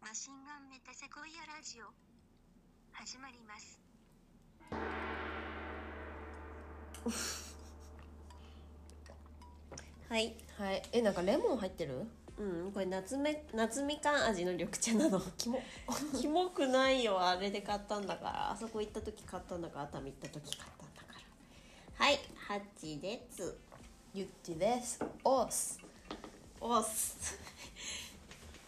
発信がメタセコイアラジオ始まりますはいはいえなんかレモン入ってるうんこれ夏め夏みかん味の緑茶 なのキモ キモくないよあれで買ったんだからあそこ行った時買ったんだから熱海行った時買ったんだからはいハチですゆっちですおっすおっ す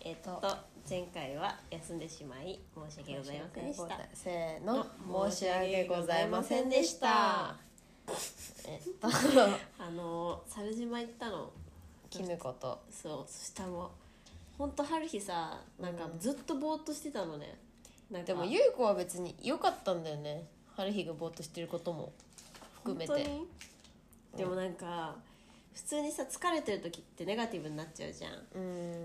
えっと前回は休んでしまい申し訳ございませんでしたせーの申し訳ございませんでしたえっと あのー猿島行ったのキムことそうそしたらもうほんと春日さなんかずっとぼーっとしてたのね、なんかでもゆいこは別に良かったんだよね春日がぼーっとしてることも含め本て当にでもなんか普通にさ疲れてる時ってネガティブになっちゃうじゃん、うー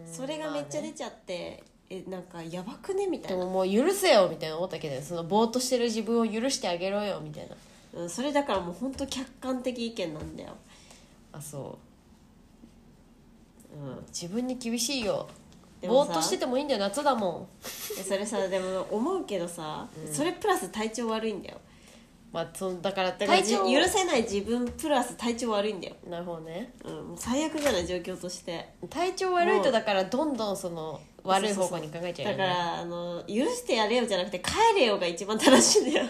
んそれがめっちゃま出あねちゃって、えなんかやばくねみたでいもな、もう許せよみたいな思ったけどそのぼーっとしてる自分を許してあげろよみたいなうん、それだからもうほんと客観的意見なんだよ、あそううん、自分に厳しいよでもぼさーっとしててもいいんだよ夏だもんえそれ さでも思うけどさ、それプラス体調悪いんだよまあそのだからだから体じ調許せない自分プラス体調悪いんだよ、なるほどねうん、もう最悪じゃない状況として体調悪いとだからどんどんその悪いそうそ方向うそうに考えちゃうだよかねらあの許してやれよじゃなくて帰れよが一番正しい んだよ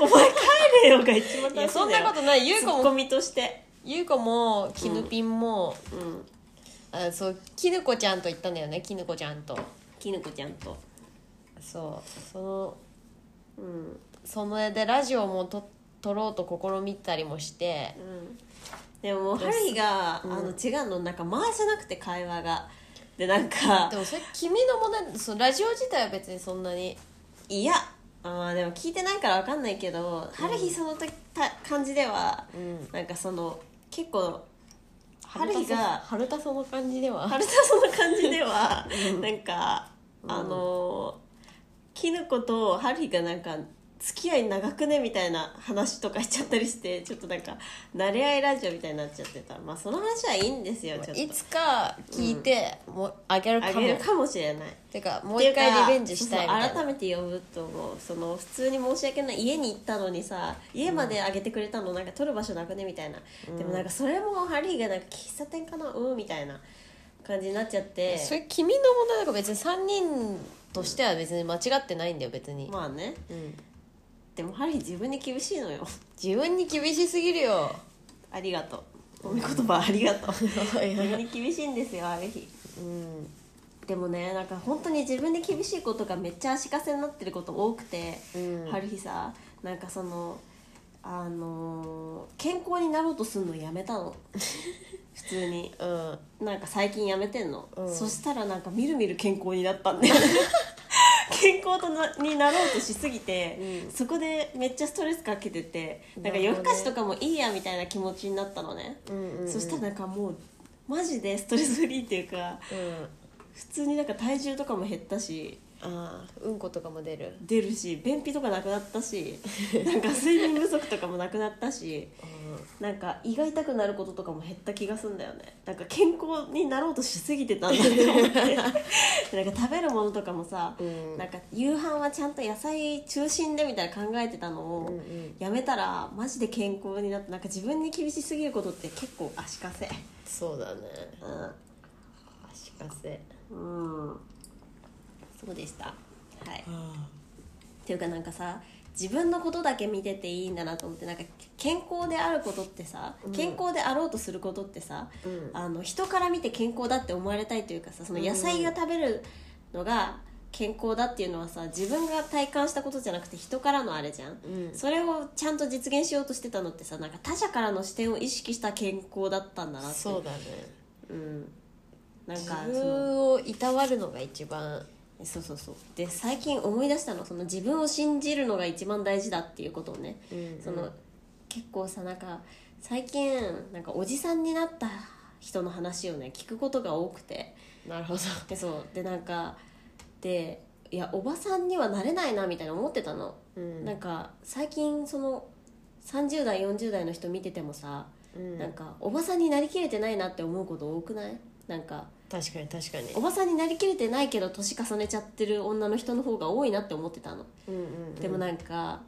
お前帰れよが一番正しいんだいよやそんなことないゆうツこッコもミとしてゆうこもきぬぴんも、うんあそうきぬこちゃんと行ったんだよねきぬこちゃんときぬこちゃんとそうそのうんそのでラジオもと撮ろうと試みたりもしてうんでももう春日が、あの違うのなんか回せなくて会話がでなんかでもそれ君の問題そのラジオ自体は別にそんなにいやあーでも聞いてないからわかんないけど、春日その時た感じでは、んなんかその結構春日が春田その感じでは春田その感じでは、なんか、あのーきぬこと春日がなんか付き合い長くねみたいな話とかしちゃったりしてちょっとなんか慣れ合いラジオみたいになっちゃってたまあその話はいいんですよちょっといつか聞いて、もうあげるあかもげるかもしれないてかもう一回リベンジしたいみたいなそうそう改めて呼ぶと思うその普通に申し訳ない家に行ったのにさ家まであげてくれたのなんか取る場所なくねみたいな、でもなんかそれもハリーがなんか喫茶店かなうんみたいな感じになっちゃってそれ君の問題だから別に3人としては別に間違ってないんだよ別に、まあねうん、でもハリー自分に厳しいのよ 自分に厳しすぎるよありがとうお見言葉ありがとうい自分に厳しいんですよある日 うんでもねなんか本当に自分で厳しいことがめっちゃ足かせになってること多くて、うん春日さなんかそのあのー健康になろうとするのやめた の普通にうんなんか最近やめてんの、うんそしたらなんかみるみる健康になったんだよ ね健康となになろうとしすぎて、うんそこでめっちゃストレスかけててなんかなる夜ほど更ねかしとかもいいやみたいな気持ちになったのね、うんうんうんそしたらなんかもうマジでストレスフリーっていうかうん普通になんか体重とかも減ったしあーうんことかも出る出るし便秘とかなくなった しなんか睡眠不足とかもなくなったしなんか胃が痛くなることとかも減った気がすんだよねなんか健康になろうとしすぎてたんだって思って なんか食べるものとかもさ、うんなんか夕飯はちゃんと野菜中心でみたいな考えてたのうんうをんやめたらマジで健康になってなんか自分に厳しすぎることって結構足かせそうだねうん足かせうんそうでしたはいあっていうかなんかさ自分のことだけ見てていいんだなと思ってなんか健康であることってさ、うん健康であろうとすることってさ、うんあの人から見て健康だって思われたいというかさその野菜が食べるのが健康だっていうのはさ自分が体感したことじゃなくて人からのあれじゃん、うんそれをちゃんと実現しようとしてたのってさなんか他者からの視点を意識した健康だったんだなってそうだねうん、なん自かその分をいたわるのが一番そうそうそうで最近思い出したのその自分を信じるのが一番大事だっていうことをね、うんその結構さなんか最近なんかおじさんになった人の話をね聞くことが多くてなるほどでそうでなんかでいやおばさんにはなれないなみたいな思ってたの、うんなんか最近その30代40代の人見ててもさ、うんなんかおばさんになりきれてないなって思うこと多くないなんか確かに確かにおばさんになりきれてないけど年重ねちゃってる女の人の方が多いなって思ってたの、うんうんでもなんか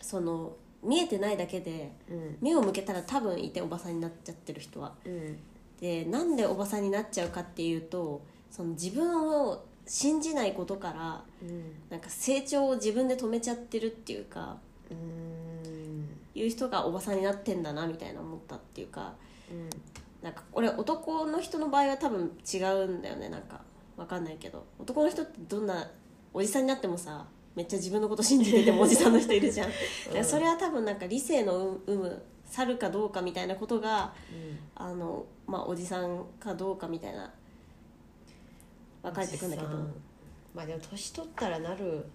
その見えてないだけでうん目を向けたら多分いておばさんになっちゃってる人はうんでなんでおばさんになっちゃうかっていうとその自分を信じないことからうんなんか成長を自分で止めちゃってるっていうかうんいう人がおばさんになってんだなみたいな思ったっていうかうんなんか俺男の人の場合は多分違うんだよねなんかわかんないけど男の人ってどんなおじさんになってもさめっちゃ自分のこと信じててもおじさんの人いるじゃん、 だからそれは多分なんか理性の有無猿かどうかみたいなことがあの、まあ、おじさんかどうかみたいな分かれてくんだけどおじさんまあでも年取ったらなる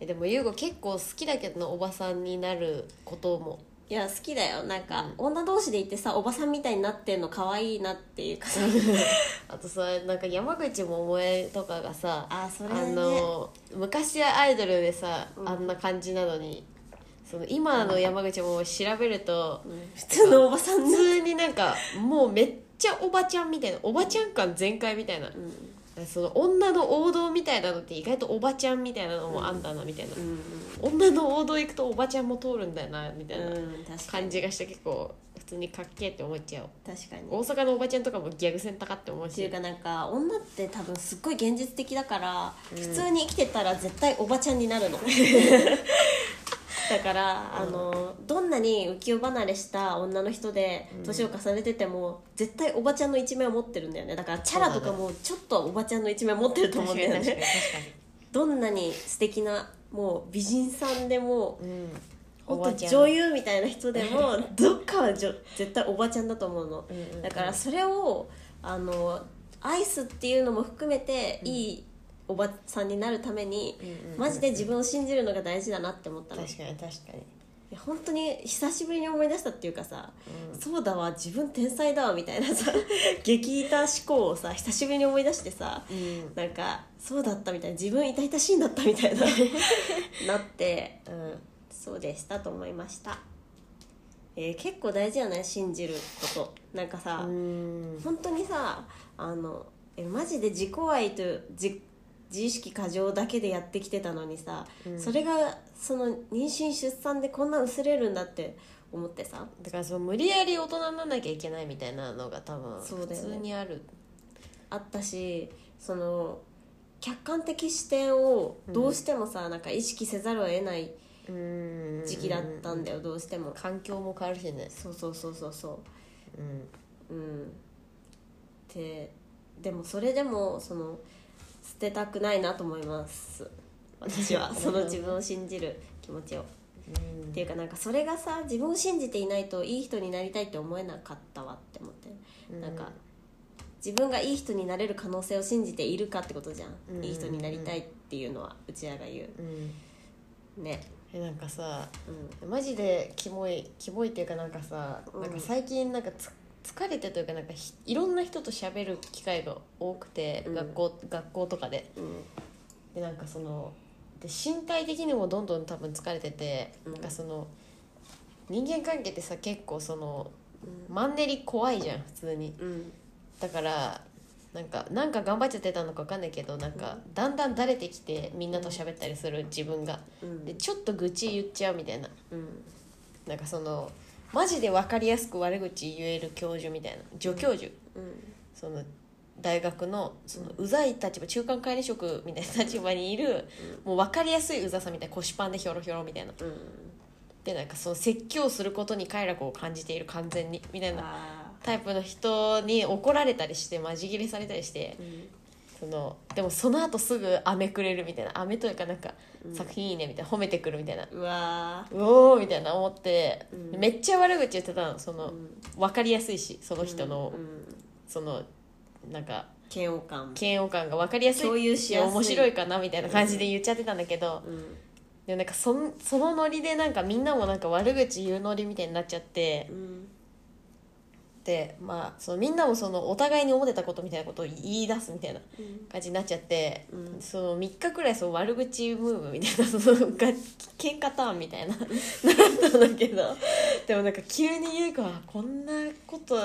えでも優吾結構好きだけどなおばさんになることもいや好きだよなんか、女同士でいてさおばさんみたいになってんの可愛いなっていうかさあとさなんか山口百恵とかがさあそれねあの昔アイドルでさ、うんあんな感じなのにその今の山口百恵調べると、普通のおばさん普ね、通になんかもうめっちゃおばちゃんみたいなおばちゃん感全開みたいな、うんその女の王道みたいなのって意外とおばちゃんみたいなのもあんだなみたいな、うん女の王道行くとおばちゃんも通るんだよなみたいな、うん、確か感にじがして結構普通にかっけえって思っちゃう確かに大阪のおばちゃんとかもギャグ戦高って思うっていしうかなんか女って多分すっごい現実的だから、普通に生きてたら絶対おばちゃんになる のだから、あのどんなに浮世離れした女の人で年を重ねてても、絶対おばちゃんの一面を持ってるんだよねだからチャラとかもちょっとおばちゃんの一面持ってると思うんだよ確かにねどんなに素敵なもう美人さんでもにうん本当う女優みたいな人でも どっかはじょ絶対おばちゃんだと思うの、んうんうんだからそれをあのアイスっていうのも含めていいおばさんになるために、うんうんマジで自分を信じるのが大事だなって思ったのい確かに確かにや本当に久しぶりに思い出したっていうかさ、そうだわ自分天才だわみたいな さ激痛思考をさ久しぶりに思い出してさ、んなんかそうだったみたいな自分痛々しいんだったみ たいななってうんそうでしたと思いました、えー結構大事やね信じることなんかさ、うん本当にさあのえマジで自己愛と自自意識過剰だけでやってきてたのにさ、それがその妊娠出産でこんな薄れるんだって思ってさだからその無理やり大人にならなきゃいけないみたいなのが多分そう普だよね通にあるあったしその客観的視点をどうしてもさ、なんか意識せざるを得ないうん時期だったんだよ、どうしても環境も変わるしねそうそうそうそうそううんうん、ででもそれでもその捨てたくないなと思います私 はその自分を信じる気持ちを、うんっていうかなんかそれがさ自分を信じていないといい人になりたいって思えなかったわって思って、なんか自分がいい人になれる可能性を信じているかってことじゃん、うんいい人になりたいっていうのはうちらが言うんうねえなんかさうんマジでキモいキモいっていうかなんかさ、うんなんか最近なんかつ疲れてというかなんかひいろんな人と喋る機会が多くて、うん学校学校とかでうんでなんかそので身体的にもどんどん多分疲れてて、うんなんかその人間関係ってさ結構そのうマンネリ怖いじゃん普通にうんだからなんかなんか頑張っちゃってたのか分かんないけどなんかだんだんだれてきてみんなと喋ったりする自分がうんでちょっと愚痴言っちゃうみたいなうんなんかそのマジで分かりやすく悪口言える教授みたいな助教授うんその大学のそのうざい立場中間管理職みたいな立場にいるもう分かりやすいうざさみたいな腰パンでひょろひょろみたいなうんでなんかその説教することに快楽を感じている完全にみたいなあタイプの人に怒られたりしてマジギレされたりしてーうんそのでもその後すぐ飴くれるみたいな飴というかなんか作品いいねみたいな褒めてくるみたいなうわうおーみたいな思って、うんめっちゃ悪口言ってたのその、ん分かりやすいしそのー人の、うんそのなんか嫌悪感嫌悪感が分かりやすい共有しやすい面白いかなみたいな感じで言っちゃってたんだけど、うんでもなんかそんそのノリでなんかみんなもなんか悪口言うノリみたいになっちゃってうんでまあそのみんなもそのお互いに思ってたことみたいなことを言い出すみたいなうん感じになっちゃって、うんその3日くらいその悪口ムーブみたいなそのが喧嘩ターンみたいななったんだけどでもなんか急に優子はこんなこと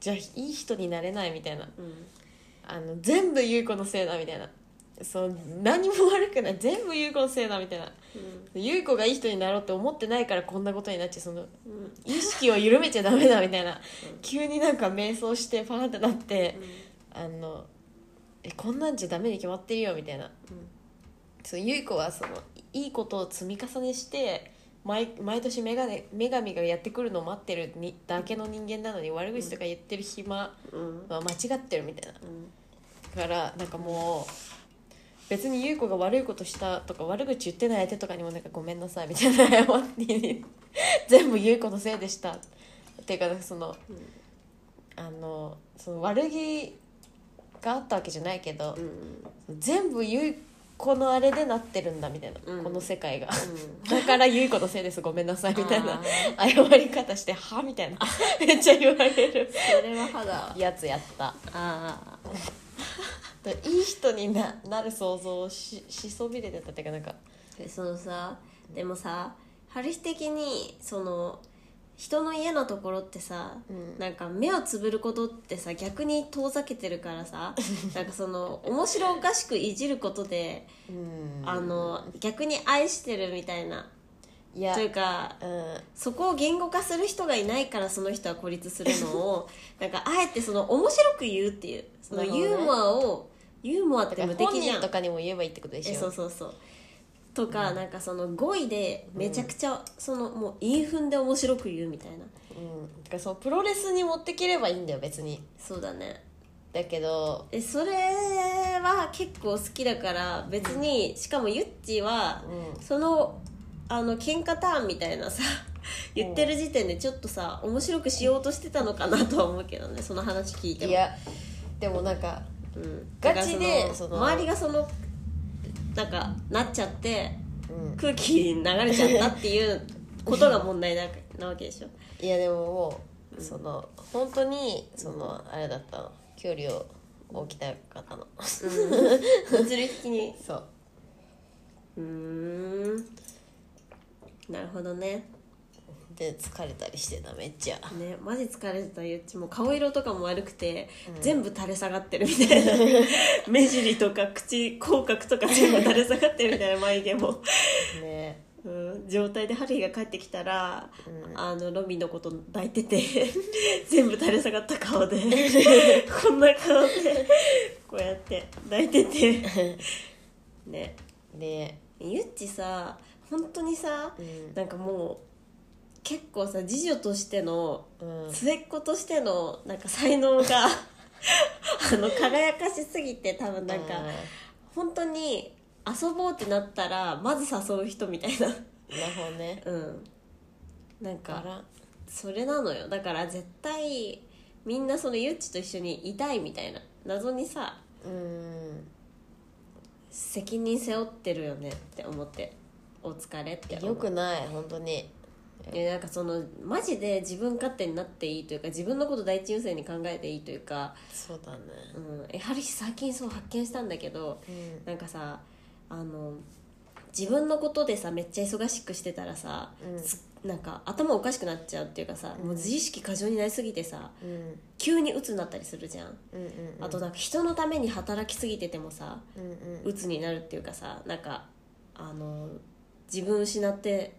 じゃあいい人になれないみたいなうんあの全部優子のせいだみたいなそう何も悪くない全部優子のせいだみたいな優子がいい人になろうって思ってないからこんなことになっちゃうそのうんうん意識を緩めちゃダメだみたいな急になんか迷走してパーってなってあのえこんなんじゃダメに決まってるよみたいなそうゆい子はそのいいことを積み重ねして毎毎年女神女神がやってくるのを待ってるにだけの人間なのに悪口とか言ってる暇うんは間違ってるみたいなうんだからなんかもう別にゆい子が悪いことしたとか悪口言ってない相手とかにもなんかごめんなさいみたいな謝って全部ゆい子のせいでしたっていうかそのうんあのその悪気があったわけじゃないけど、うん全部ゆい子のあれでなってるんだみたいな、うんこの世界がうんだからゆい子のせいですごめんなさいみたいなあ謝り方してはみたいなめっちゃ言われ るそれは歯だわやつやったああいい人にななる想像をししそびれてたっていうかなんかでそのさでもさ春日的にその人の嫌なところってさ、うんなんか目をつぶることってさ逆に遠ざけてるからさなんかその面白おかしくいじることで、うんあの逆に愛してるみたいないやというかうんそこを言語化する人がいないからその人は孤立するの をなんかあえてその面白く言うっていうそのなるほどねユーモアを、ユーモアっだてから無敵本じゃ人んとかにも言えばいいってことでしえょそうそうそうとか、なんかその語彙でめちゃくちゃ、そのもう韻踏んで面白く言うみたいなうん、だからそのプロレスに持ってければいいんだよ別にそうだねだけどえそれは結構好きだから別に、しかもゆっちは、うんそのあの喧嘩ターンみたいなさ言ってる時点でちょっとさ面白くしようとしてたのかなとは思うけどねその話聞いてもいやでもなんかうん、ガチでだからその周りがそのなんかなっちゃってうん空気に流れちゃったっていうことが問題ななわけでしょいやでももう、その本当にそのあれだったの距離を置きたかったの 物理的にそううーんなるほどねで疲れたりしてためっちゃねマジ疲れてたゆっちも顔色とかも悪くて、全部垂れ下がってるみたいな目尻とか口口角とか全部垂れ下がってるみたいな眉毛も、ねうん、状態でハリーが帰ってきたら、あのロミのこと抱いてて全部垂れ下がった顔でこんな顔でこうやって抱いててねねゆっちさ本当にさうんなんかもう結構さ次女としてのうん末っ子としてのなんか才能が あの輝かしすぎて多分なんかあ本当に遊ぼうってなったらまず誘う人みたいーなるほどねな うんなんあからそれなのよだから絶対みんなそのゆっちと一緒にいたいみたいな謎にさうん責任背負ってるよねって思ってお疲れって思うよくない本当にいやなんかそのマジで自分勝手になっていいというか自分のこと第一優先に考えていいというか、そうだねうん、えはり最近そう発見したんだけどうんなんかさあの自分のことでさめっちゃ忙しくしてたらさ、うんすなんか頭おかしくなっちゃうっていうかさ、もう自意識過剰になりすぎてさうん急に鬱になったりするじゃん、うんうんあとなんか人のために働きすぎててもさうんうん鬱になるっていうかさなんかあの自分失って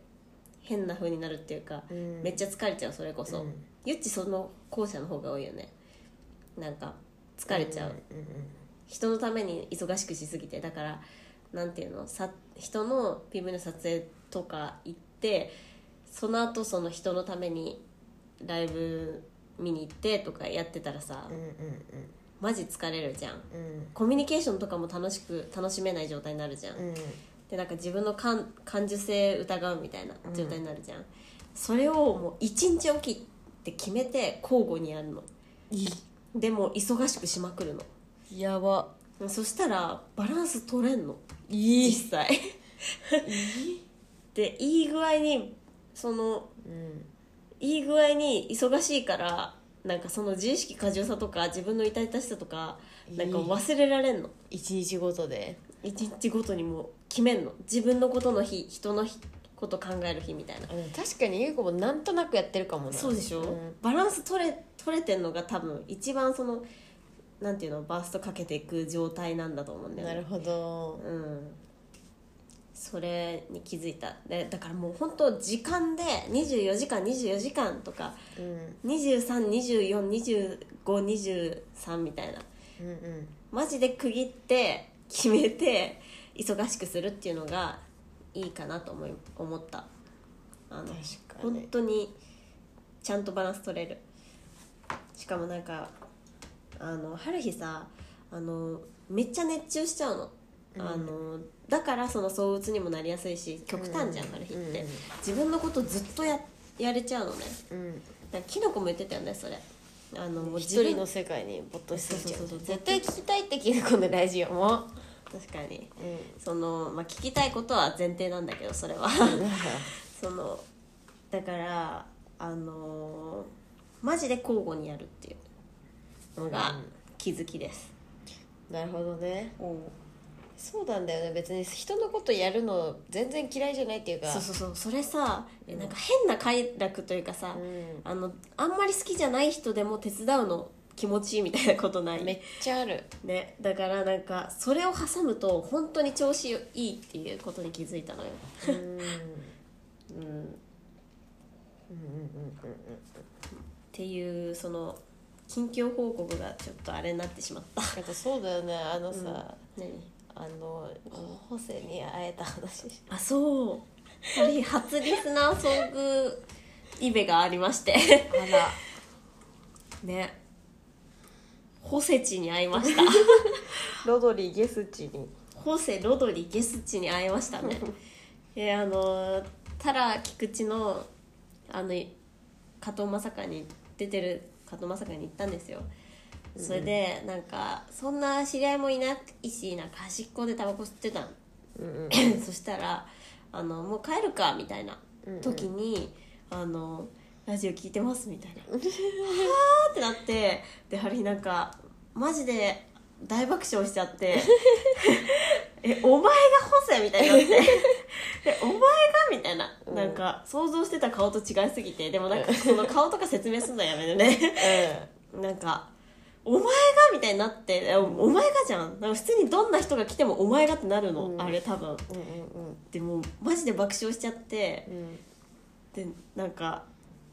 変な風になるっていうか、うんめっちゃ疲れちゃうそれこそ、うんゆっちその後者の方が多いよねなんか疲れちゃう、うん人のために忙しくしすぎてだからなんていうのさ人の PV の撮影とか行ってその後その人のためにライブ見に行ってとかやってたらさ、うんうんうんマジ疲れるじゃんうんコミュニケーションとかも楽しく楽しめない状態になるじゃん、うんでなんか自分の感感受性疑うみたいな状態になるじゃん、それをもう一日おきって決めて交互にやるのでも忙しくしまくるのいやばそしたらバランス取れんのいい実際でいい具合にそのうんいい具合に忙しいからなんかその自意識過重さとか自分の痛々しさとかなんか忘れられんの一日ごとで一日ごとにもう決めんの自分のことの日人の日こと考える日みたいなうん確かに優子もなんとなくやってるかもなそうでしょ、うんバランス取れ取れてんのが多分一番そのなんていうのバーストかけていく状態なんだと思うんだよなねるほどうん、それに気づいたでだからもう本当時間で24時間24時間とかうん23242523みたいなうんうんマジで区切って決めて忙しくするっていうのがいいかなと思い思ったあの確か本に当にちゃんとバランス取れるしかもなんかあの春日さあのめっちゃ熱中しちゃうの,、うんあのだからその躁鬱にもなりやすいし極端じゃん、うん春日って、うん自分のことずっとややれちゃうのねうんなんかキノコも言ってたよねそれあのもう一人の世界に没頭しすぎちゃそううそうそう絶対聞きたいって聞くこのラジオも確かにうんその、まあ、聞きたいことは前提なんだけどそれは そのだからあのーマジで交互にやるっていうのがうん気づきです、なるほどねおそうなんだよね別に人のことやるの全然嫌いじゃないっていうかそうそうそうそれさ、えなんか変な快楽というかさ、うあのあんまり好きじゃない人でも手伝うの気持ちいいみたいなことないんめっちゃあるねだからなんかそれを挟むと本当に調子いいっていうことに気づいたのようんうんうんうんうんうんうんっていうその近況報告がちょっとあれになってしまったあとそうだよねあのさ、 何あのホセに会えた話あそうあれ初リスナー遭遇イベがありましてあらねホセチに会いましたロドリゲスチにホセロドリゲスチに会いました ねえあのタラ菊池のあの加藤まさかに出てる加藤まさかに行ったんですよそれでなんかそんな知り合いもいないしなんか端っこでタバコ吸ってたのうんうん そしたらあの「もう帰るか」みたいな時に「あのラジオ聞いてます」みたいな「はあ」ってなってでハリーなんかマジで大爆笑しちゃって 「えお前がホセ」みたいになって 「えお前が」みたいななんか想像してた顔と違いすぎてでもなんかその顔とか説明するのやめるね なんか「お前が」みたいになってえ「おお前が」じゃんなんか普通にどんな人が来ても「お前が」ってなるの、うんあれ多分うんうんでもマジで爆笑しちゃってうんうんでなんか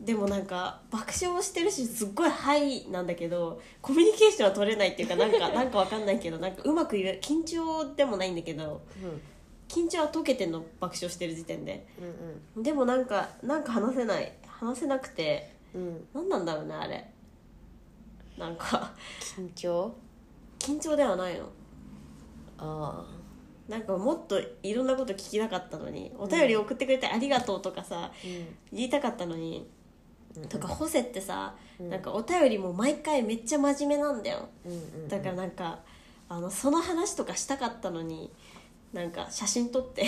でもなんか爆笑してるしすっごい「はい」なんだけどコミュニケーションは取れないっていうかなんかなんかわかんないけどなんかうまく言え緊張でもないんだけど緊張は解けてんの爆笑してる時点でうんでもなんかなんか話せない話せなくてうんう何んなんだろうねあれなんか緊張緊張ではないのあなんかもっといろんなこと聞きたかったのにお便り送ってくれてありがとうとかさ、あう言いたかったのに、んとかホセってさ、うんなんかお便りも毎回めっちゃ真面目なんだようんうんだからなんか、あのその話とかしたかったのになんか写真撮って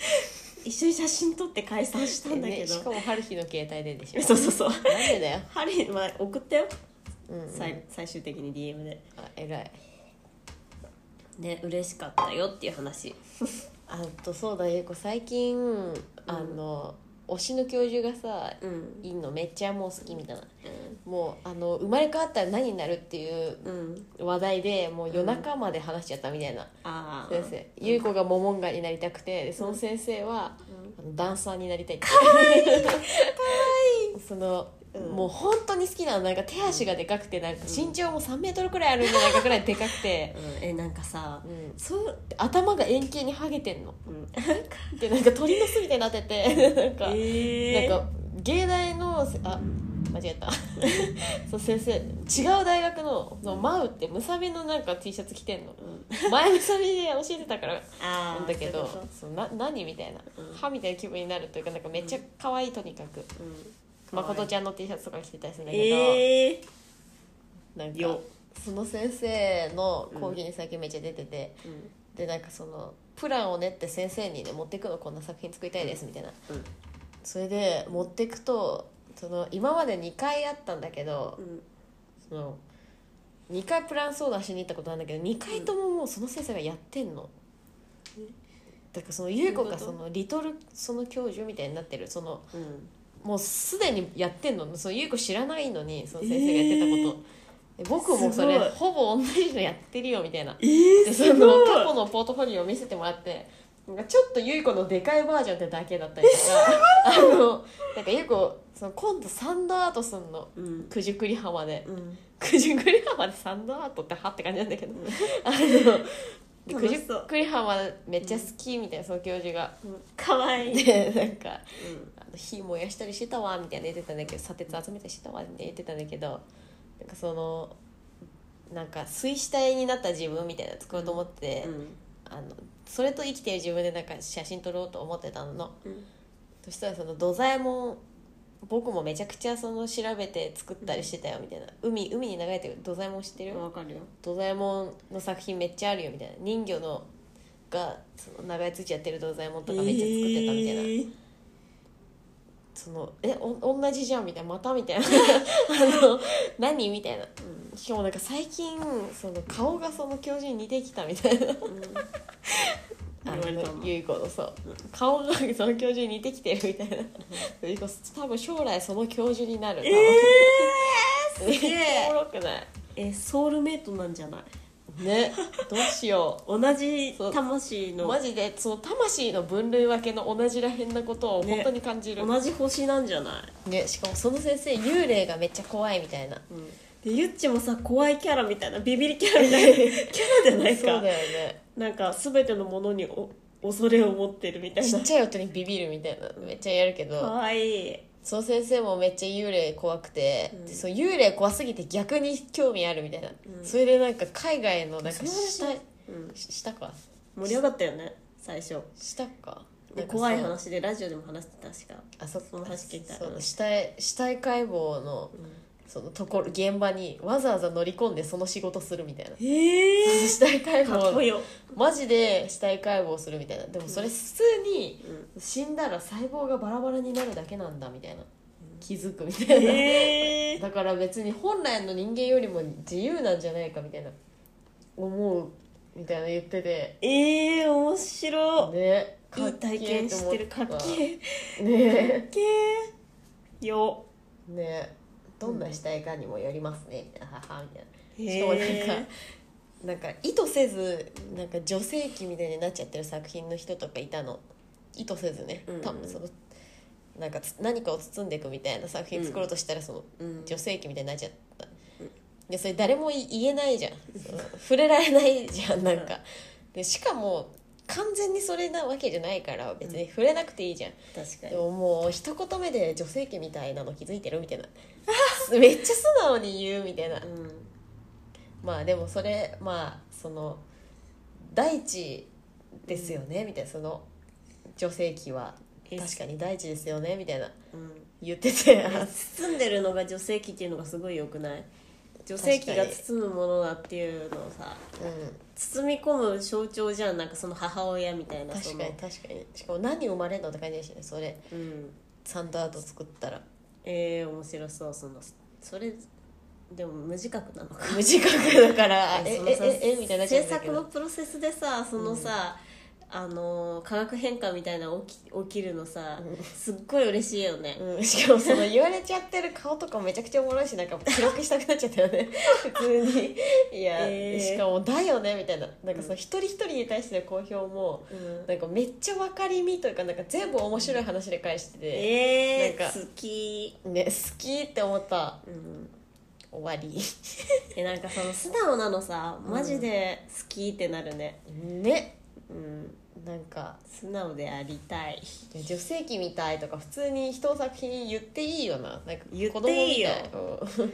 一緒に写真撮って解散したんだけねど、しかも春日の携帯ででしょそうそうそうなんでだよ、ハリーは送ったよ、うんうん最最終的に DM であ偉いね嬉しかったよっていう話あとそうだゆうこ最近、あの推しの教授がさうん、いいのめっちゃもう好きみたいなもうあの生まれ変わったら何になるっていううんうん話題でもう夜中まで話しちゃったみたいな、ああ先生優子がモモンガになりたくてでその先生は、あのダンサーになりたいってその、うんもう本当に好きなのなんか手足がでかくてなんか身長も3メートルくらいあるんじゃないかくらいでかくてう、ん、えなんかさ、うんそう、で頭が円形にハゲてんのうん、でなんか鳥の巣みたいになって てなんか、えーなんか芸大のせあ間違えた そう先生違う大学のそのマウってムサビのなんか T シャツ着てんのうん前ムサビで教えてたからあなんーだけそうどいうこそうな何みたいな、うん歯みたいな気分になるというかなんかめっちゃ可愛いとにかく、とうん誠ちゃんの T シャツとか着てたりするんだけど、ええなんかよその先生の講義に最近めっちゃ出てて、うんでなんかそのプランを練って先生に、ね、持ってくのこんな作品作りたいですみたいな、うんそれで持ってくとその今まで2回あったんだけど、うんその2回プラン相談しに行ったことなんだけど2回とももうその先生がやってんの、だからその優子がどうそいうこのリトルその教授みたいになってるそのうんもうすでにやってんのそうゆい子知らないのにその先生がやってたこと、で僕もそれすごいほぼ同じのやってるよみたいなえー、ですそごいの過去のポートフォリオを見せてもらってなんかちょっとゆい子のでかいバージョンってだけだったりとかあのなんかゆい子その今度サンドアートすんのうん九十九里浜でうん九十九里浜でサンドアートってはって感じなんだけどあので楽九し十そう九里浜めっちゃ好きみたいなその教授がかわいい、でなんかうんあの火燃やしたりしてたわみたいな言ってたんだけど砂鉄集めたりしてたわみたいな言ってたんだけどなんかそのなんか水死体になった自分みたいなの作ろうと思って、うんあのそれと生きてる自分でなんか写真撮ろうと思ってたのうんそしたらその土左衛門僕もめちゃくちゃその調べて作ったりしてたよみたいな海海に流れてる土左衛門知ってるわかるよ土左衛門の作品めっちゃあるよみたいな人魚のがその長いついちゃってる土左衛門とかめっちゃ作ってたみたいな、えーそのえお同じじゃんみたいなまたみたいな あの何みたいなしかもなんか最近その顔がその教授に似てきたみたいうなんうんあ言われたののゆい子のそう顔がその教授に似てきてるみたいなゆい子多分将来その教授になるえー、すげめっ ちゃおえもろくないえソウルメイトなんじゃないねどうしよう同じ魂のマジでその魂の分類分けの同じらへんなことをね本当に感じるね同じ星なんじゃない、しかもその先生幽霊がめっちゃ怖いみたい なでゆっちもさ怖いキャラみたいなビビりキャラみたいなキャラじゃない そうだよかねなんか全てのものにお恐れを持ってるみたいちなっちゃい音にビビるみたいなめっちゃやるけかどわいいその先生もめっちゃ幽霊怖くて、うんでその幽霊怖すぎて逆に興味あるみたいな、うんそれでなんか海外のなんかその話したいうんししたか盛り上がったよね最初したかでなんかそう怖い話でラジオでも話してたしかあそその話聞いたそうだ死体死体解剖のそのところ現場にわざわざ乗り込んでその仕事するみたいなえ死体解ー、 かっこいい剖よ、マジで死体解剖するみたいなでもそれ普通にうん死んだら細胞がバラバラになるだけなんだみたいな気づくみたいな、えー、だから別に本来の人間よりも自由なんじゃないかみたいな思うみたいな言っててえー、面白、ねいい体験してるかっけええねけーよねどんな死体かにもよりますねみたいな母みたいへなえしかもなんかなんか意図せずなんか女性器みたいになっちゃってる作品の人とかいたの意図せずねうんうん多分そのなんかつ何かを包んでいくみたいな作品作ろうとしたらそのうん女性器みたいになっちゃった、でそれ誰もい言えないじゃんその触れられないじゃんなんかでしかも完全にそれなわけじゃないから別に触れなくていいじゃん、確かでももう一言目で女性器みたいなの気づいてるみたいな めっちゃ素直に言うみたいなにうんまあでもそれまあその大地ですよね、みたいなその女性器はえ確かに大地ですよねみたいなうん言ってて包んでるのが女性器っていうのがすごい良くない女性器が包むものだっていうのをさうん包み込む象徴じゃんなんかその母親みたいな確かに確かにしかも何生まれんのって感じだしねそれそのうんサンドアート作ったらえー、面白そうそのそれでも無自覚なのか無自覚だから えええそのさええみたいになっち制ゃうんだけ作のどプロセスでさそのさ、あのー化学変化みたいなの起き起きるのさ、すっごい嬉しいよね、うん、しかもその言われちゃってる顔とかめちゃくちゃおもろい しなんか記録したくなっちゃったよね 普通にいや、えーしかも「だよね」みたいななんかその一人一人に対しての好評もうんなんかめっちゃ分かりみというかなんか全部面白い話で返してて、えなんー、か好き、ね好きって思ったうん終わりえなんかその素直なのさマジで好きってなるねねうんなんか素直でありたいいや女性器みたいとか普通に人の作品言っていいよななんか言っていいよ子供みたい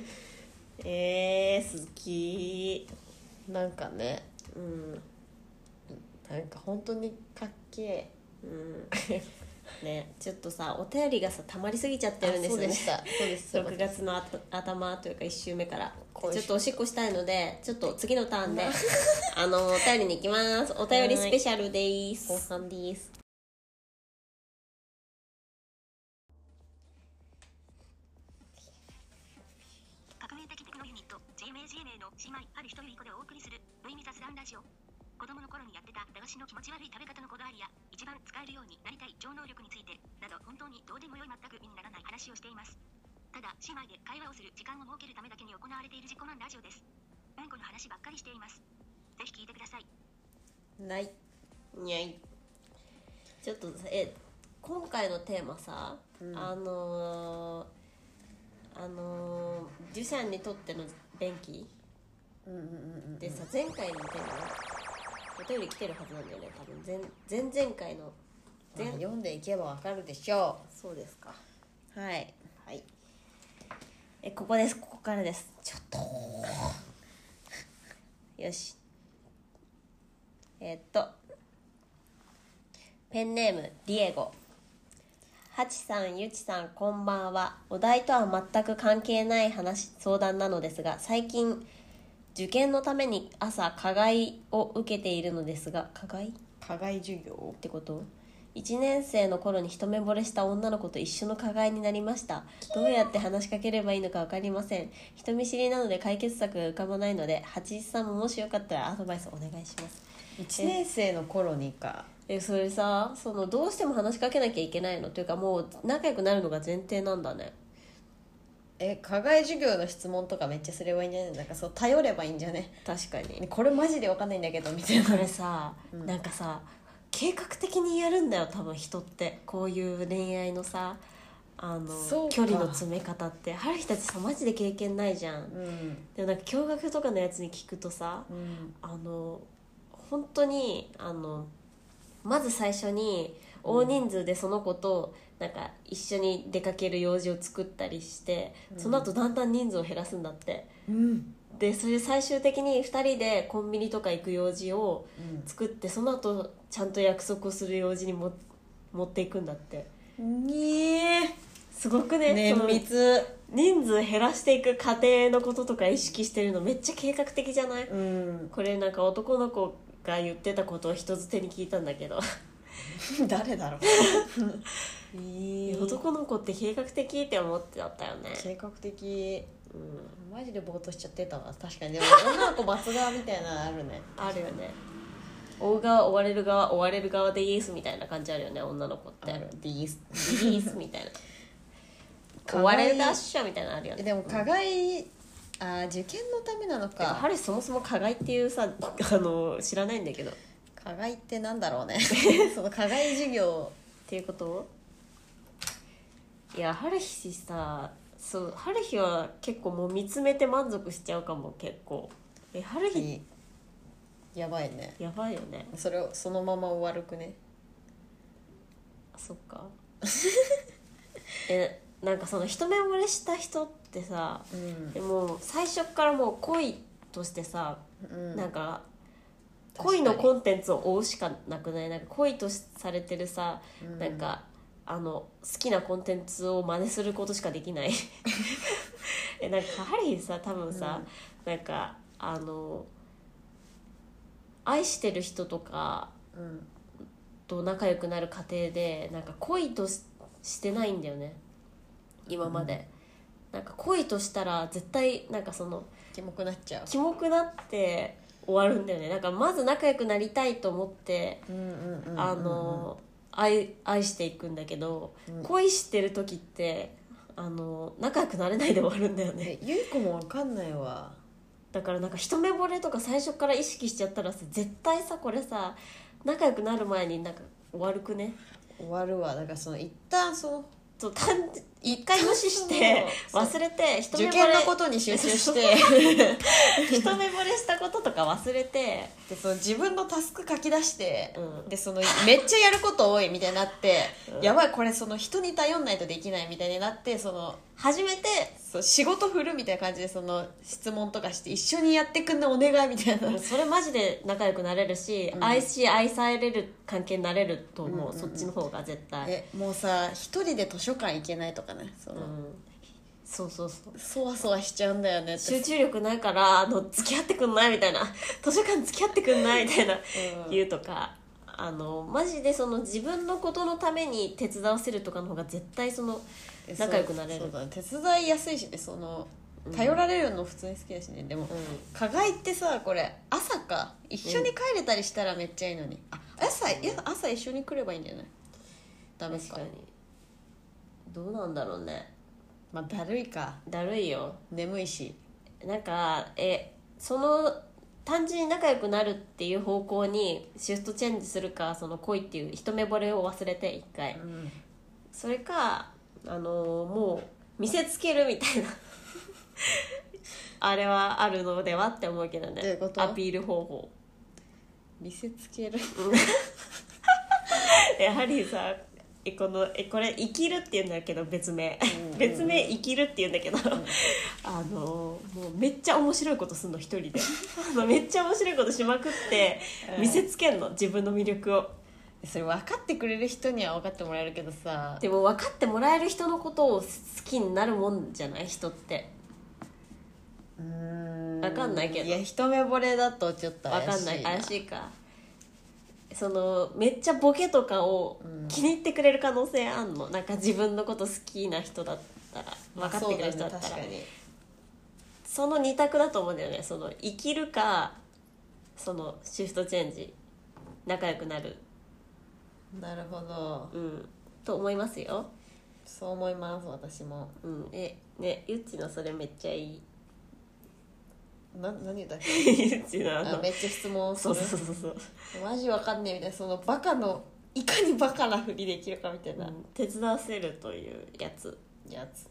えー、好きうん なんかねうんなんか本当にかっけえうんねちょっとさお便りがさ溜まりすぎちゃってるんですよねあそうでしたそうです6月のあた頭というか1週目から今ち週ょっとおしっこしたいのでちょっと次のターン であのお便りに行きますお便りスペシャルです後半です革命的テクノユニット g m a g m a の姉妹春一人こでお送りする無意味雑談ラジオ子供の頃にやってた駄菓子の気持ち悪い食べ方のこだわりや一番使えるようになりたい超能力についてなど本当にどうでもよい全く意にならない話をしていますただ姉妹で会話をする時間を設けるためだけに行われている自己満ラジオですうんこの話ばっかりしていますぜひ聞いてくださいないにゃいちょっとさえ今回のテーマさ、あのーあのーデュシャンにとっての便器うんうんうんでさ前回のテーマお便り来てるはずなんだよね多分前前々回のうん前読んでいけばわかるでしょそうですかうはいはいえここですここからですちょっと よしえーっとペンネームディエゴハチさん、ゆちさん、こんばんは。お題とは全く関係ない話、相談なのですが、最近、受験のために朝、課外を受けているのですが、課外課外授業ってこと1年生の頃に一目惚れした女の子と一緒の加害になりましたどうやって話しかければいいのか分かりません人見知りなので解決策が浮かばないので八一さんももしよかったらアドバイスお願いします1年生の頃にかえそれさそのどうしても話しかけなきゃいけないのというかもう仲良くなるのが前提なんだねえ課外授業の質問とかめっちゃすればいいんじゃないなんかそう頼ればいいんじゃね確かにこれマジでわかんないんだけどみたいでなこれさ、なんかさ計画的にやるんだよ多分人ってこういう恋愛のさあそのうか距離の詰め方って春日たちさマジで経験ないじゃんうんでもなんか驚愕とかのやつに聞くとさうんあの本当にあのまず最初に大人数でその子となんか一緒に出かける用事を作ったりして、その後だんだん人数を減らすんだってうんでそれで最終的に2人でコンビニとか行く用事を作ってその後ちゃんと約束をする用事にも持っていくんだってうんにえすごくねそ綿の密人数減らしていく過程のこととか意識してるのめっちゃ計画的じゃないうんこれなんか男の子が言ってたことを人づてに聞いたんだけど誰だろう えー男の子って計画的って思ってだったよね計画的うんマジでぼーっとしちゃってたな確かにでも女の子罰側みたいなのあるねあるよね追う側追われる側追われる側でイエスみたいな感じあるよね女の子ってあるディースイエスみたいな追可 愛いわれるダッシャーみたいなのあるよえねでも課外、あー受験のためなのてかか春そもそも加害っていうさあの知らないんだけどっ課外ってなんだろうねその課外授業ていうこといや春日さそう春日は結構もう見つめて満足しちゃうかも結構え春日にやばいねやばいよねそれをそのまま終わるくねそっか えなんかその一目惚れした人ってさうんでも最初からもう恋としてさ、うんなんか確か恋にのコンテンツを追うしかなくないなんか恋とされてるさ、うんなんかあの好きなコンテンツを真似することしかできない えなんかハリーさ多分さ、なんかあの愛してる人とかうんと仲良くなる過程でなんか恋とししてないんだよね今まで、なんか恋としたら絶対なんかそのキモくなっちゃうキモくなって終わるんだよねなんかまず仲良くなりたいと思って、うんうんうんうんうんあの愛愛していくんだけど、うん恋してる時ってあの仲良くなれないで終わるんだよねえゆい子もわかんないわだからなんか一目惚れとか最初から意識しちゃったらさ絶対さこれさ仲良くなる前になんか悪くね終わるわだからその一旦そのそう単一回無視してそう忘れて一目受惚験れのことに集中 して 一目惚れしたこととか忘れてでその自分のタスク書き出して、うんでそのめっちゃやること多いみたいになって、やばいこれその人に頼んないとできないみたいになってその初めてそう仕事振るみたいな感じでその質問とかして一緒にやってくんのお願いみたいな、もうそれマジで仲良くなれるし、愛し愛される関係になれると思う,、そっちの方が絶対、えもうさ一人で図書館行けないとかねそうの、ん、そうそうそうそわそわしちゃうんだよねって集中力ないからあの付き合ってくんないみたいな 図書館付き合ってくんないみたいな、うん言うとかあのマジでその自分のことのために手伝わせるとかの方が絶対そのえそう仲良くなれるそうだね手伝いやすいしねそのうん頼られるの普通に好きだしねでも加害ってさこれ朝か一緒に帰れたりしたらめっちゃいいのに、あ朝いや朝一緒に来ればいいんじゃないダメ確かかにどうなんだろうねまあだるいかだるいよ眠いしなんかえその単純に仲良くなるっていう方向にシフトチェンジするかその恋っていう一目惚れを忘れて一回うんそれかあのもう見せつけるみ たいなあれはあるのではって思うけどねどういうことアピール方法見せつける やはりさえこのえこれ「生きる」って言うんだけど別名、別名「生きる」って言うんだけど、あのもうめっちゃ面白いことすんの一人で あのめっちゃ面白いことしまくってうん見せつけんの自分の魅力を それ分かってくれる人には分かってもらえるけどさでも分かってもらえる人のことを好きになるもんじゃない人って分わかんないけどいや一目惚れだとちょっと分怪かしいんない怪いしいかそのめっちゃボケとかを気に入ってくれる可能性あんの、なんか自分のこと好きな人だったら分かってくれる人だったらそうだね確かにその二択だと思うんだよねその生きるかそのシフトチェンジ仲良くなるなるほどうんと思いますよ、そう思います私もうん、えねゆっちのそれめっちゃいい な何言ったっけゆっちのああのめっちゃ質問すそうるそうそうそう、マジわかんねえみたいなそのバカのいかにバカなふりできるかみたいなうん手伝わせるというやつやつ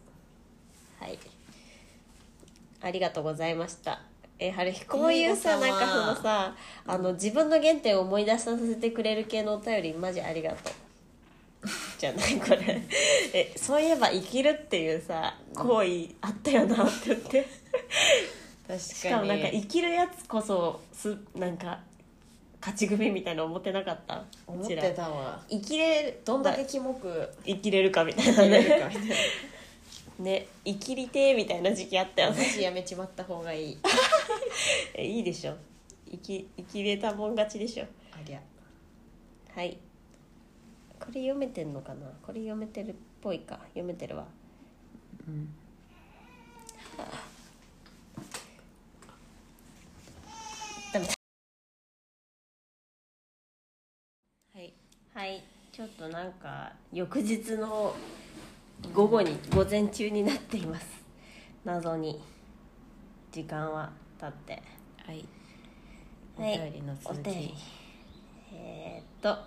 はいありがとうございましたえはるひこういうさいないんのかかなそのさあの自分の原点を思い出させてくれる系のお便りマジありがとうじゃないこ れえそういえば生きるっていうさ行為あったよなって言って確かにしかもなんか生きるやつこそすなんか勝ち組みたいなの思ってなかった思っうちらてたわ生きれどんだけキモく生きれるかみたいな生きれねるかみ たいな ね生きりてえみたいな時期あったよマねジやめちまった方がいいえいいでしょ生き生きれたもん勝ちでしょありゃはいこれ読めてんのかなこれ読めてるっぽいか読めてるわうんダメだはいはいちょっとなんか翌日の午後に午前中になっています謎に時間は経ってはいおはい便りのお続便りきえーっと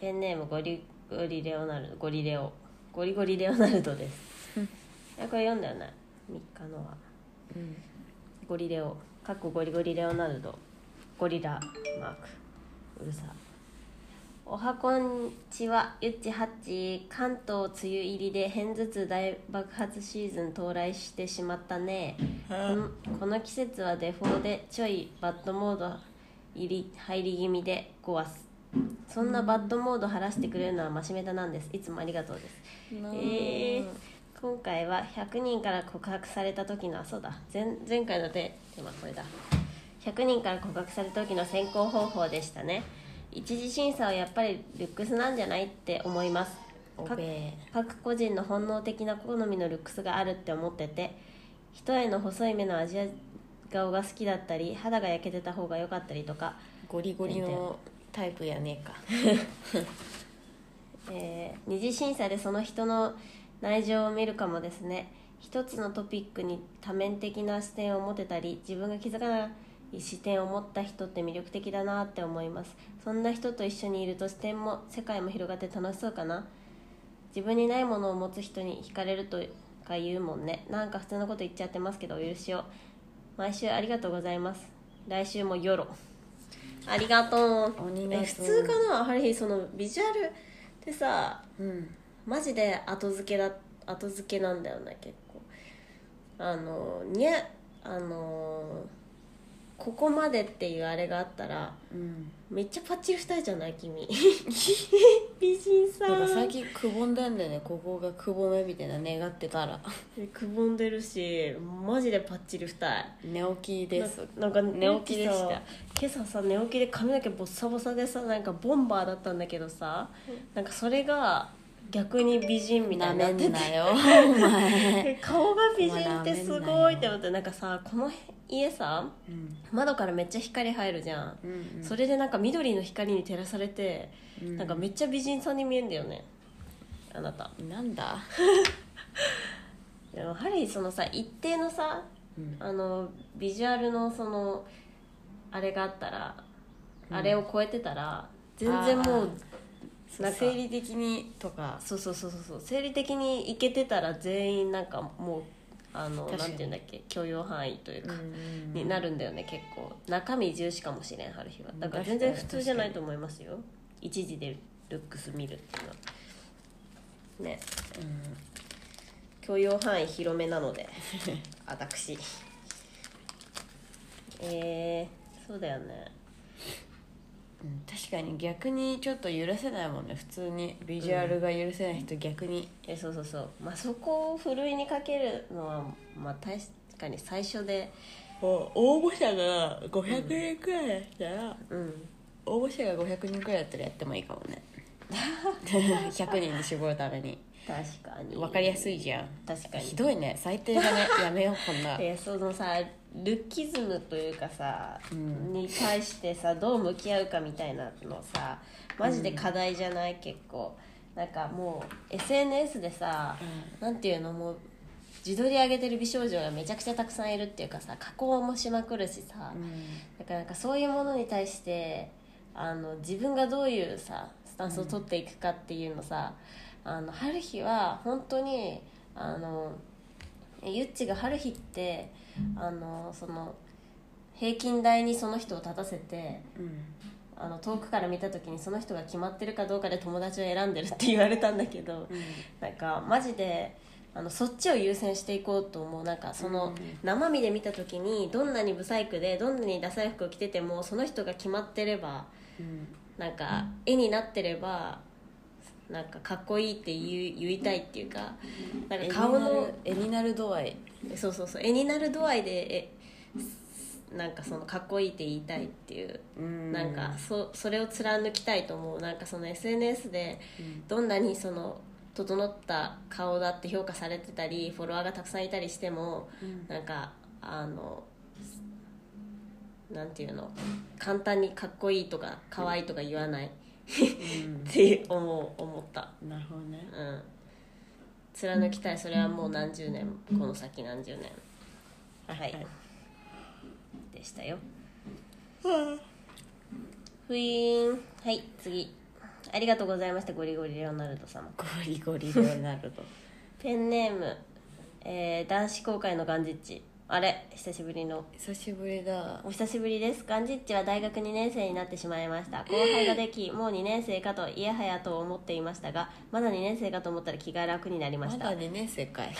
ペンネームゴリゴリレオナルドゴリレオゴリゴリレオナルドですいやこれ読んだよね3日のはうんゴリレオかっこゴリゴリレオナルドゴリラマークうるさおはこんちはゆっちはっち関東梅雨入りで偏頭痛大爆発シーズン到来してしまったねこのこの季節はデフォでちょいバッドモード入り入り気味でごわすそんなバッドモード晴らしてくれるのはマシメタなんですいつもありがとうですえー今回は100人から告白された時のあそうだ前前回のテーマこれだ100人から告白された時の選考方法でしたね一次審査はやっぱりルックスなんじゃないって思いますお各べえ各個人の本能的な好みのルックスがあるって思ってて一重の細い目のアジア顔が好きだったり肌が焼けてた方が良かったりとかゴリゴリのタイプやねえかえー二次審査でその人の内情を見るかもですね一つのトピックに多面的な視点を持てたり自分が気づかない視点を持った人って魅力的だなって思いますそんな人と一緒にいると視点も世界も広がって楽しそうかな自分にないものを持つ人に惹かれるとか言うもんねなんか普通のこと言っちゃってますけどお許しを毎週ありがとうございます来週もよろありがとう鬼えが普通かなハリーそのビジュアルってさうんマジで後付けだ後付けなんだよね結構あのにゃあのここまでっていうあれがあったらうんめっちゃパッチリ二重じゃない 君 美人さなんかん最近くぼんでんだよねここがくぼめみたいな願ってたらくぼんでるしマジでパッチリ二重寝起きですななんか寝起きでしたさ今朝さ寝起きで髪の毛ボッサボサでさなんかボンバーだったんだけどさ、なんかそれが逆に美人みたないになってめんてなよお前、え 顔が美人ってすごいって思ってなんかさこの家さうん窓からめっちゃ光入るじゃん、うんそれでなんか緑の光に照らされて、うんなんかめっちゃ美人さんに見えんだよねあなたなんだ、でもハリーそのさ一定のさうんあのビジュアルのそのあれがあったら、うんあれを超えてたら全然もうなんか生理的にとかそうそうそうそうそう生理的にいけてたら全員なんかもうあの確かなにんていうんだっけ許容範囲というか、にになるんだよね結構中身重視かもしれん春日はうんだから全然普通じゃないと思いますよ一時でルックス見るっていうのはね許容範囲広めなので私えー、そうだよねうん確かに逆にちょっと許せないもんね普通にビジュアルが許せない人逆に、えそうそうそうまあそこをふるいにかけるのはまあ確かに最初で応募者が500人くらいだったら、うん応募者が500人くらいだったらやってもいいかも ね100人に絞るために確かに分かりやすいじゃん確かにひどいね最低だね やめようこんなでそのさルッキズムというかさ、うんに対してさどう向き合うかみたいなのさマジで課題じゃない、結構なんかもう SNS でさ、なんていうのもう自撮り上げてる美少女がめちゃくちゃたくさんいるっていうかさ加工もしまくるしさ、だからなんかそういうものに対してあの自分がどういうさスタンスを取っていくかっていうのさ、あの春日は本当にあのゆっちが春日ってあのその平均台にその人を立たせてあの遠くから見た時にその人が決まってるかどうかで友達を選んでるって言われたんだけど、なんかマジであのそっちを優先していこうと思うなんかその、うん生身で見た時にどんなに不細工でどんなにダサい服を着ててもその人が決まってればなんか絵になってればなんかかっこいいって言う言いたいっていうかなんか顔顔のの絵になる度合いそうそうそう絵になる度合いでえなんかそのかっこいいって言いたいっていうなんかそそれを貫きたいと思うなんかその SNS でうんどんなにその整った顔だって評価されてたりフォロワーがたくさんいたりしてもなんかあのなんていうの簡単にかっこいいとか可愛いとか言わないって思う思った、なるほどねうん、貫きたいそれはもう何十年この先何十年はい、はいでしたよふいーんはい次ありがとうございましたゴリゴリレオナルド様ゴリゴリレオナルドペンネーム、えー男子公会のガンジッチあれ久しぶりの久しぶりだお久しぶりですガンジッチは大学2年生になってしまいました後輩ができもう2年生かといやはやと思っていましたがまだ2年生かと思ったら気が楽になりまましただ2年生かい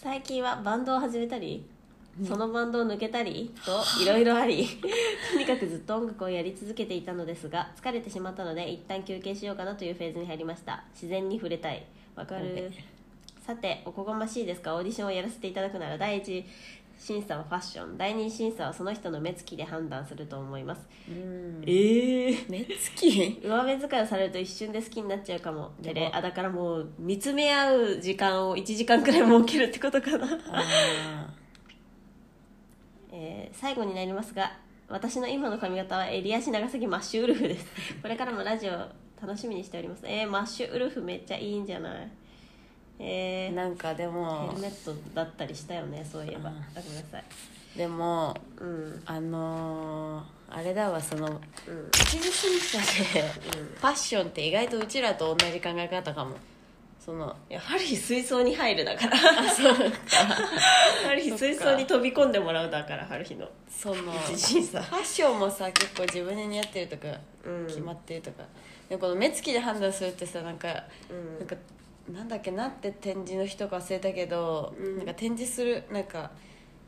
最近はバンドを始めたり、そのバンドを抜けたりといろいろあり とにかくずっと音楽をやり続けていたのですが疲れてしまったので一旦休憩しようかなというフェーズに入りました自然に触れたいわかごめるんさておこがましいですがオーディションをやらせていただくなら第一審査はファッション第二審査はその人の目つきで判断すると思いますうんええ目つき上目遣いをされると一瞬で好きになっちゃうかもやばてれあだからもう見つめ合う時間を1時間くらい設けるってことかなあえー最後になりますが私の今の髪型は襟足長すぎマッシュウルフ ですこれからもラジオ楽しみにしておりますえーマッシュウルフめっちゃいいんじゃないえーーなんかでもヘルメットだったりしたよねそういえばあうんごめんなさいでもうんうんあのー、あれだわその一時審査でファッションって意外とうちらと同じ考え方かもそのいやハリー水槽に入るだから そうかハリー水槽に飛び込んでもらうだからハルヒのそのフ一時ァさッションもさ結構自分に似合ってるとかうん決まってるとか、でこの目つきで判断するってさなんか、うんなんかなんだっけなって展示の人か忘れたけど、うんなんか展示するなんか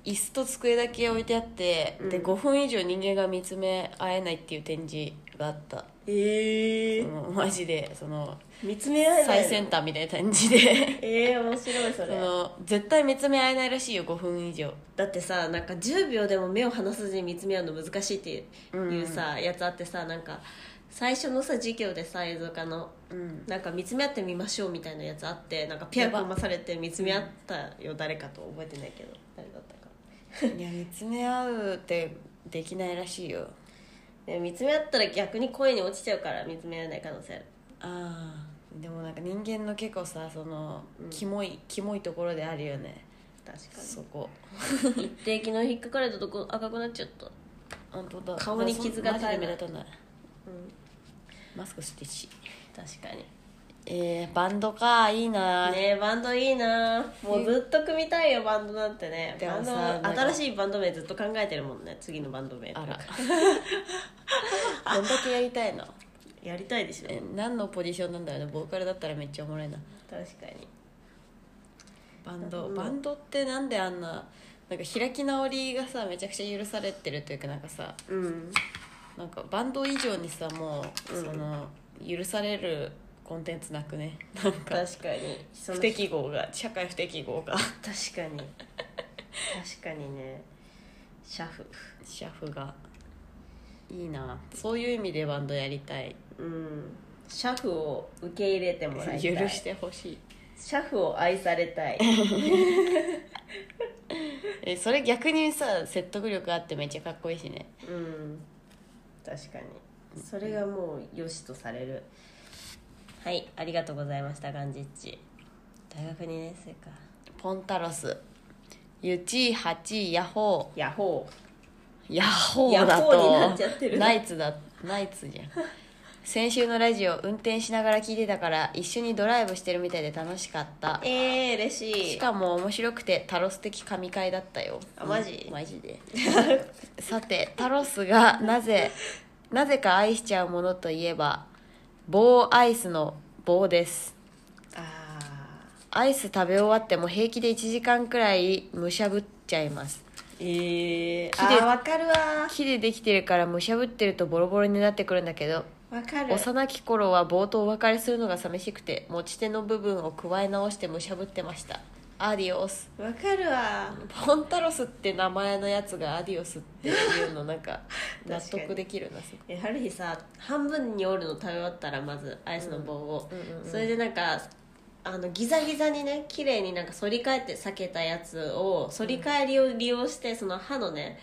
椅子と机だけ置いてあって、うんで5分以上人間が見つめ合えないっていう展示があった、えそのマジでその見つめ合えない最先端みたいな感じでええー、面白い そそれの絶対見つめ合えないらしいよ5分以上だってさなんか10秒でも目を離さずに見つめ合うの難しいっていう,、うんさやつあってさなんか最初のさ授業でさ映像化のうんなんか見つめ合ってみましょうみたいなやつあってなんかペア組まされて見つめ合ったよ誰かと覚えてないけど誰だったか いや見つめ合うってできないらしいよで見つめ合ったら逆に声に落ちちゃうから見つめ合えない可能性あるああでもなんか人間の結構さその、うんキモいキモいところであるよね確そこか に一定昨日引っかかれたとこ赤くなっちゃった、本当だ顔に傷がマジ絶えないで目立たないうん、マスクしてし確かにえー、バンドかいいな、ねえバンドいいなもうずっと組みたいよバンドなんてねでバもンドさなんか新しいバンド名ずっと考えてるもんね次のバンド名あら どんだけやりたいのやりたいでしょえ何のポジションなんだろうねボーカルだったらめっちゃおもろいな確かにバンドうんバンドってなんであんななんか開き直りがさめちゃくちゃ許されてるというかなんかさうんなんかバンド以上にさもう、うんその許されるコンテンツなくねなんか確かにその不適合が社会不適合が確かに確かにねシャフシャフがいいなそういう意味でバンドやりたいうんシャフを受け入れてもらいたい許してほしいシャフを愛され たいえそれ逆にさ説得力あってめっちゃかっこいいしねうん確かにそれがもう良しとされるはいありがとうございましたガンジッチ大学2年生かポンタロスユチハチヤホヤホーヤホーだヤホーになとっちゃってるナイツだナイツじゃん先週のラジオ運転しながら聞いてたから一緒にドライブしてるみたいで楽しかったーえー、嬉ししいかも面白くてタロス的神回だったよあマジうんマジで さてタロスが なぜなぜか愛しちゃうものといえば棒アイスの棒ですあアイス食べ終わっても平気で1時間くらいむしゃぶっちゃいますーえー、木であーわかるわ木でできてるからむしゃぶってるとボロボロになってくるんだけどわかる幼き頃は棒とお別れするのが寂しくて持ち手の部分を加え直してむしゃぶってましたアディオスわかるわポンタロスって名前のやつがアディオスっていうのなん か納得できるなすえある日さ半分に折るの食べ終わったらまずアイスの棒を、それでなんかあのギザギザにね綺麗になんか反り返って裂けたやつを反り返りを利用して、その歯のね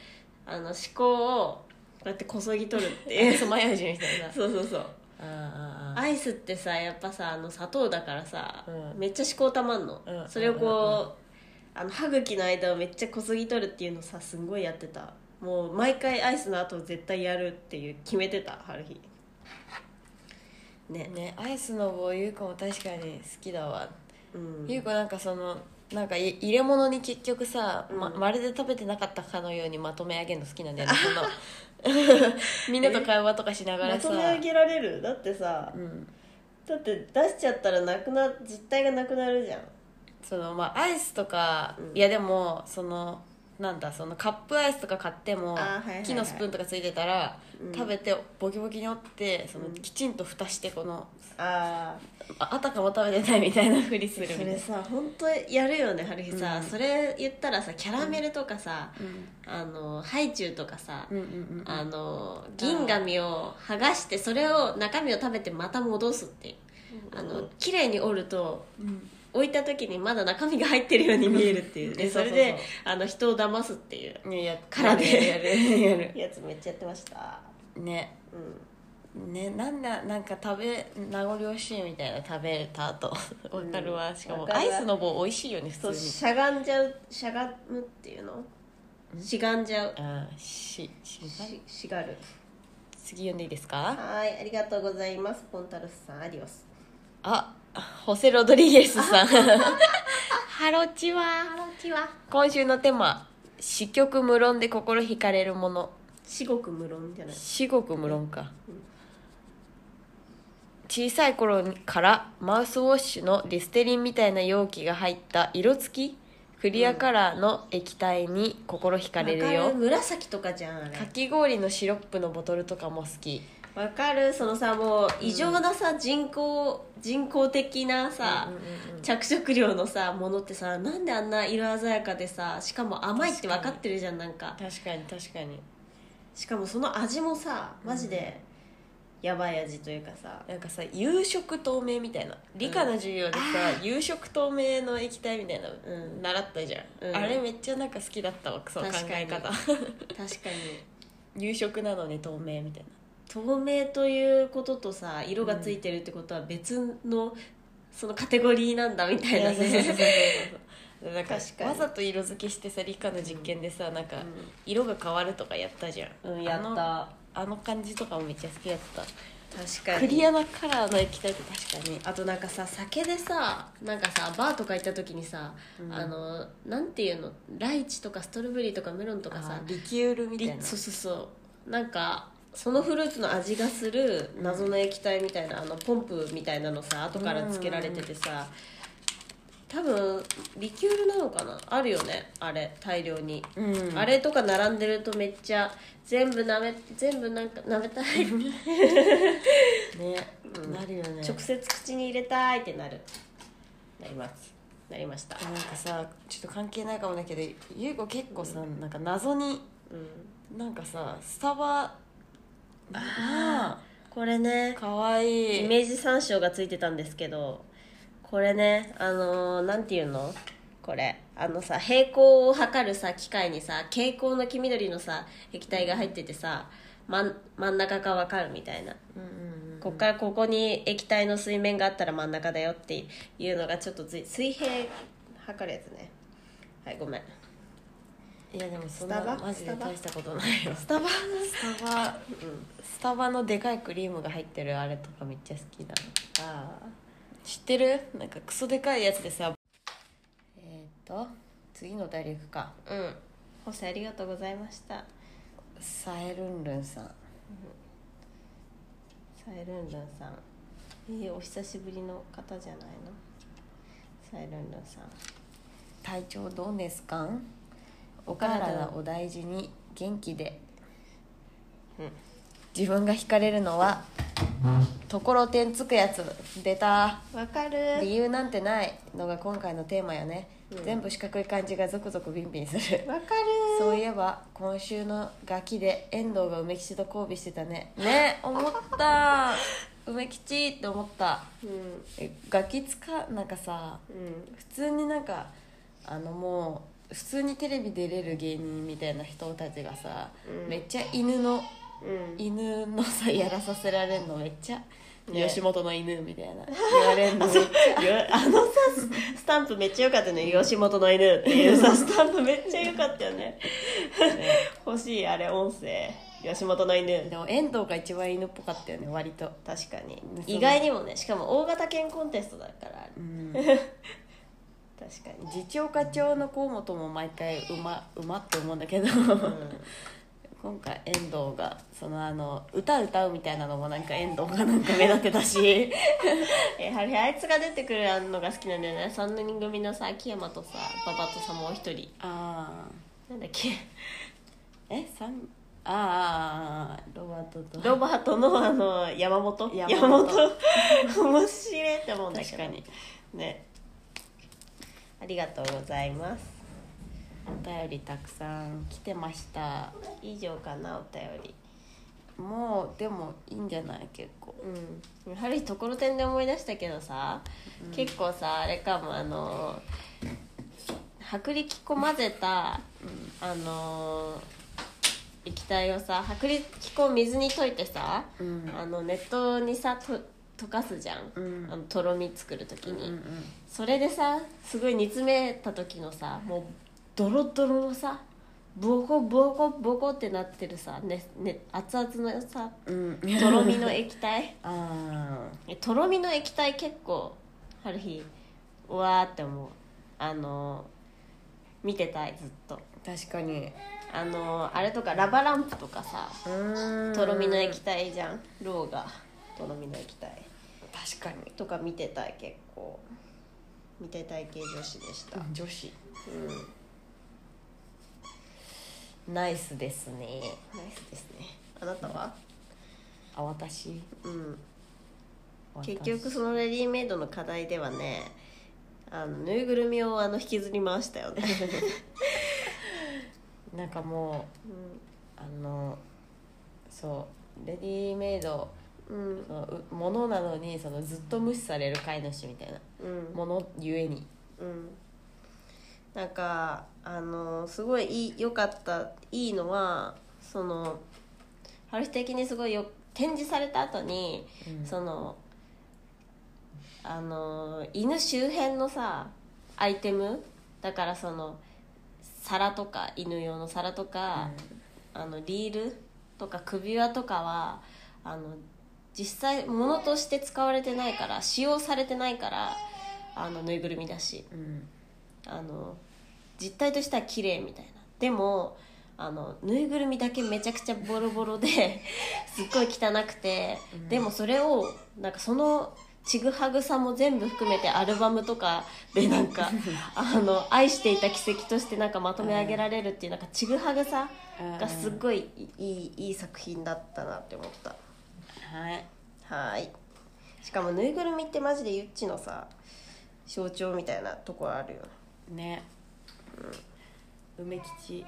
あの歯垢をこうやってこそぎ取るってごい いうつまようじみたいなそうそうそうああアイスってさやっぱさあの砂糖だからさ、うんめっちゃ歯垢たまんの、うんそれをこう、うんあの歯茎の間をめっちゃこそぎ取るっていうのさすんごいやってたもう毎回アイスの後絶対やるっていう決めてた春日ねねアイスの棒ゆう子も確かに好きだわ、うんゆう子なんかそのなんかい入れ物に結局さ、まうんまるで食べてなかったかのようにまとめ上げるの好きなんだよ ねその みんなと会話とかしながまらさとめ上げられるだってさうんだって出しちゃったらなくな実体がなくなるじゃんそのまあアイスとか、うんいやでもそのなんだそのカップアイスとか買っても、あーはいはいはい木のスプーンとかついてたら、うん食べてボキボキに折ってその、うんきちんと蓋してこのああああたかも食べてないみたいなふりするみそたいなれさ本当やるよね春日さ、うんそれ言ったらさキャラメルとかさ、うんあのハイチュウとかさ、うんうんうんあの銀紙を剥がしてそれを中身を食べてまた戻すっていうあの綺麗に折るとうん置いた時にまだ中身が入ってるように見えるっていううねんそれそうでそうあの人を騙すっていういややからでやるやるや るやつめっちゃやってましたねうねなんだなんか食べ名残惜しいみたいな食べた後わかるわ、うんしかわもかアるイわスの棒美味しいよね普ん通そうにしゃがんじゃうしゃがむっていうのしがんじゃうあーししししがる次読んでいいですかはーいありがとうございますポンタルスさんアディオスあ、ホセ・ロドリゲスさん。 ハロチハワ。ロキは今週のテーマ、四極無論で心惹かれるもの。至極無論じゃない四極無論か。小さい頃からマウスウォッシュのリステリンみたいな容器が入った色付きクリアカラーの液体に心惹かれるわよか。紫とかじゃんあれかき氷のシロップのボトルとかも好き。わかるそのさもう異常なさ、人工人工的なさ、うんうんうんうん着色料のさものってさなんであんな色鮮やかでさしかも甘いって分かってるじゃんなんか確かに確かに。しかもその味もさマジで、やばい味というかさなんかさ夕食透明みたいな理科の授業でさ、夕食透明の液体みたいな、ん習ったじゃん、うんあれめっちゃなんか好きだったわそう考確かえに方確かに 夕食なのに透明みたい透明ということとさ色がついてるってことは別のそのカテゴリーなんだみたない なねそう なんか確かにわざと色づけしてさ理科の実験でさ、なんか色が変わるとかやったじゃん、うんやっあのたあの感じとかもめっちゃ好きだった確かにクリアなカラーの液体って確かにあとなんかさ酒でさなんかさバーとか行った時にさ、んあのなんていうのライチとかストロベリーとかメロンとかさリキュールみリそうそうそうなんかそのフルーツの味がする謎の液体みたいなあのポンプみたいなのさ後からつけられててさ多分リキュールなのかなあるよねあれ大量に、うんあれとか並んでるとめっちゃ全部なめ全部なんか舐めたいね、なるよね直接口に入れたいってなるなりますなりましたなんかさちょっと関係ないかもだけど優子結構さ、なんか謎にうんなんかさスタバあこれねかわいイいメージ参照がついてたんですけどこれねあのーなんていうのこれあのさ平行を測るさ機械にさ蛍光の黄緑のさ液体が入っててさ真ん真ん中か分かるみたいなうんうんうんこっからここに液体の水面があったら真ん中だよっていうのがちょっとつい水平測るやつねはいごめんいやでもそんなスタバマジでスタバ大したことないよスタバスタバ、スタバのでかいクリームが入ってるあれとかめっちゃ好きだあー知ってるなんかクソでかいやつでさえっ、と次の大陸かうんホセありがとうございましたサエルンルンさんサイルンルンさんえーお久しぶりの方じゃないのサイルンルンさん体調どうですかお体体をお大事に元気で、自分が惹かれるのはところてんつくやつ出たわかる理由なんてないのが今回のテーマよね、全部四角い感じがゾクゾクビンビンす るわかるそういえば今週のガキで遠藤が梅吉と交尾してたねね思った 梅吉って思ったうんえガキつかなんかさうん普通になんかあのもう普通にテレビ出れる芸人みたいな人たちがさ、うんめっちゃ犬のうん犬のさやらさせられるのめっちゃ、ね吉本の犬みたいな言われるのめっちゃあのさススタンプめっちゃ良かったね吉本の犬っていうさスタンプめっちゃ良かったよ ね欲しいあれ音声吉本の犬でも遠藤が一番犬っぽかったよね割と、確かにそう意外にもねしかも大型犬コンテストだからあれうん、確か次長課長の河本も毎回馬馬って思うんだけど、 今回遠藤がそのあの歌歌うみたいなのもなんか遠藤がなんか目立ってたしにやはりあいつが出てくるのが好きなんだよね3人組のさ秋山とさ馬場とさもう一人ああなんだっけえ三あーあーあーロバートとロバートのあの山本山山本本 面白いって思うんだけど確かにねありがとうございますお便りたくさん来てました以上かなお便りもうでもいいんじゃない結構うんやはりところてんで思い出したけどさ、結構さあれかもあの薄力粉混ぜた、あの液体をさ薄力粉を水に溶いてさ、うんあの熱湯にさと溶かすじゃん、うんあのとろみ作る時に、うんそれでさすごい煮詰めた時のさもうドロドロのさボコボコボコってなってるさ、ねね、熱々のさ うんうんとろみの液体あえとろみの液体結構ある日うわーって思うあの見てたいずっとー確かにあのあれとかラバランプとかさうーんとろみの液体じゃんローがとろみの液体確かにとか見てたい結構見てたい系女子でした、女子ナイスですねナイスですねあなたはあ私うん私結局そのレディメイドの課題ではねあのぬいぐるみをあの引きずり回したよ ね、なんかもうあのそうレディメイドうんそのうものなのにそのずっと無視される飼い主みたいなうんものゆえにうんなんかあのすごいいい良かったいいのはその春日的にすごいよ展示された後に、うんそのあの犬周辺のさアイテムだからその皿とか犬用の皿とか、あのリールとか首輪とかはあの実際物として使われてないから使用されてないからあのぬいぐるみだしうんあの実態としては綺麗みたいなでもあのぬいぐるみだけめちゃくちゃボロボロで すっごい汚くて、うんでもそれをなんかそのちぐはぐさも全部含めてアルバムとか でなんかあの愛していた軌跡としてなんかまとめ上げられるっていうなんかちぐはぐさがすっごいいいいい作品だったなって思ったはいはーいしかもぬいぐるみってマジでゆっちのさ象徴みたいなとこあるよねね、梅吉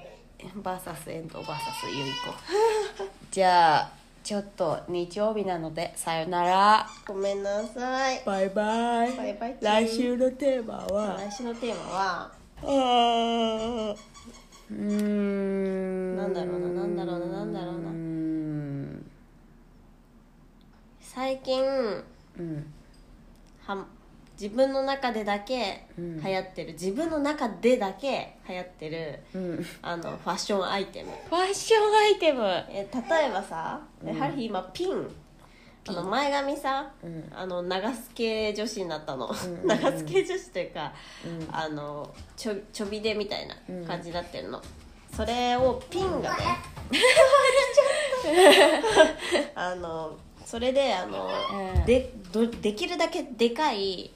バーサス遠藤バーサスゆい子じゃあちょっと日曜日なのでさよならごめんなさいバイバイバイバイ来週のテーマは来週のテーマはあーうーんなんだろうななんだろうななんだろうなうーん最近うんは自分の中でだけう流ん行ってる、自分の中でだけ流行ってるうんあのファッションアイテムファッションアイテムえ例えばさ、えうんハルヒ今ピンあの前髪さ、うんあの長須系女子になったの、んうんうん 長須系女子というか、うんあのちょちょびでみたいな感じになってるの、それをピンがね あのそれであの、うんでどできるだけでかい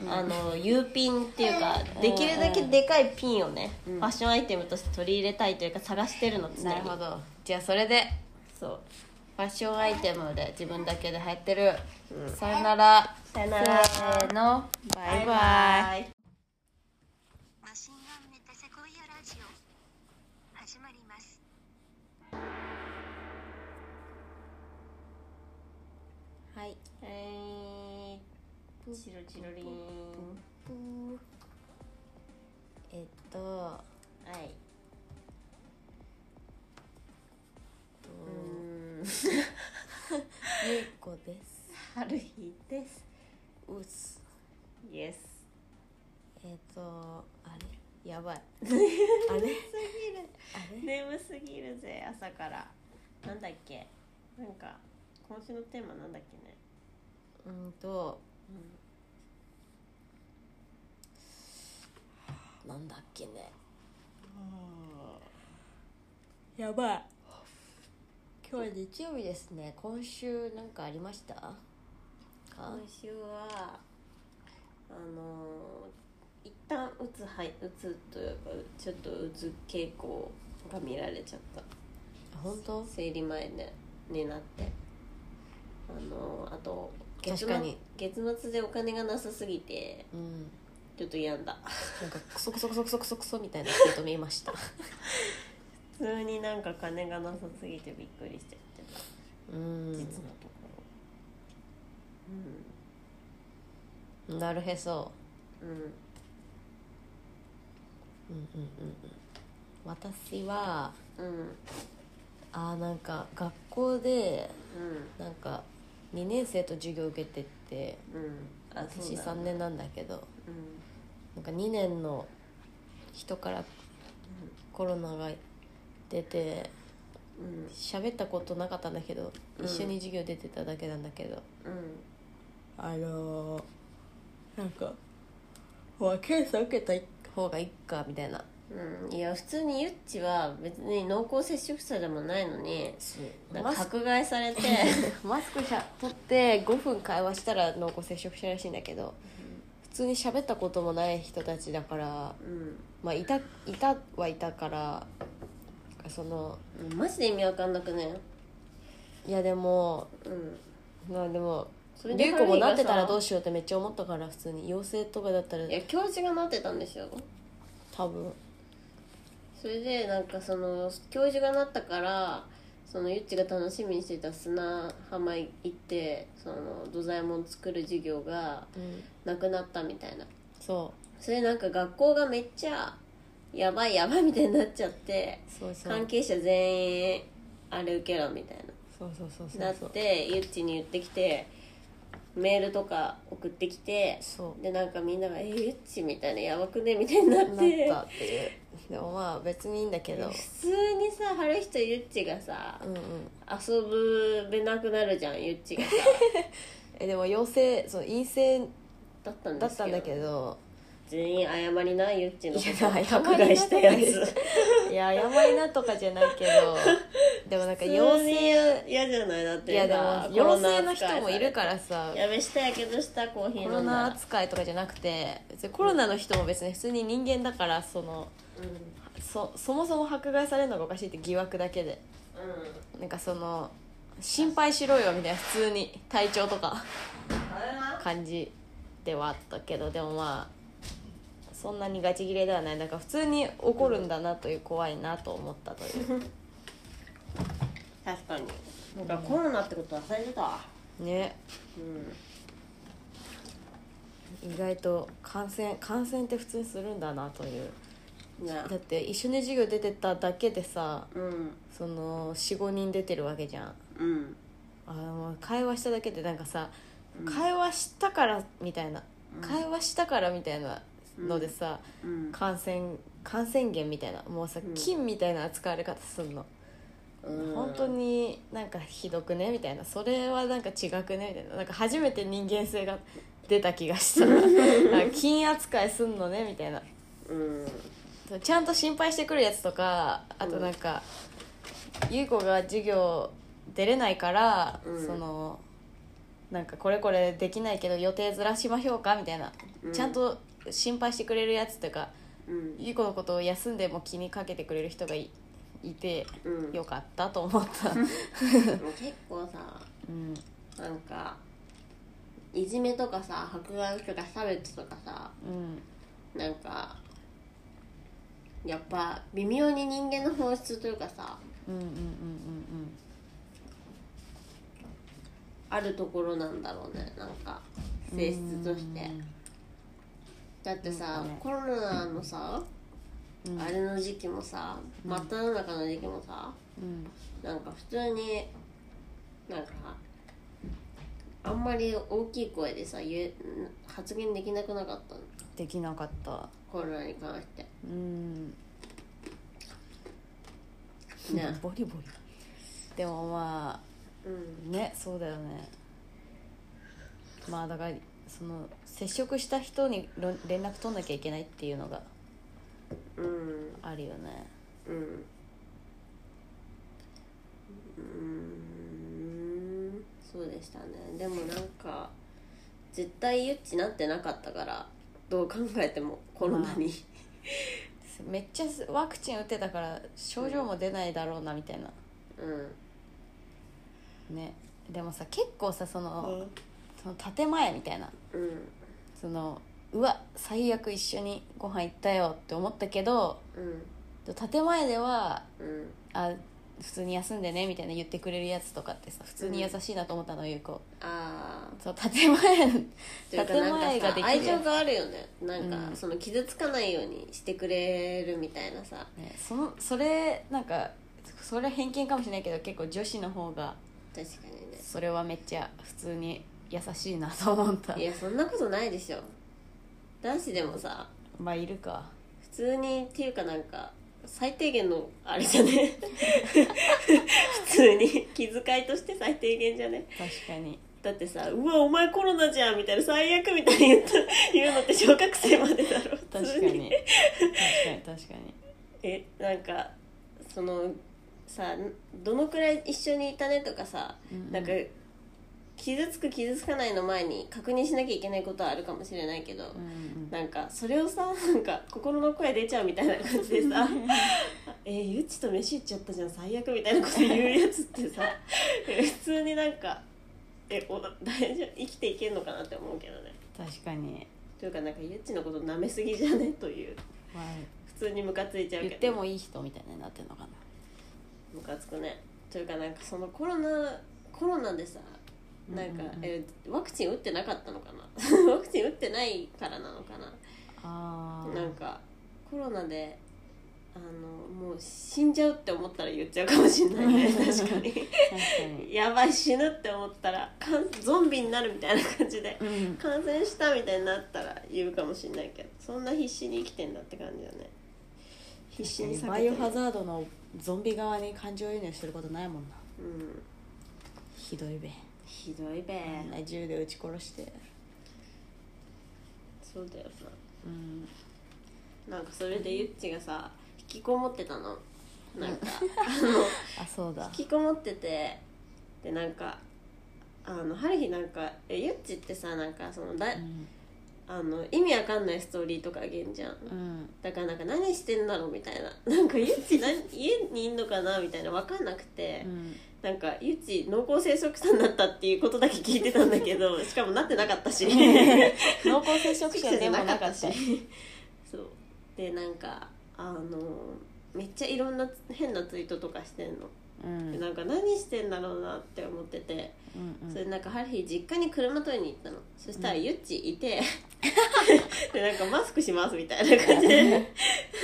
うんあの U ピンっていうかうんできるだけでかいピンをね、うんファッションアイテムとして取り入れたいというか探してるの常になるほどじゃあそれでそうファッションアイテムで自分だけで入ってる、さよならさよならせーのバイバイイマシンガンメタセコイアラジオ始まりますはいえー、チロチロリンえっとはいううーんゆいこです春日ですうっすイエスえっとあれやば いあれあれ眠すぎるぜ朝からなんだっけなんか今週のテーマなんだっけねうんとなんだっけねやばい今日は日曜日ですね今週なんかありましたか今週はあのー一旦うつはいうつというかちょっとうつ傾向が見られちゃった本当生理前ねになってあのーあと確かに月末月末でお金がなさすぎてうんちょっと病んだなんかクソクソクソクソクソクソみたいな人と見ま した普通になんか金がなさすぎてびっくりしちゃってたうん実のところなるへそうんうんうんうんうんうん私はうんあーなんか学校でうんなんか2年生と授業受けててうんあそ私うだ3年なんだけどうんなんか2年の人からコロナが出てうん喋ったことなかったんだけどうん一緒に授業出てただけなんだけど、うんあのーなんかほら検査受けた方がいいかみたいなうん、いや普通にゆっちは別に濃厚接触者でもないのになんかマスク迫害さ れて マスクしゃ取って5分会話したら濃厚接触者らしいんだけど普通に喋ったこともない人たちだからうんまあいたいたはいたからそのマジで意味わかんなくねいやでもうんまあでもそれでリュウコもなってたハリーがさらどうしようってめっちゃ思ったから普通に陽性とかだったらいや教授がなってたんですよ多分それでなんかその教授がなったからそのゆっちが楽しみにしていた砂浜行ってその土左衛門作る授業がうん、なくなったみたいなそそれなんか学校がめっちゃやばいやばいみたいになっちゃってうそうそう関係者全員あれ受けろみたいそうそうそうそうななってゆっちに言ってきてメールとか送ってきてそうでなんかみんなが「えゆっち」みたいな「やばくね」みたいになっなてったっていうでもまあ別にいいんだけど普通にさ春人ゆっちがさうんうん遊ぶべなくなるじゃんゆっち がさえでも陽性その陰性だったんだでっすたんけどだけど全員謝りなゆっちのこといや謝りな迫害したやとか ついや謝りなとかじゃないけど でもなんか陽普通に性嫌じゃないだっていやでさもコ陽ロナ性の扱人もいるかららさやべしたやけどしたコーヒーコ飲ロんだナら扱いとかじゃなくて別にコロナの人も別に普通に人間だからそのうそそもそも迫害されるのがおかしいって疑惑だけでんうんなんかその心配しろよみたいな普通に体調とかあれな感じではあったけどでもまあそんなにガチ切れではないだから普通に怒るんだなという怖いなと思ったと いう確かになんかコロナってこと忘れてたわねうん意外と感染感染って普通にするんだなというねだって一緒に授業出てただけでさうんその45人出てるわけじゃんうんあの会話しただけでなんかさ、会話したからみたいな、会話したからみたいなのでさ、うん感染感染源みたいなもうさん菌みたいな扱われ方すんの、うん本当になんかひどくねみたいなそれはなんか違くねみたいななんか初めて人間性が出た気が したなんか菌扱いすんのねみたいなうんそうちゃんと心配してくるやつとかあとなんか、ゆい子が授業出れないから、うんそのなんかこれこれできないけど予定ずらしましょうかみたいな、うんちゃんと心配してくれるやつというかうんゆい子のことを休んでも気にかけてくれる人がいいてうんよかったと思っ た、もう結構さうん、なんかいじめとかさ迫害とか差別とかさうん、なんかやっぱ微妙に人間の本質というかさうんうんうんあるところなんだろうねなんか性質としてだってさ、うんコロナのさ、うんあれの時期もさ真っ只中の時期もさうんなんか普通になんかあんまり大きい声でさ言え発言できなくなかったのできなかったコロナに関してうんねボリボリでもまうんあねそうだよねまあだからその接触した人にろ連絡取んなきゃいけないっていうのがうんあるよねうんうーんそうでしたねでもなんか絶対ユッチなってなかったからどう考えてもコロナに、めっちゃワクチン打ってたから症状も出ないだろうなみたいなねでもさ結構さその,、その建前みたいなうんうんそのうわ最悪一緒にご飯行ったよって思ったけどうん建前ではうんあ普通に休んでねみたいな言ってくれるやつとかってさ普通に優しいなと思ったのよ、ゆうこああそう建前というか建なん前かがさでき愛る情やつがあるよねなんか、うんその傷つかないようにしてくれるみたいなさね、そのそれなんかそれは偏見かもしれないけど結構女子の方が確かにねそれはめっちゃ普通に優しいなと思ったいやそんなことないでしょ男子でもさまあいるか普通にっていうかなんか最低限のあれじゃね普通に気遣いとして最低限じゃね確かにだってさ「うわお前コロナじゃん」みたいな最悪みたいに言った言うのって小学生までだろ普通確かに確かに確かにえなんかそのさどのくらい一緒にいたねとかさ、うんなんか傷つく傷つかないの前に確認しなきゃいけないことはあるかもしれないけど、うんうんなんかそれをさなんか心の声出ちゃうみたいな感じでさ「えー、ゆっちと飯行っちゃったじゃん最悪」みたいなこと言うやつってさ普通になんか「えお大丈夫生きていけんのかな?」って思うけどね確かに、というかなんかゆっちのこと舐めすぎじゃねというまあ、普通にムカついちゃうけど言ってもいい人みたいになってるのかなムカつくねというかなんかそのコロナコロナでさなんか、うんうんうんえワクチン打ってなかったのかな ワクチン打ってないからなのかなあーなんかコロナであのもう死んじゃうって思ったら言っちゃうかもしれないね確かに確かにやばい死ぬって思ったらかんゾンビになるみたいな感じでうん感染したみたいになったら言うかもしれないけどそんな必死に生きてんだって感じだね必死に避けてるバイオハザードのゾンビ側に感情移入することないもんなうんひどいべひどいべあんな銃で撃ち殺してそうだよなうんなんかそれでゆっちがさ引きこもってたのなん かあそうだ引きこもっててでなんかあの春日なんかえゆっちってさなんかそのだ、うんあの意味わかんないストーリーとかあげんじゃんうんだからなんか何してんだろうみたいな なんかゆっ ち何家にいんのかなみたいなわかんなくて、うんなんかゆっち濃厚接触者になったっていうことだけ聞いてたんだけ どしかもなってなかったし 濃厚接触者でもなかったそうでなんかあのめっちゃいろんな変なツイートとかしてんの、うんでなんか何してんだろうなって思ってて、うんうんそれでなんかある日実家に車取りに行ったのそしたらゆっちい て、でなんかマスクしますみたいな感じで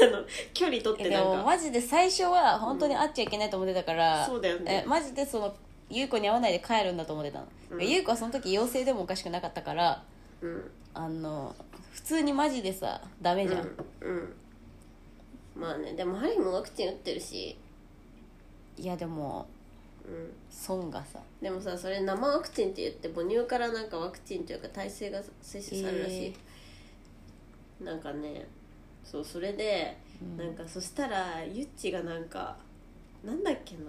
あの距離取っえてでなんもかマジで最初は本当に会っちゃいけないと思ってたから、そうだよねえマジでその優子に会わないで帰るんだと思ってたの、うん優子はその時陽性でもおかしくなかったからうんあの普通にマジでさダメじゃん、うん、うん、まあねでもハリーもワクチン打ってるし、いやでもうん、損がさでもさそれ生ワクチンって言って母乳からなんかワクチンというか耐性が摂取されるらしい、なんかねそうそれで、うんなんかそしたらゆっちがなんかなんだっけな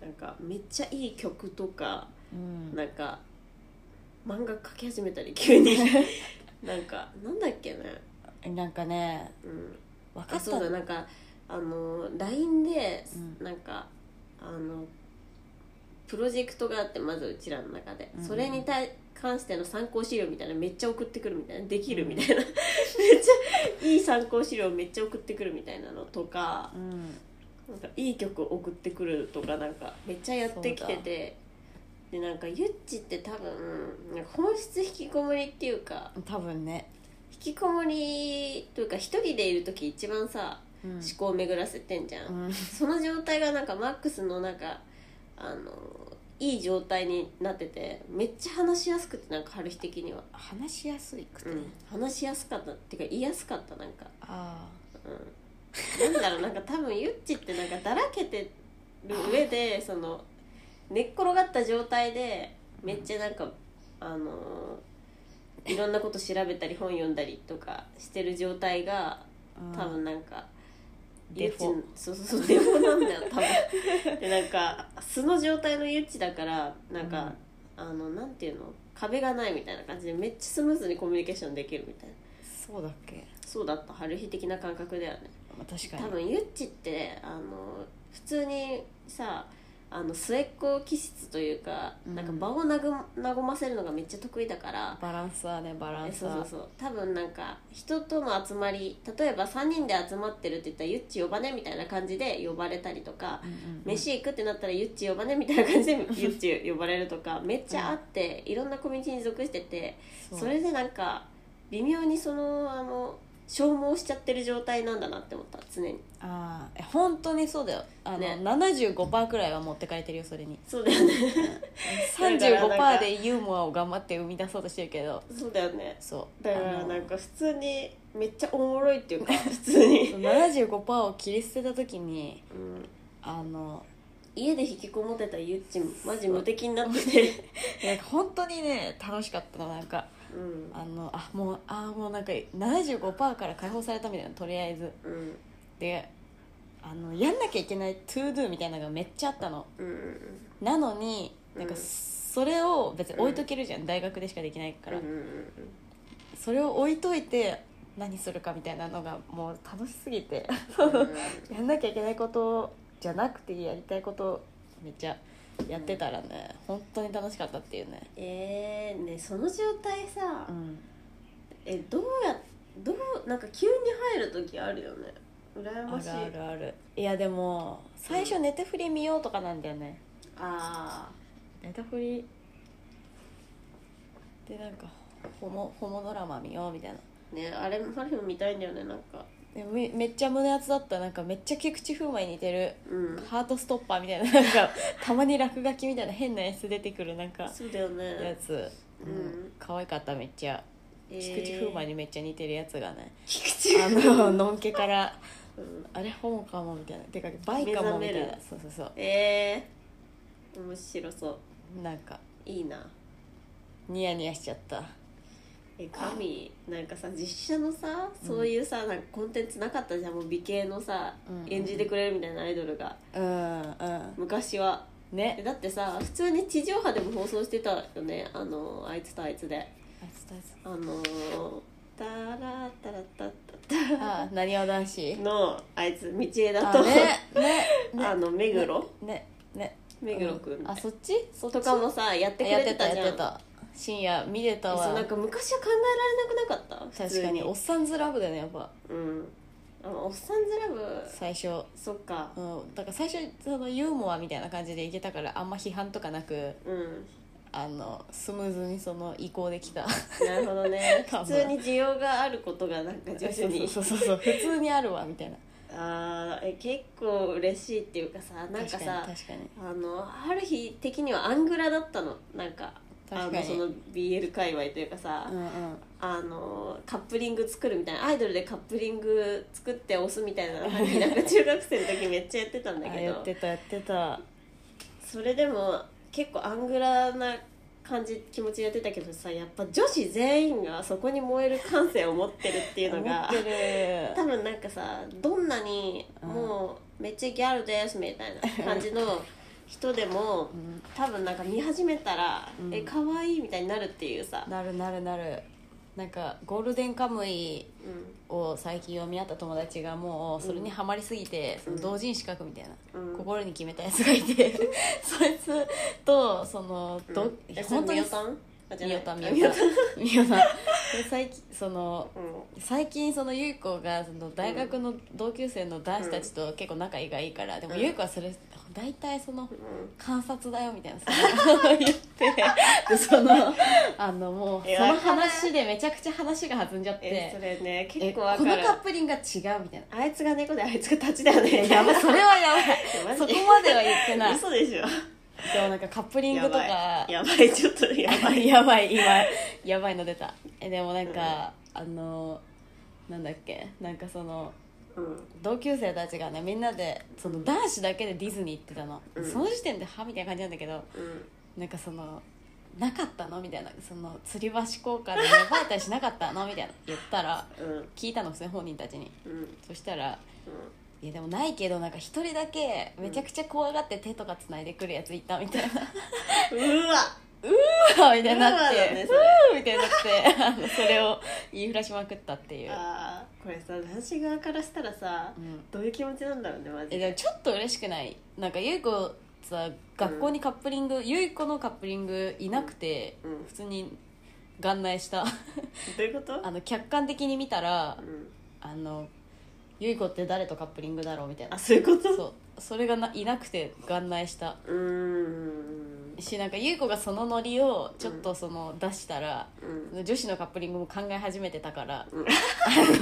なんかめっちゃいい曲とかうんなんか漫画描き始めたり急 になんかなんだっけねなんかねうんあ分かったそうだなんかあの LINE で、うなんかあのプロジェクトがあってまずうちらの中で、うんそれに対関しての参考資料みたいなめっちゃ送ってくるみたいなできるうんみたい な、めっちゃいい参考資料めっちゃ送ってくるみたいなのとかうんなんかいい曲送ってくるとかなんかめっちゃやってきててでなんかゆっちって多分なんか本質引きこもりっていうか多分ね、引きこもりというか一人でいる時一番さうん思考を巡らせてんじゃん、うんその状態がなんかマックスのなんかあのいい状態になっててめっちゃ話しやすくてなんか春日的には、話しやすいくて、話しやすかったっていうか言いやすかったなんか、あうん、なんだろうなんか多分ゆっちってなんかだらけてる上 でその寝っ転がった状態でめっちゃなんかあのいろんなこと調べたり本読んだりとかしてる状態があ、うん多分なんか、デフォゆっちそうそうそうデフォなんだよ多分でなんか素の状態のゆっちだからなんか、あのなんていうの壁がないみたいな感じでめっちゃスムーズにコミュニケーションできるみたいなそうだっけ、そうだった春日的な感覚だよねまあ、確かに多分ゆっちってあの普通にさあの末っ子気質というか、うんなんか場をなぐ和ませるのがめっちゃ得意だから、バランスはねバラえンスそうはそうそう多分なんか人との集まり例えば3人で集まってるって言ったら「ゆっち呼ばね」みたいな感じで呼ばれたりとか、うんうんうん飯行くってなったら「ゆっち呼ばね」みたいな 感じでゆっち呼ばれるとかめっちゃあって、いろんなコミュニティに属しててそそうれでなんか微妙にそのあの消耗しちゃってる状態なんだなって思った常にああ本当にそうだよあの、ね75%くらいは持ってかれてるよそ れにそうだよねだからなん35%かでユーモアを頑張って生み出そうとしてるけどそうだよねそうだからあのなんか普通にめっちゃおもろいっていうか普通に、 75%を切り捨てた時にうんあの家で引きこもってたゆっちマジ無敵になっててなんか本当にね楽しかったのなんか うんあのあもうあーもうなんか75%から解放されたみたいなとりあえずうんであのやんなきゃいけないトゥードゥみたいなのがめっちゃあったのうんなのになんかうんそれを別に置いとけるじゃん、大学でしかできないから、それを置いといて何するかみたいなのがもう楽しすぎて やんなきゃいけないことじゃなくてやりたいことをめっちゃやってたらね、本当に楽しかったっていうねえー、ねその状態さ、うんえどうやどうなんか急に入る時あるよね羨あましいるあるあるいやでも最初寝て振り見ようとかなんだよね、ああネタフリでなんかホモホモドラマ見ようみたいなねあれパフューム見たいんだよねなんかでめめっちゃ胸熱だったなんかめっちゃ菊池風磨に似てるうんハートストッパーみたいななんかたまに落書きみたいな変なやつ出てくるなんかそうだよやねつ、うん可愛かっためっちゃ菊池風磨にめっちゃ似てるやつ がね、菊池あののんけからうんあれホモかもみたいなてかバイかもみたい目な覚めるそうそうそえー、面白そううなんかいいなニヤニヤしちゃったえ神なんかさ実写のさそういうさ、なんかコンテンツなかったじゃんもう美形のさ、うん演じてくれるみたいなアイドルがうんうん昔はえねだってさ普通に地上波でも放送してたよねあのあいつとあいつであのタラタラタタあなにわ男子タのあいつ道枝あとあ,、ね ねねの目黒ねね目黒くんあそっちそっちとかもさやってくやっれててたたじゃんやってた深夜見てたそうわなんか昔は考えられなくなかった普確通かにおっさんずラブだよねやっぱうんあおっさんずラブ最初そっかうん、だから最初そのユーモアみたいな感じでいけたからあんま批判とかなくうんあのスムーズにその移行できたなるほどね 多普分通に需要があることがなんかそう徐そ々に うそうそうそう普通にあるわみたいなあーえ結構嬉しいっていうかさなんか確かさに確かにあのある日的にはアングラだったのなんか確かあにのその BL 界隈というかさ、うんうんあのカップリング作るみたいなアイドルでカップリング作って押すみたいなのになんか中学生の時めっちゃやってたんだあけやどってたやってたそれでも結構アングラな感じ気持ちでやってたけどさやっぱ女子全員がそこに燃える感性を持ってるっていうの思がってる多分なんかさどんなにうんもうめっちゃギャルですみたいな感じの人でもうん多分なんか見始めたら、うんえ可愛いみたいになるっていうさ、なるなるなるなんか「ゴールデンカムイう」を最近読み合った友達がもうそれにハマりすぎて、その同人資格みたいな、んうん、心に決めたやつがいて そいつとその、うんどえそれ本当みによたんあじゃみないよたみあよた みよたで最近そのうん最近そのゆい子がその大学の同級生の男子たちと結構仲がいいから、でもうんゆい子はそれ大体そうのん観察だよみたいなその 言ってでそのあのもうえそのわかる話でめちゃくちゃ話が弾んじゃっえそてれねえ結構こわのカかるップリングが違うみたいなあいつが猫であいつが立ちだよねやばいそれはやばマいジ そでこまでは言ってない嘘でしょでもなんかカップリングとかやばいやばいちょっとやばやばい いやばい今やばいの出たえでもなんか、あのなんだっけなんかそのうん同級生たちがねみんなでその男子だけでディズニー行ってたの、うんその時点ではみたいな感じなんだけどうんなんかその「なかったの?」みたいなその吊り橋効果で呼ばれたりしなかったのみたいな言ったらうん聞いたの普通に本人たちにうんそしたら「いやでもないけどなんか一人だけめちゃくちゃ怖がって手とかつないでくるやついた」みたいなうんうわわみたいになっうわだてね「そうれーみたいになってあのそれを言いふらしまくったっていう、あーこれさ男子側からしたらさうん、どういう気持ちなんだろうねマジえでもでちょっと嬉しくないなんかゆい子さ学校にカップリング、ゆい子のカップリングいなくて、うん普通に眼内したどういうことあの客観的に見たらうんあのゆい子って誰とカップリングだろうみたいなあそういうことそうそれがないなくて眼内したうーんしなんかゆい子がそのノリをちょっとその出したら、うん女子のカップリングも考え始めてたから、うん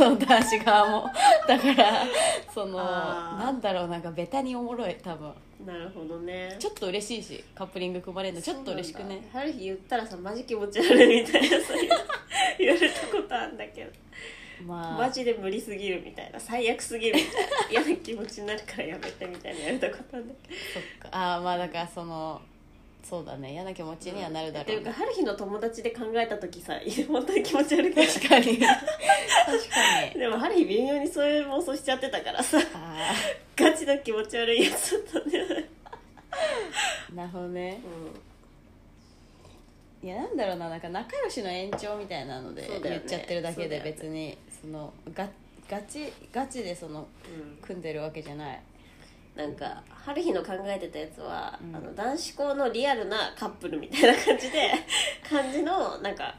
あの男子側もだからそのあーなんだろうなんかベタにおもろい多分なるほどねちょっと嬉しいしカップリング組まれるのちょっと嬉しくねある日言ったらさマジ気持ち悪いみたいな そういう言われたことあるんだけどまあマジで無理すぎるみたいな最悪すぎるみたいな嫌な気持ちになるからやめてみたいなやれたことあるんだけどそっかあーまあだからそのそうだね嫌な気持ちにはなるだっていろううかね、春日の友達で考えた時さ本当に気持ち悪くない確かに確かにでも春日微妙にそういう妄想しちゃってたからさあガチの気持ち悪いやつだったんだよねあなるほどねういやなんだろうななんか仲良しの延長みたいなのでそうだよ言ねっちゃってるだそけでうだよね別にそのガガチガチでそのん、組んでるわけじゃないなんか春日の考えてたやつは、うんあの男子校のリアルなカップルみたいな感じで感じのなんか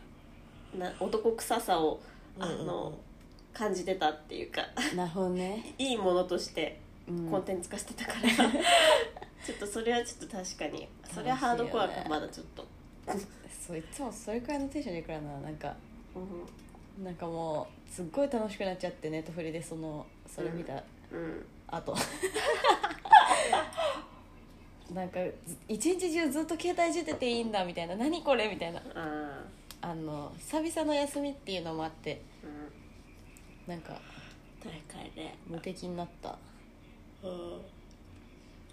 な男臭さをあの、感じてたっていうかなるほどねいいものとしてうん コンテンツ化してたから、ちょっとそれはちょっと確かにそれはハードコア楽しいよかねまだちょっと、そういつもそれくらいのテンションでいくらななんかうなんかもうすっごい楽しくなっちゃってネットフリでそのそれ見たんうん後、なんかず一日中ずっと携帯いじってていいんだみたいな何これみたいなああの久々の休みっていうのもあってーうんなんか大会で無敵になったうん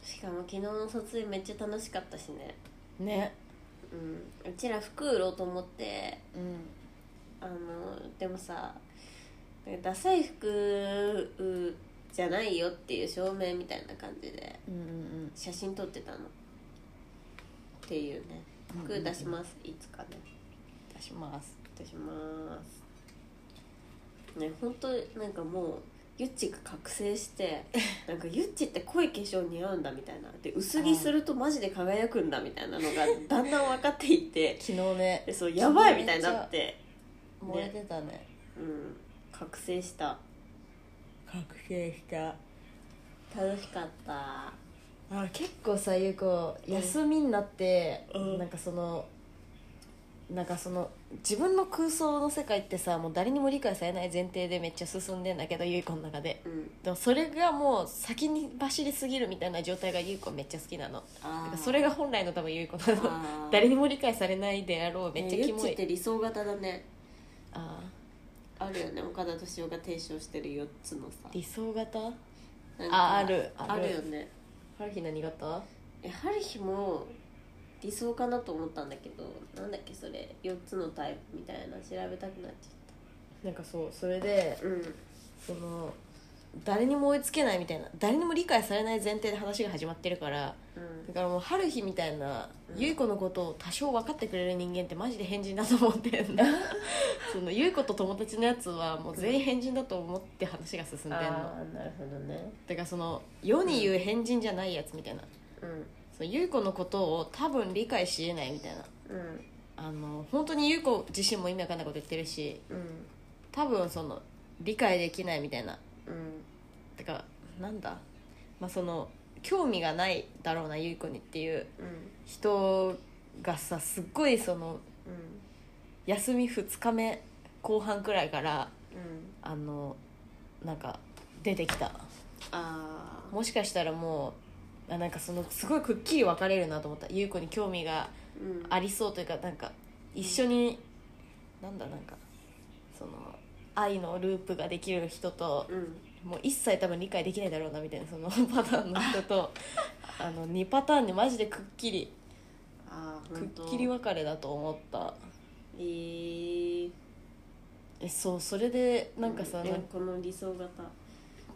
しかも昨日の撮影めっちゃ楽しかったしねねうんうちら服売ろうと思ってうんあのでもさダサい服じゃないよっていう証明みたいな感じでうんうん写真撮ってたのっていうねうん服出しますいつかね出します出しますね本当なんかもうユッチが覚醒して なんかユッチって濃い化粧似合うんだみたいなで薄着するとマジで輝くんだみたいなのがだんだん分かっていっ て昨日ねでそうやばいみたいになって燃えてたねうん覚醒した覚醒した楽しかったあ結構さゆう子休みになって、うんなんかそのなんかその自分の空想の世界ってさもう誰にも理解されない前提でめっちゃ進んでんだけどゆい子の中でうんでもそれがもう先に走りすぎるみたいな状態がゆい子めっちゃ好きなのあなんーかそれが本来の多分ゆい子なのあー 誰にも理解されないであろうめっちゃねキモユッチい、って理想型だねああるよね岡田敏夫が提唱してる4つのさー理想型なんかああるああるるよね春日何型えハリヒも理想かなと思ったんだけどなんだっけそれ4つのタイプみたいな調べたくなっちなんかそうそれでゃったうんその誰にも追いつけないみたいな誰にも理解されない前提で話が始まってるからだからもう春日みたいな、うんゆい子のことを多少分かってくれる人間ってマジで変人だと思ってんだ そのゆい子と友達のやつはもう全員変人だと思って話が進んでんのだかあなるほどねらその世に言う変人じゃないやつみたいなうそのゆい子のことを多分理解しえないみたいなんうんあの本当にゆい子自身も意味わかんないこと言ってるしうん多分その理解できないみたいなうんてかなんだまあその興味がないだろうなゆい子にっていううん人がさすっごいそのうん休み2日目後半くらいからうんあのなんか出てきたああもしかしたらもうあなんかそのすごいくっきり分かれるなと思ったゆい子に興味がうんありそうというかなんか一緒に、なんだなんかその愛のループができる人とうんもう一切多分理解できないだろうなみたいなその パターンの人 とあの2パターンでマジでくっきりああくっきり別れだと思ったえー、えそうそれでなんかさ、でなもんこの理想型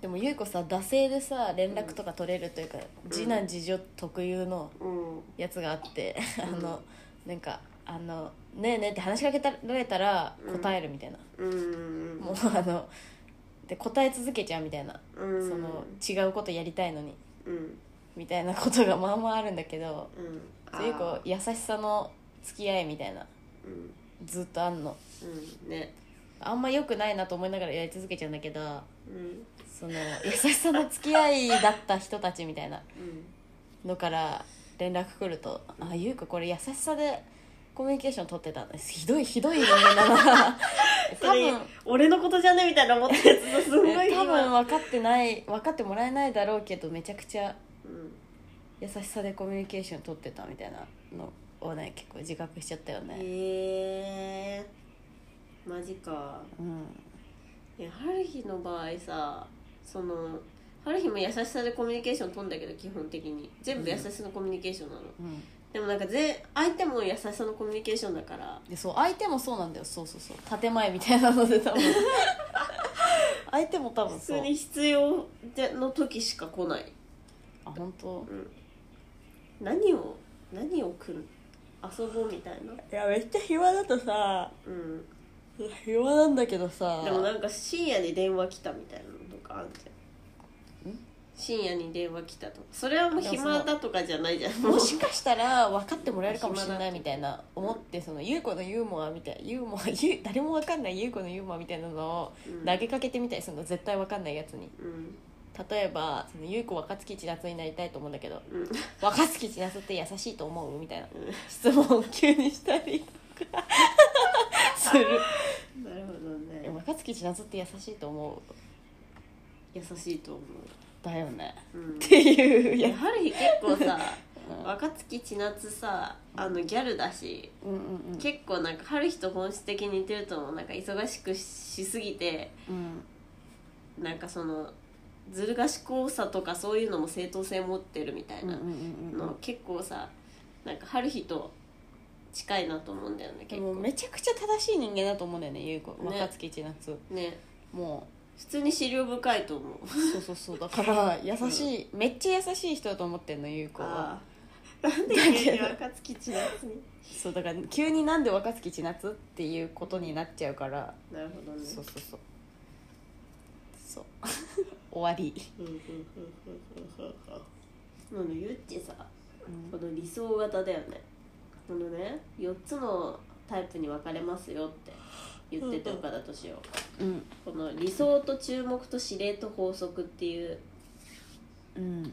でもゆい子さ惰性でさ連絡とか取れるというか、ん次男次女特有のうんやつがあって、うん あのなんか「あのねえねえ」って話しかけられたら答えるみたいな、うんもうあので答え続けちゃうみたいな、うんその違うことやりたいのにうんみたいなことがまあまああるんだけどうんそういうこう優しさの付き合いみたいなうんずっとあんのうんねあんま良くないなと思いながらやり続けちゃうんだけどうんその優しさの付き合いだった人たちみたいなうんのから連絡来ると「あゆうかこれ優しさでコミュニケーション取ってたんですひどいひどい人間だな多それ分俺のことじゃねみたいな思ってるやつすごい え今多分分かってない分かってもらえないだろうけどめちゃくちゃうん優しさでコミュニケーション取ってたみたいなのをね結構自覚しちゃったよね、へえー、マジかうんいや春日の場合さその春日も優しさでコミュニケーション取んだけど基本的に全部優しさのコミュニケーションなの、うん、でもなんかぜ相手も優しさのコミュニケーションだからでそう相手もそうなんだよそうそうそう建前みたいなので 多分相手も多分普そ通うに必要での時しか来ない、あ本当うん、何を何を来る遊ぼうみたいないやめっちゃ暇だとさうん暇なんだけどさでもなんか深夜に電話来たみたいなのとかあんじゃんん深夜に電話来たとかそれはもう暇だとかじゃないじゃんももうしかしたら分かってもらえるかもしれないみたいな思ってその優子のユーモアみたいユーモア ゆ誰も分かんない優子のユーモアみたいなのをうん投げかけてみたいその絶対分かんないやつにうん例えばそのゆい子若槻千夏になりたいと思うんだけどうんうん若槻千夏って優しいと思うみたいな質問を急にしたりとかする なるほどね若槻千夏って優しいと思う優しいと思だよねう、うんっ、ていういややはるひ結構さうん若槻千夏さあのギャルだしうんうんうん結構なんかはるひと本質的に似てると思うなんか忙しくしすぎてうんなんかそのずる賢さとかそういうのも正当性持ってるみたいうんうなんうんうのん結構さなんかはるひと近いなと思うんだよねで結も構めちゃくちゃ正しい人間だと思うんだよねゆい子ね若槻千夏、ねも普通に資料深いと思ううそうそうそうだから優しい、めっちゃ優しい人だと思ってんのゆい子はああなんで急に若槻千夏にそうだから急になんで若槻千夏っていうことになっちゃうから なるほどねそうそうそうそう 終わり、うんうんうんうんうんうんうんうんゆっちさこの理想型だよねこのね4つのタイプに分かれますよって言っててうんうん岡田敏夫うんこの理想と注目と指令と法則っていううん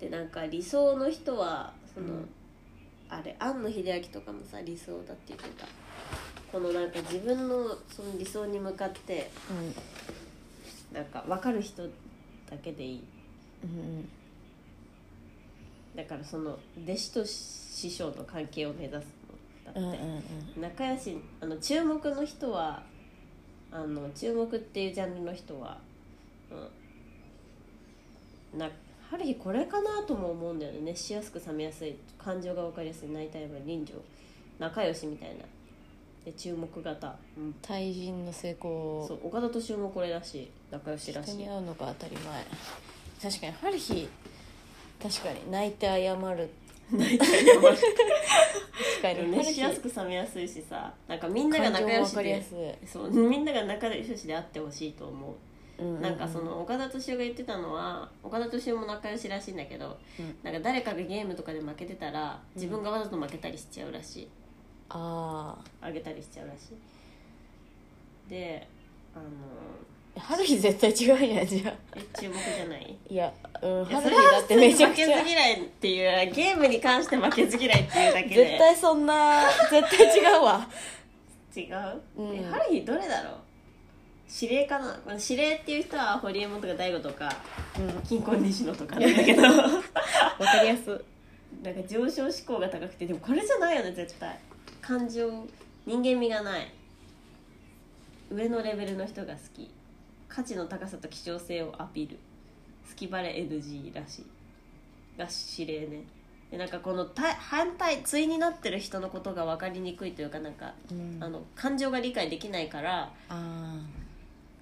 でなんか理想の人はその、うんあれ庵野秀明とかもさ理想だって言ってたこのなんか自分のその理想に向かってなんか分かる人だけでいいうんだからその弟子と師匠の関係を目指すのだって、うんうんうん仲良しあの注目の人はあの注目っていうジャンルの人は、うん、なある日これかなとも思うんだよね熱しやすく冷めやすい感情が分かりやすい泣いたいは臨場仲良しみたいなで注目型、うん、対人の成功そう岡田敏夫もこれらしい仲良しらし人いに会うのが当たり前確かに春日確かに泣いて謝る泣いたりは確 かに熱しやすくく冷めやすいしさなんかみんなが仲良しかりやですい、そうみんなが仲良しであってほしいと思ううううなんかその岡田敏夫が言ってたのは岡田敏夫も仲良しらしいんだけど、うんなんか誰かがゲームとかで負けてたら自分がわざと負けたりしちゃうらしいああげたりしちゃうらしいであのあ春日絶対違うやんじゃあえ注目じゃないいや、うん、いやそ春れ日はだってめちゃ負くけちずゃ嫌いっていうゲームに関して負けず嫌いっていうだけで絶対そんな絶対違うわ違う、うんえハリーどれだろう指令かなこの指令っていう人は堀江門とか大悟とかうんわ金婚西野とかなんだけどなんかかりやす上昇志向が高くてでもこれじゃないよね絶対感情人間味がない上のレベルの人が好き価値の高さと希少性をアピール好きバレ NG らしいが指令ねでなんかこの対反対対になってる人のことが分かりにくいというかなんかうんあの感情が理解できないからあ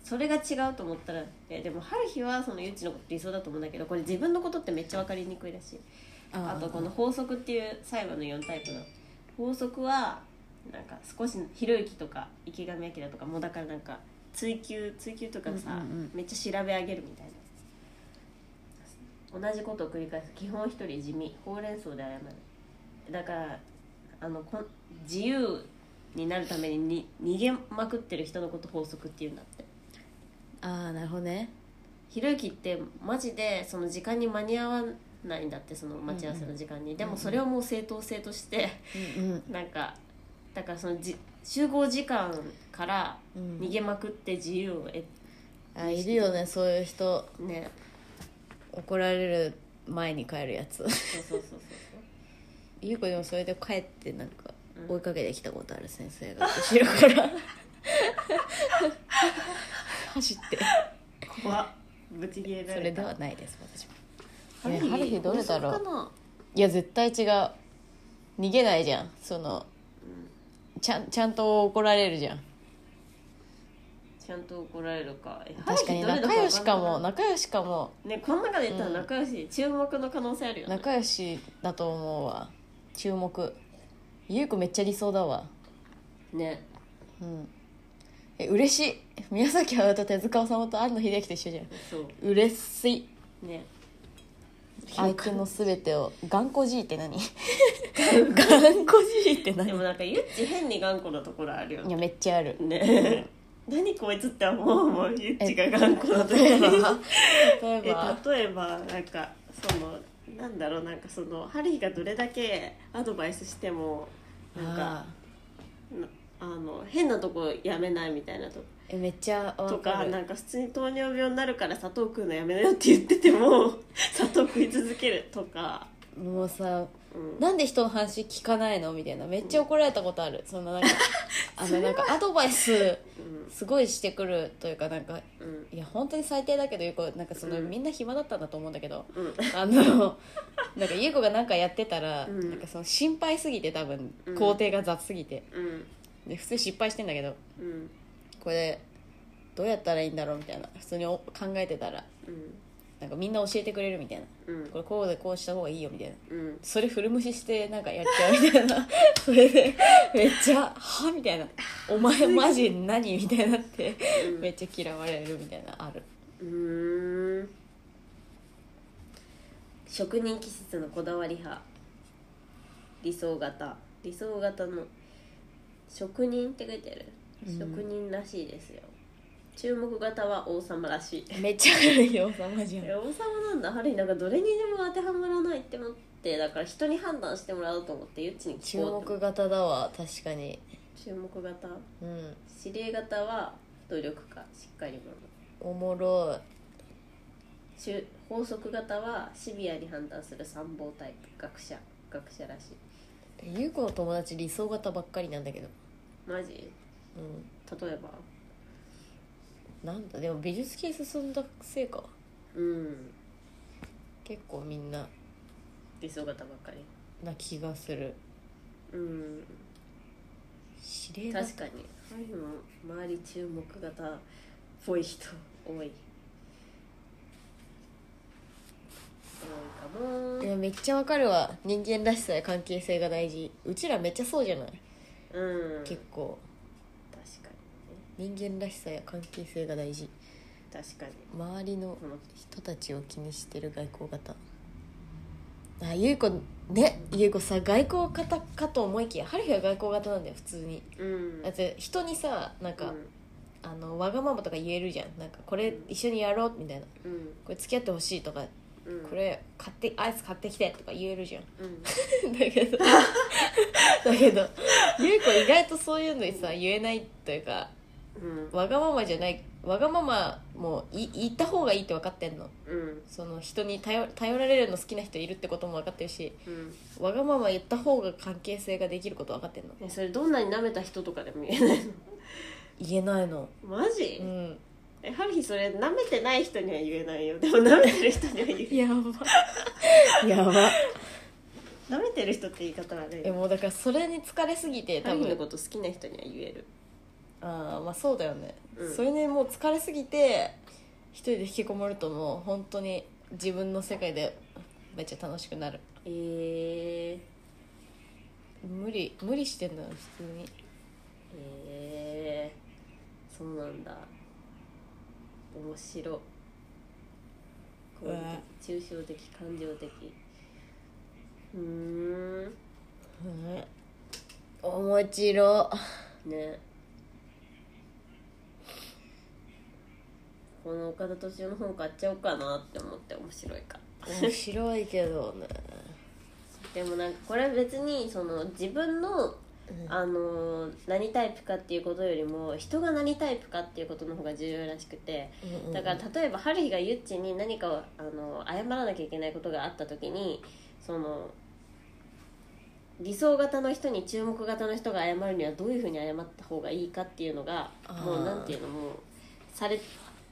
それが違うと思ったらえでも春日はそのゆっちのこと理想だと思うんだけどこれ自分のことってめっちゃ分かりにくいらしいーあとこの法則っていう最後の4タイプの法則はなんか少しひろゆきとか池上彰とかもうだからなんか追求追求とかさ、うんうんうんめっちゃ調べ上げるみたいな同じことを繰り返す基本一人地味ほうれん草で謝るだからあのこん自由になるためにに逃げまくってる人のこと法則っていうんだってあーなるほどねひろゆきってマジでその時間に間に合わないんだってその待ち合わせの時間に、でもそれをもう正当性として うんなんかだからそのじ集合時間からうん逃げまくって自由を得あいるよねそういう人ね怒られる前に帰るや つそうそうそうそうゆう子でもそれで帰ってなんかうん追いかけてきたことある先生が後ろから 走ってそう怖っぶち切れられたそれではないです私もハルヒえハルヒどれだろう法則かないや絶対違う逃げないじゃんそのちゃんちゃんと怒られるじゃんちゃんと怒られるかえ確かにハルヒど仲れだ良しかわもんな仲良しかもいねこの中で言ったら仲良し、注目の可能性あるよね仲良しだと思うわ注目ゆうこめっちゃ理想だわねうんえ嬉しい宮崎駿と手塚治虫と庵野秀明と一緒じゃんそう嬉しいね相手のすべてを頑固じいって 何頑固じいっでて 何もなんかゆっち変に頑固なところあるよいねやめっちゃあるね何こいつって思うもんゆっちが頑固な時例えにば 例えばえ例えばなんかそのなんだろうなんかそのハリーがどれだけアドバイスしてもなんかあーなあの変なとこやめないみたいなとえめっちゃとわかかるなんか普通に糖尿病になるから砂糖食うのやめなよって言ってて も砂糖食い続けるとか、もうさうん、なんで人の話聞かないのみたいなめっちゃ怒られたことある、そんななん かあのなんかアドバイスうんすごいしてくるというかなんかうんいや本当に最低だけどゆうこなんかその、うんみんな暇だったんだと思うんだけどうん あのなんかゆうこがなんかやってたら、うんなんかその心配すぎて多分うん工程が雑すぎて、うんで普通失敗してんだけどうんこれどうやったらいいんだろうみたいな普通にお考えてたらうんなんかみんな教えてくれるみたいなうんこれこうでこうした方がいいよみたいなうんそれ古無視してなんかやっちゃうみたい なそれでめっちゃ「は?」みたいな「お前マジ何?」みたいになってうんめっちゃ嫌われるみたいなあるうーん職人気質のこだわり派理想型理想型の職人って書いてある、うん職人らしいですよ注目型は王様らしい めっちゃ悪いよさマジえや王様なんだハリーなんかどれにでも当てはまらないって思ってだから人に判断してもらおうと思ってゆっちに 注聞こうと目型だわ確かに注目型うん指令型は努力家しっかり者おもろ中法則型はシビアに判断する参謀タイプ学者学者らしいいゆうこの友達理想型ばっかりなんだけどマジうん例えばなんだでも美術系進んだせいかうん結構みんな理想型ばっかりな気がするうん指令型確かにハリーも周り注目型っぽい人多い多いかもいやめっちゃわかるわ人間らしさや関係性が大事うちらめっちゃそうじゃない、うん結構確か人間らしさや関係性が大事にね確かに周りのこの人たちを気にしてる外交型あゆいこねゆいこさ外交型かと思いきや春日は外交型なんだよ普通にうんだって人にさなんか、あのわがままとか言えるじゃんなんかこれ一緒にやろうみたいなうんこれ付き合ってほしいとかうんこれ買ってアイス買ってきてとか言える じゃんうんだけどだけどゆうこ意外とそういうのにさ言えないというかうんわがままじゃないわがままもい言った方がいいって分かってんのうんその人に頼頼られるの好きな人いるってことも分かってるしうんわがまま言った方が関係性ができること分かってんのねそれどんなに舐めた人とかでも言えないの言えないのマジ、うんえハリーそれ舐めてない人には言えないよで も舐めてる人には言やば やばう舐めてる人って言い方はねえもうだからそれに疲れすぎてハ多リーの分こと好きな人には言えるああまあそうだよね、うんそれにもう疲れすぎて一人で引きこもるともう本当に自分の世界でめっちゃ楽しくなるえー、無理無理してんのよ普通にえー、そうなんだ面白こうういうわ抽象的感情的うーんうん面白ねこの岡田敏夫の本買っちゃおうかなって思って面白いから面白いけどねでもなんかこれは別にその自分の、うんあのー何タイプかっていうことよりも人が何タイプかっていうことの方が重要らしくてだから例えば春日がゆっちに何かを、あのー謝らなきゃいけないことがあった時にその理想型の人に注目型の人が謝るにはどういうふうに謝った方がいいかっていうのがあーもうなんていうのもうされ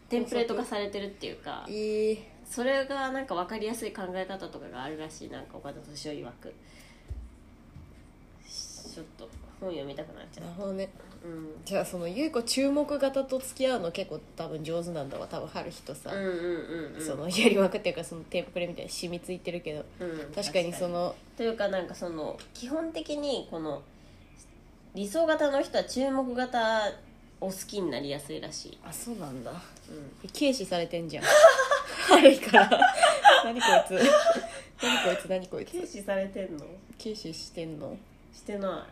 テンプレート化されてるっていうかいいそれがなんか分かりやすい考え方とかがあるらしいなんか岡田敏夫曰くちょっと本読みたくなっちゃなるほどねううんじゃあそのゆいこ注目型と付き合うの結構多分上手なんだわ多分春日とさ、うんうんうんうんそのやりまくってるからそのテンプレみたいに染みついてるけどうん確かにそのというかなんかその基本的にこの理想型の人は注目型を好きになりやすいらしい、あそうなんだうん、軽視されてん じゃん悪いから何こいつ何こいつ何こいつ視されてんの軽視してんのしてな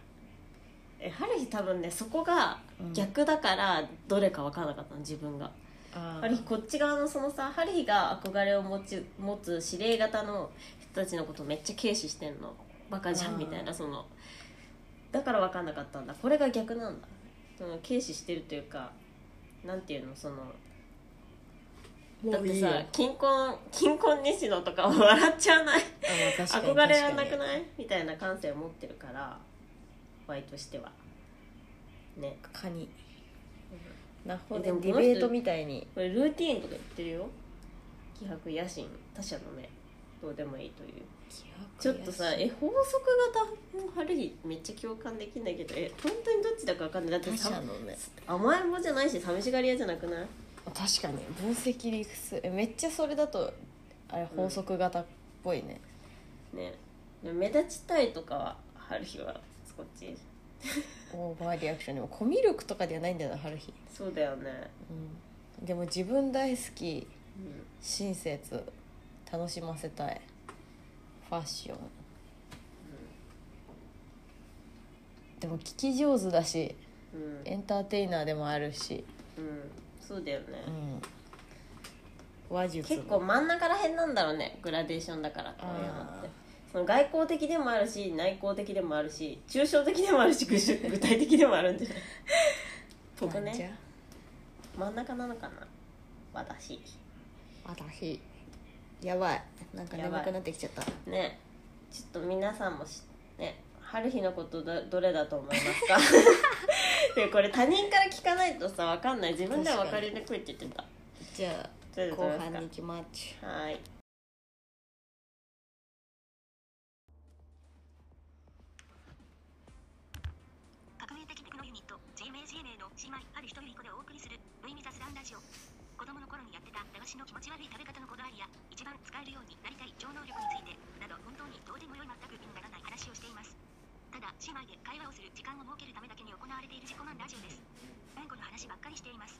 え春日多分ねそこが逆だからどれか分からなかったの自分があ春日こっち側のそのさ春日が憧れを持ち持つ指令型の人たちのことめっちゃ軽視してんのバカじゃあーんみたいなそのだから分かんなかったんだこれが逆なんだその軽視してるというかなんていうのそのだってさ金婚金婚西野とかは笑っちゃわない憧れらんなくいないみたいな感性を持ってるからワイとしてはねカニなほでどもディベートみたいにこれルーティーンとか言ってるよ気迫野心他者の目どうでもいいというちょっとさえ法則型も春日めっちゃ共感できんだけどえ本当にどっちだか分かんないだって他さ者のね甘えん坊じゃないし寂しがり屋じゃなくない確かに分析理屈えめっちゃそれだとあれ法則型っぽいね、ねでも目立ちたいとかは春日はこっちオーバーリアクションでもコミュ力とかではないんだよな春日、そうだよねうん、でも自分大好きうん親切楽しませたいファッション、でも聞き上手だしうんエンターテイナーでもあるし、うんそうだよね、うん、話術も結構真ん中らへんなんだろうねグラデーションだからこういうのってその外交的でもあるし内向的でもあるし抽象的でもあ るし具象具体的でもあるんじゃない僕なんじゃね真ん中なのかな私私やばいなんかやば眠いくなってきちゃったねちょっと皆さんもしね春日のことどどれだと思いますか でこれ他人から聞かないとさ分かんない自分では分かりにくいって言ってたじゃどれあだと思後います半かに行きますはーい革命的テクノユニット GMAGMA の姉妹ある一人い子でお送りする無意味雑談ラジオ子供の頃にやってた駄菓子の気持ち悪い食べ方のこだわりや一番使えるようになりたい超能力についてなど本当にどうでもよい全く意味ならない話をしていますただ姉妹で会話をする時間を設けるためだけに行われている自己満ラジオですうんこの話ばっかりしています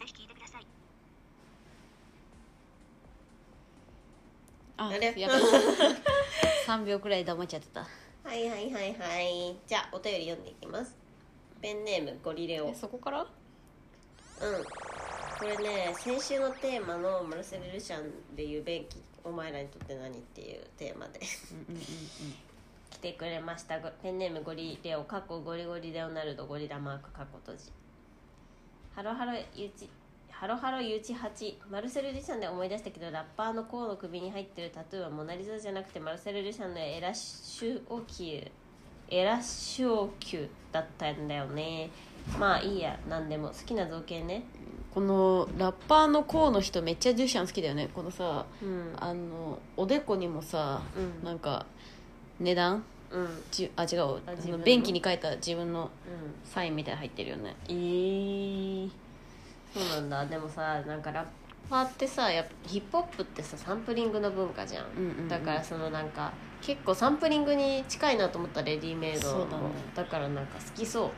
ぜひ聞いてくださいああれやばい3秒くらい黙っちゃってた はいはいはいはいじゃあお便り読んでいきますペンネームゴリレオそこからうんこれね先週のテーマの「マルセル・ルシャンで言うべきお前らにとって何?」っていうテーマで来てくれましたごペンネームゴリレオかっこゴリゴリレオナルドゴリラマークかっこ閉じハロハロゆうちハロハロゆうち8マルセル・ルシャンで思い出したけどラッパーの甲の首に入ってるタトゥーはモナ・リザじゃなくてマルセル・ルシャンのエラシュオキューエラシュオキューだったんだよねまあいいや何でも好きな造形ねこのラッパーのコーの人めっちゃデュシャン好きだよねこのさうんあのおでこにもさうんなんか値段うんうんじゅあ違うあ自分のの便器に書いた自分のサインみたいなの入ってるよねえー、そうなんだでもさなんかラッパーってさやっぱヒップホップってさサンプリングの文化じゃん,、うんうんうんだからそのなんか結構サンプリングに近いなと思ったレディメイドもそうだねだからなんか好きそ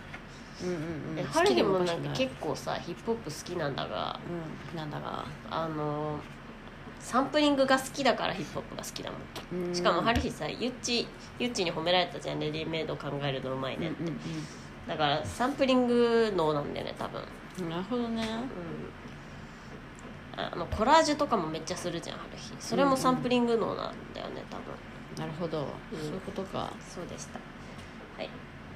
うう、んうんえうんハルヒもなんか好きで結構さヒップホップ好きなんだがおかしくないうんなんだかあのサンプリングが好きだからヒップホップが好きだもんうんしかもハルヒさゆっちゆっちに褒められたじゃんレディメイド考えるのうまいねって、うんうんだからサンプリング能なんだよね多分うんなるほどねあのコラージュとかもめっちゃするじゃんある日それもサンプリング能なんだよね多分なるほど、うんそういうことかそうでしたはい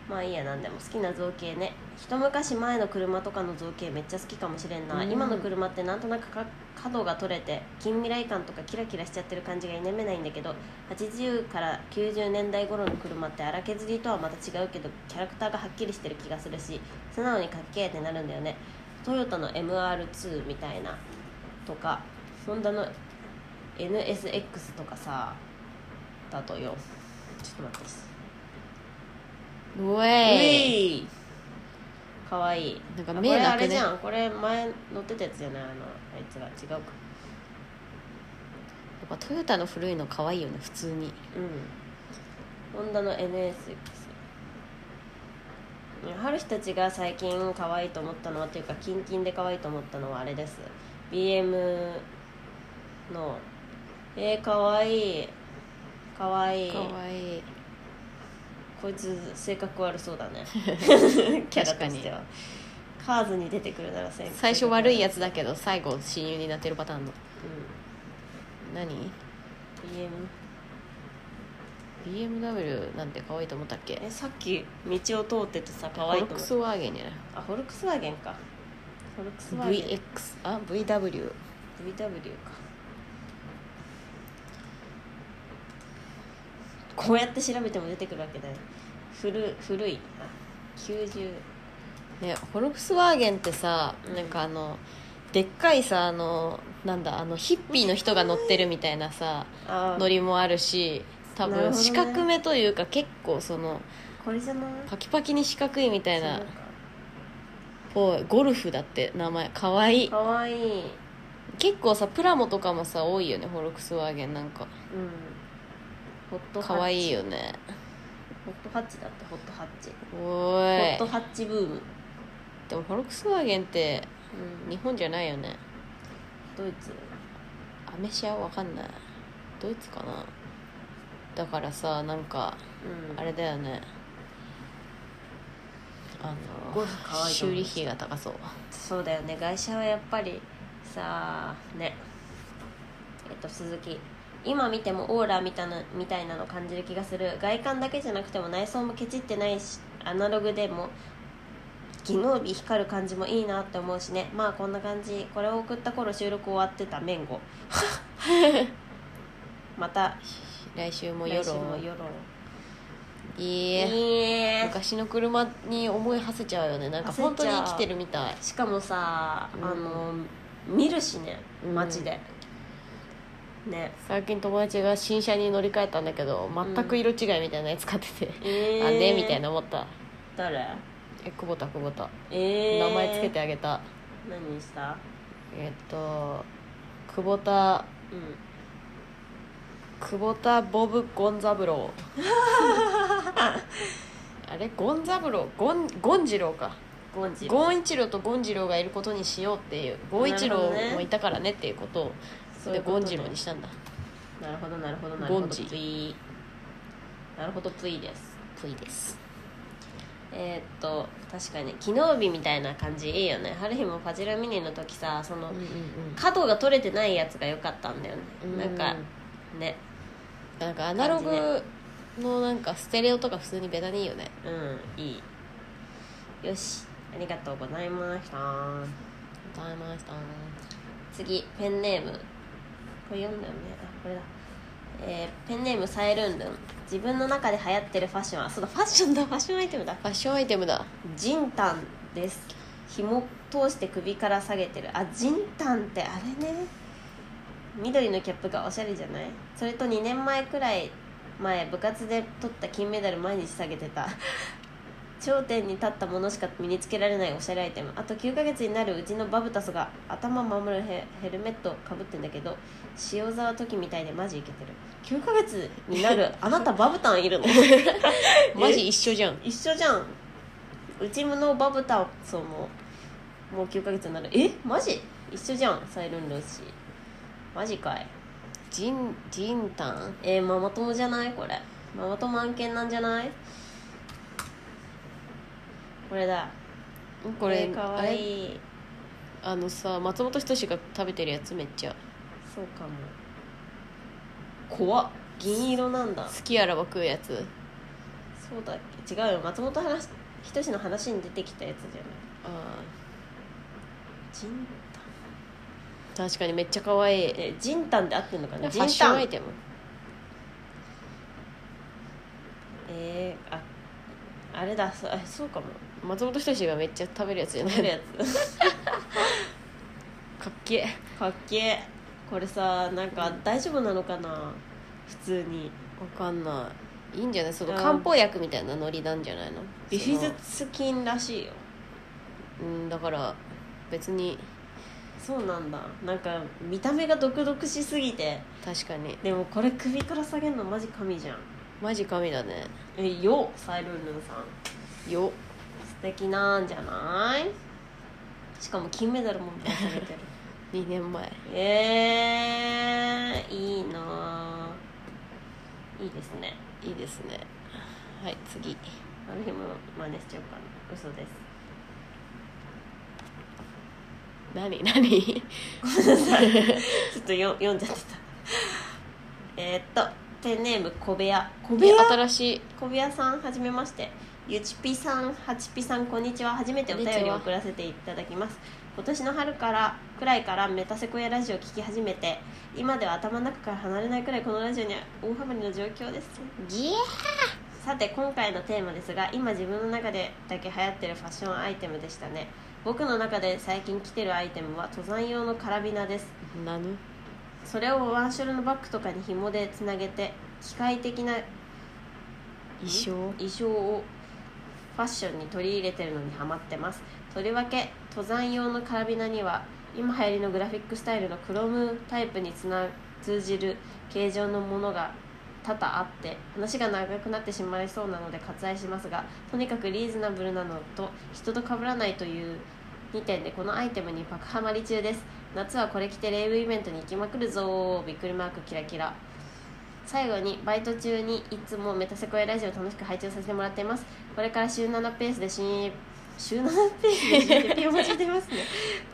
まあいいや何でも好きな造形ね一昔前の車とかの造形めっちゃ好きかもしれんな、うん今の車ってなんとなくか角が取れて近未来感とかキラキラしちゃってる感じが否めないんだけど80から90年代頃の車って荒削りとはまた違うけどキャラクターがはっきりしてる気がするし素直にかっけーってなるんだよねトヨタの MR2 みたいなとかホンダの NSX とかさだとよちょっと待ってうえいかわいいなんかあ目これあなれくじねゃんこれ前乗ってたやつじゃないあのあいつが違うかやっぱトヨタの古いの可愛いよね普通にうんホンダの NSX 春日たちが最近可愛いと思ったのはというかキンキンで可愛いと思ったのはあれです BM のえー、かわいいかわいい可愛いこいつ性格悪そうだねキャラ確かとにしてはカーズに出てくるなら先最初悪いやつだけど最後親友になってるパターンのう何ん BM BMW なんて可愛いと思ったっけえさっき道を通っててさ可フ愛いォとルク思っスたワーゲンじゃないあフォルクスワーゲンかフォルクスワーゲ VX あ VW ン VW かこうやって調べても出てくるわけだよ古古いあ90ねフォルクスワーゲンってさなんかあのでっかいさあのなんだあのヒッピーの人が乗ってるみたいなさあノリもあるし多なるほ分どね四角めというか結構そのこれじゃないパキパキに四角いみたいなそうかこうゴルフだって名前かわいいかわいい結構さプラモとかもさ多いよねフォルクスワーゲンなんうかんホットハッチかわいいよねホットハッチだってホットハッチおホーッいトハッチブーム、うん、でもフォルクスワーゲンって日本じゃないよねドイツアメシアわかんないドイツかなだからさなんかうんあれだよねあゴのルフ可愛いと修思う理費が高そうそうだよね外車はやっぱりさあねえっと鈴木今見てもオーラみたいなみたいなの感じる気がする外観だけじゃなくても内装もケチってないしアナログでも技能美光る感じもいいなって思うしねまあこんな感じこれを送った頃収録終わってたメンゴ また来週も来夜週もを夜をいいいえいね昔の車に思い馳せちゃうよねなんか本当に生きてるみたいしかもさ、うんあの見るしねうん街で、ね最近友達が新車に乗り換えたんだけど全く色違いみたいなやつ買ってて、えー、 あねみたいな思った誰え久保田久保田えー、名前つけてあげた何にしたえっと久保田うん久保田ボブ・ゴンザ ブローあれゴンザブローゴンゴンジローかゴンジゴン一郎とゴンジローがいることにしようっていうゴン一なる郎ほどねもいたからねっていうことをそういでうことゴねンジローにしたんだなるほどなるほどなるほゴどンジプイなるほどプイですぷいですえー、っと確かに機能美みたいな感じいいよね春日もパジラミニの時さその、うんうんうん角が取れてないやつが良かったんだよね、なんかねなんかアナログのなんかステレオとか普通にベタにいいよねうんいいよしありがとうございました歌いました次ペンネームこれ読んだよねあこれだえーペンネームサエルンルン自分の中で流行ってるファッションはそうだファッションだファッションアイテムだファッションアイテムだジンタンです紐通して首から下げてるあジンタンってあれね緑のキャップがおしゃれじゃないそれと2年前くらい前部活で取った金メダル毎日下げてた 頂点に立ったものしか身につけられないおしゃれアイテムあと9ヶ月になるうちのバブタスが頭守るヘヘルメットかぶってんだけど塩沢時みたいでマジイケてる9ヶ月になるあなたバブタンいるのマジ一緒じゃん一緒じゃんうちのバブタそうももう9ヶ月になるえマジ一緒じゃんサイルンロンシマジかいジンジンタンえー、ママ友じゃないこれママ友案件なんじゃないこれだこれ、えーかわいいあれあのさ松本人志が食べてるやつめっちゃそうかも怖っ銀色なんだ好きあらば食うやつそうだっけ違うよ松本話人志の話に出てきたやつじゃないあジンタンー確かにめっちゃ可愛いえジンタンって合ってんのかファなッションアジンタンイテムえー、ああれだそあそうかも松本人志がめっちゃ食べるやつじゃなあるいやつ かっけえかっけえこれさなんか大丈夫なのかな普通にわかんないいいんじゃないそのうん漢方薬みたいなノリなんじゃないの美術菌らしいようんだから別にそうなんだなんか見た目が毒々しすぎて確かにでもこれ首から下げるのマジ神じゃんマジ神だねえよサイルンルンさんよ素敵なんじゃないしかも金メダルもぶら下げてる2年前えー、いいなあいいですねいいですねはい次あの日も真似しちゃおうかな嘘です何何ちょっとよ読んじゃってた えーっとペンネーム小部屋小え新しい小部屋さんはじめましてゆちぴさんはちぴさんこんにちは初めてお便こんにりちをは送らせていただきます今年の春からくらいからメタセコイアラジオを聞き始めて今では頭の中から離れないくらいこのラジオには大ハマりの状況ですギエさて今回のテーマですが今自分の中でだけ流行ってるファッションアイテムでしたね僕の中で最近着てるアイテムは登山用のカラビナですなぬそれをワンショルのバッグとかに紐でつなげて機械的な衣装衣装をファッションに取り入れてるのにハマってますとりわけ登山用のカラビナには今流行りのグラフィックスタイルのクロムタイプにつな通じる形状のものが多々あって話が長くなってしまいそうなので割愛しますがとにかくリーズナブルなのと人と被らないという2点でこのアイテムに爆ハマり中です夏はこれ着てレイブイベントに行きまくるぞーびっくりマークキラキラ最後にバイト中にいつもメタセコイアラジオを楽しく拝聴させてもらっていますこれから週7ペースで新週7ペースで新をしてますね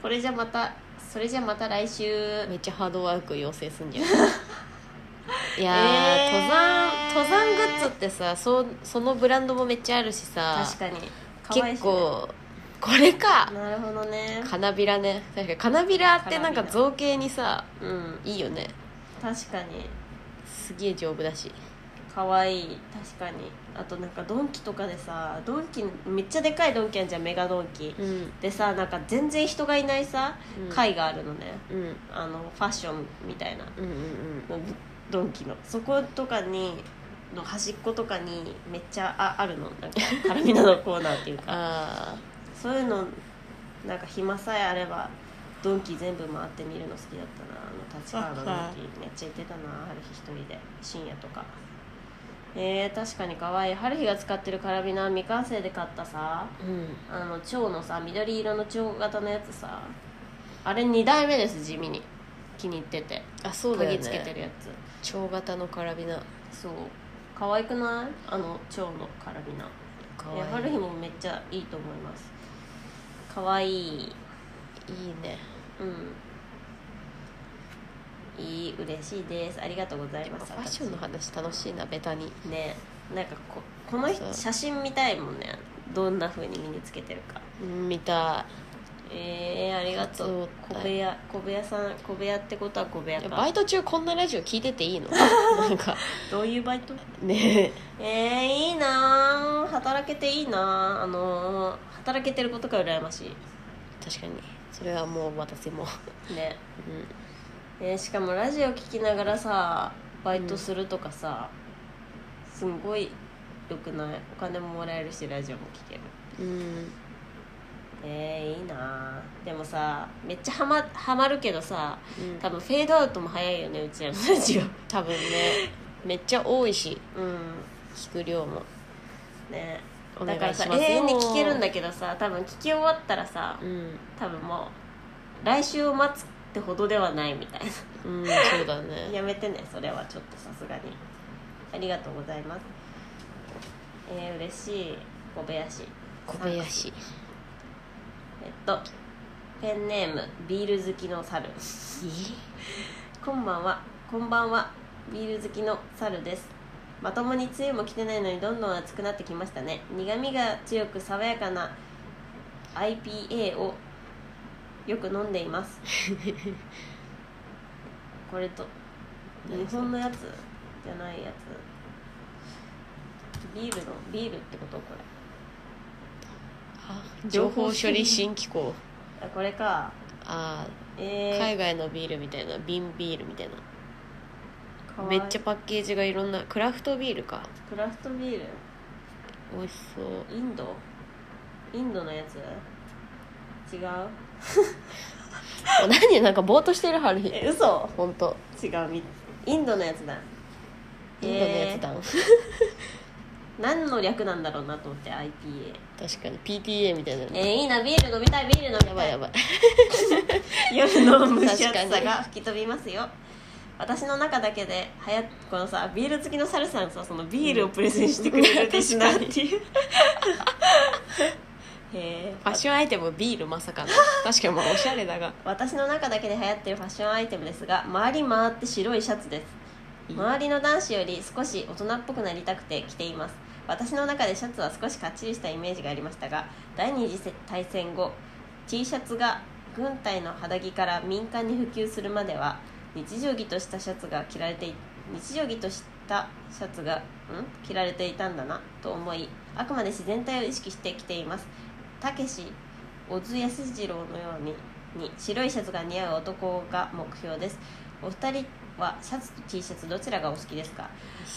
これじゃまたそれじゃまた来週めっちゃハードワーク要請すんじ ゃんいやー、えー登山登山グッズってさそうそのブランドもめっちゃあるしさ確かに可愛い結しね構これかなるほどねカナビラね確かにカナビラってなんカナかビラ造形にさうんいいよね確かにすげえ丈夫だし可愛い確かにあとなんかドンキとかでさドンキめっちゃでかいドンキあんじゃんメガドンキうんでさなんか全然人がいないさうん階があるのねうんあのファッションみたいなうんうんのドンキのそことかにの端っことかにめっちゃああるのなんかカラミナのコーナーっていうかああそういうのなんか暇さえあればドンキ全部回ってみるの好きだったなあの立川のドンキめっちゃ行ってたなある日一人で深夜とかえー、確かに可愛い春日が使ってるカラビナ未完成で買ったさうんあの蝶のさ緑色の蝶型のやつさあれ2代目です地味に気に入っててあそうだよ鍵つけてねるやつ蝶型のカラビナそう可愛くないあの蝶のカラビナかいやわ春いい日もめっちゃいいと思います可愛いいいねうんいい嬉しいですありがとうございフまァすッションの話楽しいなベタに私ねなんかここのそう写真見たいもんねどんな風に身につけてるかうん見たえー、ありがとうそう小部屋小部屋さん小部屋ってことは小部屋いバかイト中こんなラジオ聞いてて いいのなんかどういうバイトねえー、いいなー働けていいなーあのー働けてることが羨まし確かにそれはもう私もいねうんえーしかもラジオ聞きながらさバイトするとかさ、すんごい良くないお金ももらえるしラジオも聞けるうんえー、いいなあでもさめっちゃハマハマるけどさうん多分フェードアウトも早いよねうちらのラジ多分ねめっちゃ多いしオうん聞く量もねお願だいからさし永ますよ遠に聞けるんだけどさ多分聞き終わったらさうん、多分もう来週を待つってほどではないみたいなうん、そうだ ねやめてねそれはちょっとさすがにありがとうございますえー、嬉しい小林小林えっとペンネームビール好きの猿こんばんはこんばんはビール好きの猿ですまともに梅雨も来てないのにどんどん暑くなってきましたね苦みが強く爽やかな IPA をよく飲んでいますこれと日本のやつじゃないやつビールのビールってことこれあ情報処理新機構あこれかあえーー、海外のビールみたいな瓶ビールみたいなかわいめいっちゃパッケージがいろんなクラフトビールかクラフトビール美味しそう インドインドのやつ違うお何なんかぼーっとしてる春日え嘘本当違うみインドのやつだインドのやつだ、何の略なんだろうなと思って IPA 確かに PTA みたいなえー、いいなビール飲みたいビール飲みたいやばいやばい夜の蒸し暑さが吹き飛びますよ私の中だけではやこのさビール好きのサルさんさそのビールをプレゼンしてくれるリスナーっていうへえファッションアイテムビールまさかの確かにまあおしゃれだが私の中だけで流行ってるファッションアイテムですが回り回って白いシャツです周りの男子より少し大人っぽくなりたくて着ています私の中でシャツは少しかっちりしたイメージがありましたが第二次大戦後 T シャツが軍隊の肌着から民間に普及するまでは日常着としたシャツが着られてい日常着としたシャツがん着られていたんだなと思いあくまで自然体を意識して着ていますたけし小津安二郎のようにに白いシャツが似合う男が目標ですお二人はシャツと T シャツどちらがお好きですか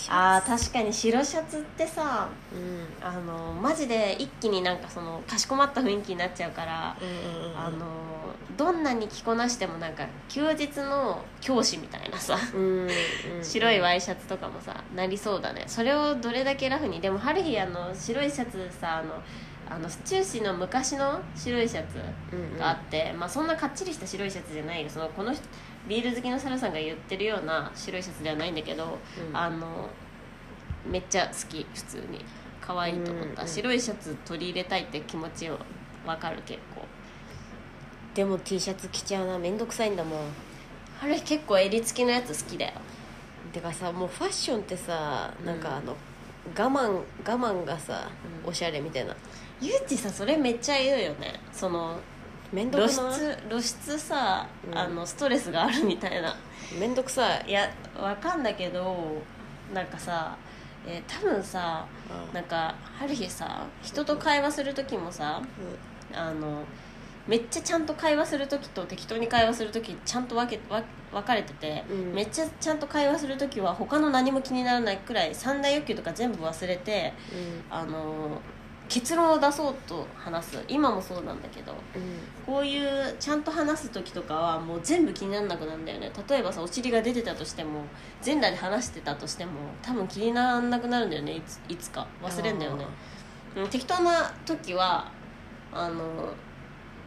あー確かに白シャツってさうんあのマジで一気になんかそのかしこまった雰囲気になっちゃうから、うんうんあのどんなに着こなしてもなんか休日の教師みたいなさ、うんうん白いワイシャツとかもさなりそうだねそれをどれだけラフにでも春日あの白いシャツさあのあの府中市の昔の白いシャツうんうんがあって、まあ、そんなかっちりした白いシャツじゃないよそのこの人ビール好きのサラさんが言ってるような白いシャツではないんだけど、うんあのめっちゃ好き普通に可愛いと思った、うんうん白いシャツ取り入れたいって気持ちを分かる結構でも T シャツ着ちゃうなめんどくさいんだもん春日結構襟付きのやつ好きだよてかさもうファッションってさなんかあの、我慢我慢がさ、おしゃれみたいなゆうちさそれめっちゃ言うよねそのめんどく露さ出露出さ、うんあのストレスがあるみたいないめんどくさいいやわかんだけどなんかさ、えー多分さなんか春日さ人と会話する時もさあのめっちゃちゃんと会話する時と適当に会話する時ちゃんと分け分分かれてて、うんめっちゃちゃんと会話する時は他の何も気にならないくらい三大欲求とか全部忘れてあの結論を出そうと話す今もそうなんだけどうんうんこういうちゃんと話す時とかはもう全部気にならなくなるんだよね例えばさお尻が出てたとしても全裸で話してたとしても多分気にならなくなるんだよねいついつか忘れんだよねうん適当な時はあの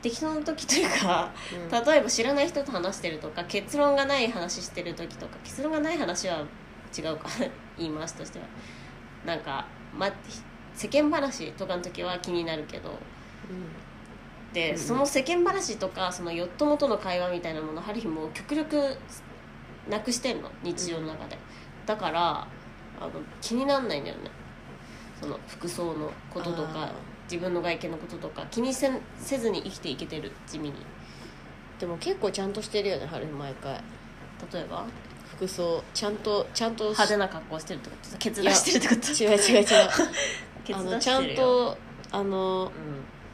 適当な時というか、例えば知らない人と話してるとか結論がない話してる時とか結論がない話は違うか 言い回しとしてはなんか、ま、世間話とかの時は気になるけどで、その世間話とかそのよっともとの会話みたいなものハリヒもう極力なくしてんの日常の中で、だからあの気になんないんだよねその服装のこととあかー自分の外見のこととか気にせんせずに生きていけてる地味にでも結構ちゃんとしてるよね春日毎回例えば服装ちゃんとちゃんとし派手な格好してるってこと決断してるってこと違う違う違う決あの断ちしゃてんるよとあのうん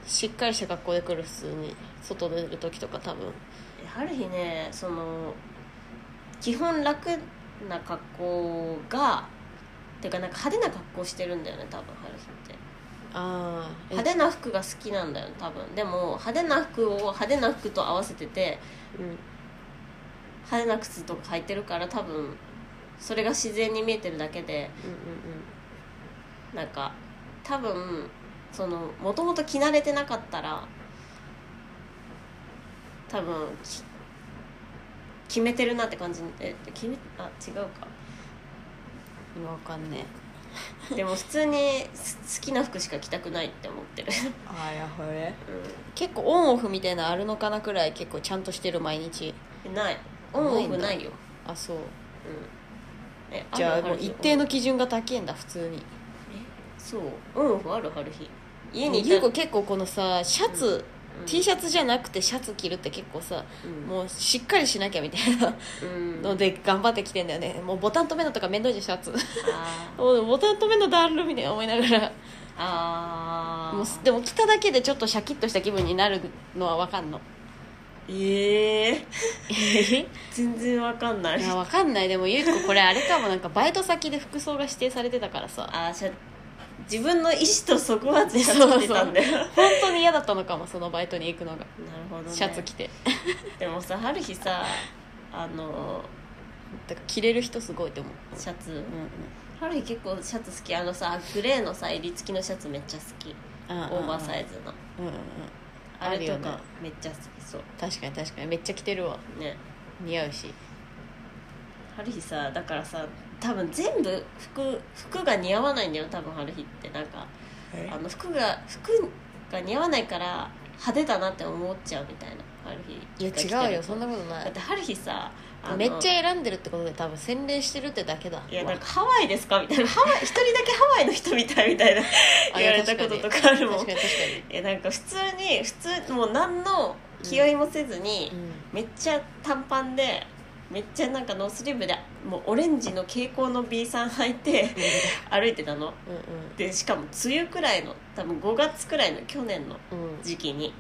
しっかりした格好で来る普通に外出る時とか多分ある日ねその基本楽な格好がてかなんか派手な格好してるんだよね多分春日ってああ派手な服が好きなんだよね多分でも派手な服を派手な服と合わせててうん派手な靴とか履いてるから多分それが自然に見えてるだけでうんなんか多分そのもともと着慣れてなかったら多分き決めてるなって感じえ決めあ違うかうんうんわかんねでも普通にす好きな服しか着たくないって思ってるえあやほれ結構オンオフみたいなのあるのかなくらい結構ちゃんとしてる毎日 ないオンオフないよあそうえじゃあるもうる日一定の基準が高いんだ普通にそうオンオフある春日家にいた優子結構このさシャツ、うん T シャツじゃなくてシャツ着るって結構さ、うんもうしっかりしなきゃみたいなうんので頑張ってきてんだよねもうボタン止めのとか面倒いじゃんシャツあーもうボタン止めのだるみたいな思いながらあーもうすでも着ただけでちょっとシャキッとした気分になるのは分か んのええい全然わかんないや分かんないでも優子これあれかもなんかバイト先で服装が指定されてたからさあーしゃ自分の意思とそこは全然合ってたんだよ本当に嫌だったのかもそのバイトに行くのがなるほど、ね、シャツ着てでもさ春日さあのだから着れる人すごいと思うシャツ、うんうん春日結構シャツ好きあのさグレーのさ襟付きのシャツめっちゃ好きオーバーサイズのうんうんうんあれとあるよかねめっちゃ好きそう確かに確かにめっちゃ着てるわね似合うし春日さだからさ多分全部服服が似合わないんだよ多分春日ってなんかえあの服が服が似合わないから派手だなって思っちゃうみたいな春い日が着てるとや違うよそんなことなだっいて春日さあのめっちゃ選んでるってことで多分洗礼してるってだけだいやなんかハワイですかみたいなハワイ一人だけハワイの人みたいみたいなあ言われたこととかあるもん確かに確かいやなんか普通に普通もう何の気負いもせずに、に、うん、めっちゃ短パンでめっちゃなんかノースリーブでもうオレンジの蛍光の B さん履いて歩いてたのうでしかも梅雨くらいの多分5月くらいの去年のんうんうん時期に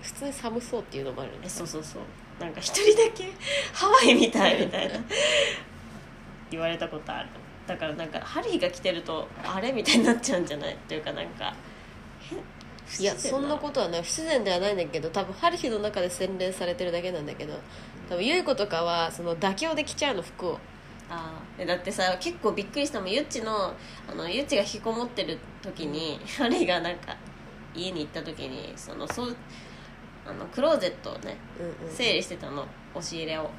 普通に寒そうっていうのもあるねえそうそうそうなんか一人だけハワイみたいみたいな言われたことあるだからなんかハリーが来てるとあれみたいになっちゃうんじゃないっていうかなんか変いやそんなことはない不自然ではないんだけど多分春日の中で洗練されてるだけなんだけど多分優子とかはその妥協できちゃうの服をあーだってさ結構びっくりしたもんゆっちのあのゆっちが引きこもってる時に ハリーがなんか家に行った時にそのそうあのクローゼットをねうんうん整理してたの押し入れをうんうん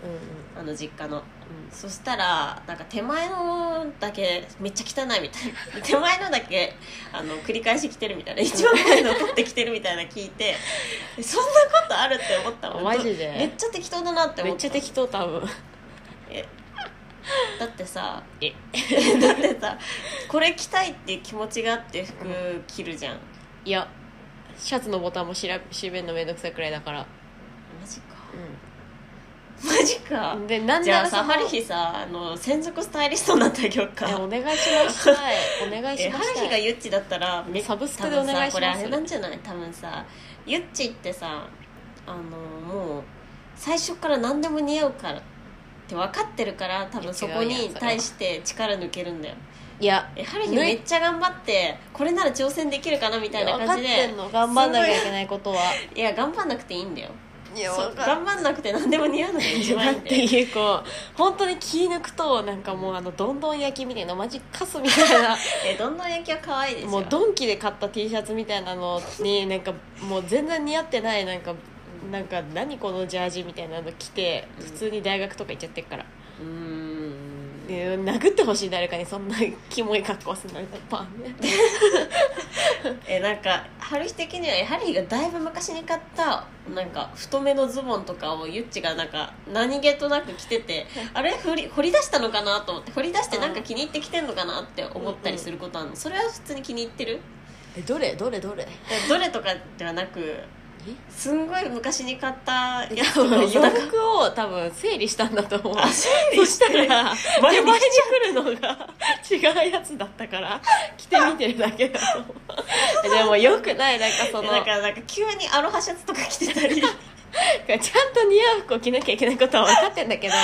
あの実家のそしたらなんか手前のだけめっちゃ汚いみたい な手前のだけあの繰り返し着てるみたいな一番前の取って着てるみたいな聞いてえそんなことあるって思ったもんマジでめっちゃ適当だなってめ思っったちゃ適当多分だってさ だってさこれ着たいっていう気持ちがあって服着るじゃん、いやシャツのボタンもしらしべんのめんどくさいくらいだから、マジかうマジか、ん、でなんじなゃあらさそのハルヒさあの専属スタイリストになってあげようかえお願いしましたいお願いえしまハしルヒたがいユッチだったらめサブスクでお願い多分さしますこれあれなんじゃない多分さユッチってさあのもう最初から何でも似合うからって分かってるから多分そこいや違うによそれは対して力抜けるんだよいやえハルヒ抜いめっちゃ頑張ってこれなら挑戦できるかなみたいな分か感っじでてんの頑張んなきゃいけないことはいや頑張んなくていいんだよいやそう頑張んなくて何でも似合うのが一番いだいっんだてよいうこう本当に気抜くとなんかもうあのどんどん焼きみたいなマジカスみたい なえどんどん焼きは可愛いですよもうドンキで買った T シャツみたいなのに なんかもう全然似合ってないなんかなんか何このジャージみたいなの着て普通に大学とか行っちゃってるから、うーんえー殴ってほしい誰かにそんなキモい格好するのにパンねえなんか春日的にはハリーがだいぶ昔に買ったなんか太めのズボンとかをゆっちがなんか何気となく着て てあれ掘り掘り出したのかなと思って掘り出してなんか気に入って着てんのかなって思ったりすることあるのそれは普通に気に入ってるえどれどれどれどれとかではなくすんごい昔に買ったやつとか多分を 洋なんか服を多分整理したんだと思うあ整理そした ら前前にに来来るのが違うやつだったから着てみてるだけだと思う でもよくないなんかそのなんかなんか急にアロハシャツとか着てた りちゃんと似合う服を着なきゃいけないことは分かってんだけど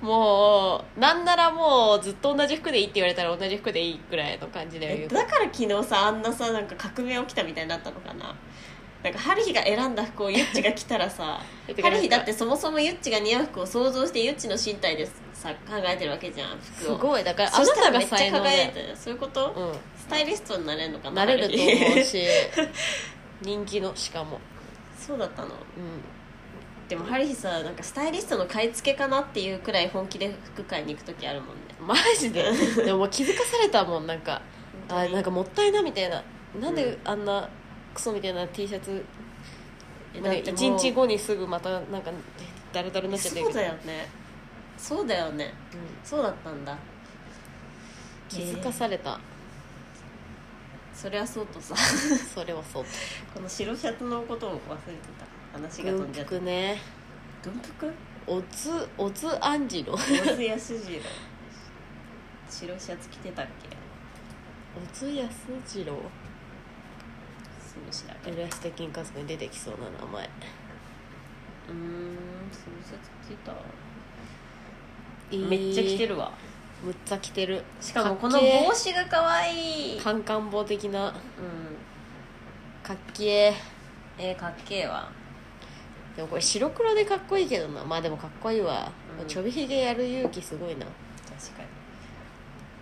もうなんならもうずっと同じ服でいいって言われたら同じ服でいいくらいの感じだえよだから昨日さあんなさなんか革命起きたみたいになったのかななんか春日が選んだ服をゆっちが着たら さてか春日だってそもそもゆっちが似合う服を想像してゆっちの身体でさ考えてるわけじゃんす服をごいだからあそなしたたらがめっちゃ才能輝いで、てるそういうこと、うスタイリストになれるのかん、ななれると春日思う し人気のしかも、 そうだったのうん、でも春日さなんかスタイリストの買い付けかなっていうくらい本気で服買いに行く時あるもんねマジ ででももう気づかされたもんなんかあなんかもったいなみたいななんであんなクソみたいな T シャツえだって1もう日後にすぐまたなんかダルダルになっちゃってるそうけどだよねそうだよねうんそうだったんだ気づかされた、それはそうとさ それはそうこの白シャツのことも忘れてた話が飛軍んじゃった服ね軍服おつおつあんじろお大津安次郎白シャツ着てたっけつやすじろすぐ調べる浦安鉄筋家族に出てきそうな名前うーん白シャツ着てためっちゃ着てるるわむっちゃ着てるしかもこの帽子が可愛いカンカン帽的なうんかっけええー、かっけえわでもこれ白黒でかっこいいけどなまあでもかっこいいわ、うんちょびひげやる勇気すごいな確か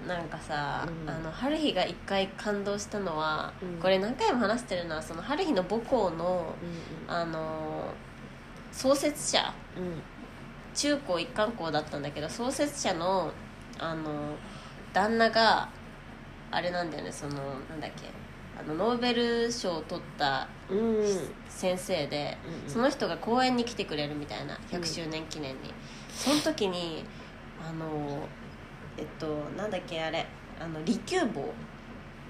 になんかさ、うんあの春日が一回感動したのは、うんこれ何回も話してるのはその春日の母校の、うあのー創設者んうん中高一貫校だったんだけど創設者のあの旦那があれなんだよねそのなんだっけあのノーベル賞を取ったうんうん先生で、うんうんその人が公演に来てくれるみたいな100周年記念に、その時にあのえっとなんだっけあれあの利休坊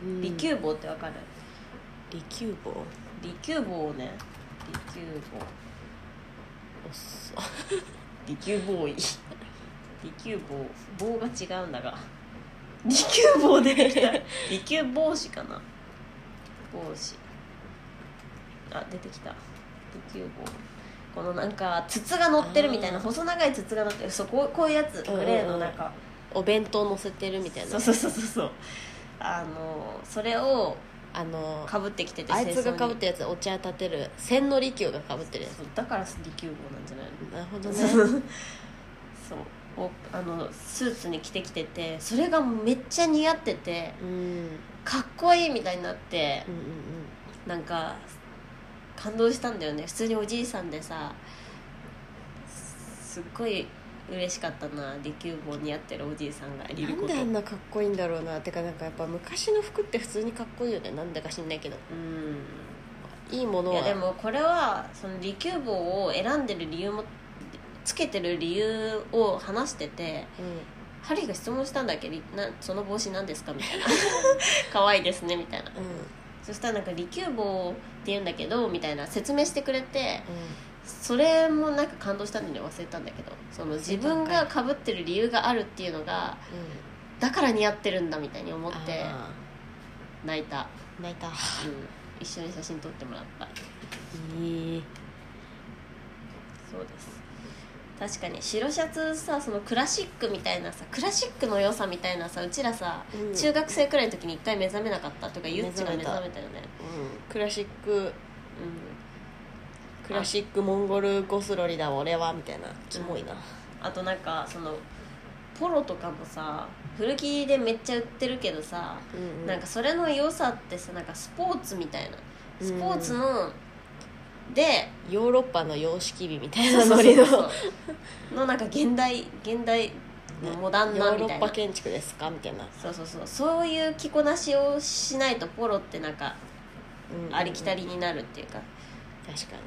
うん利休坊ってわかる、利休坊利休坊ね利休坊おっそ利休ボーイ利休棒棒が違うんだが利休棒でできた利休帽子かな帽子あ出てきた利休棒このなんか筒が乗ってるみたいなあー細長い筒が乗ってるそうこうこういうやつんうんグレーの中、お弁当乗せてるみたいそなうそうそうそうそうあのそれをあのかぶってきててあいつがかぶっるたやつお茶立てる千利休がかぶってるやつだから利休棒なんじゃないのなるほどねそうおあのスーツに着てきててそれがめっちゃ似合っててうんうんかっこいいみたいになってうんなんか感動したんだよね普通におじいさんでさすすっごい嬉しかったな利休帽似合ってるおじいさんがいるなこんとであんなかっこいいんだろうなてかなんかやっぱ昔の服って普通にかっこいいよねなんだか知んないけどうんいいものいはやでもこれはその利休帽を選んでる理由もつけてる理由を話しててうハリーが質問したんだっけりなその帽子何ですかみたいな可愛いですねみたいなんうんそしたらなんか利休帽って言うんだけどみたいな説明してくれてうそれもなんか感動したのに忘れたんだけどその自分がかぶってる理由があるっていうのがんうんだから似合ってるんだみたいに思ってあ泣いた、ー泣いたうん、一緒に写真撮ってもらったいいそうです確かに白シャツさそのクラシックみたいなさクラシックの良さみたいなさうちらさ、うん中学生くらいの時に一回目覚めなかったとかゆっちが目目覚覚めためたよねクラシックうんクラシックモンゴルゴスロリだ俺はみたいなキモいなあとなんかそのポロとかもさ古着でめっちゃ売ってるけどさ、うんなんかそれの良さってさなんかスポーツみたいなスポーツの、でヨーロッパの様式美みたいそなうそ ノうリのそうのなんか現代現代モダンヨなーロみたッいパな建築ですかみたいなそうそうそうそういう着こなしをしないとポロってなんかうんありきたりになるっていうか、確かに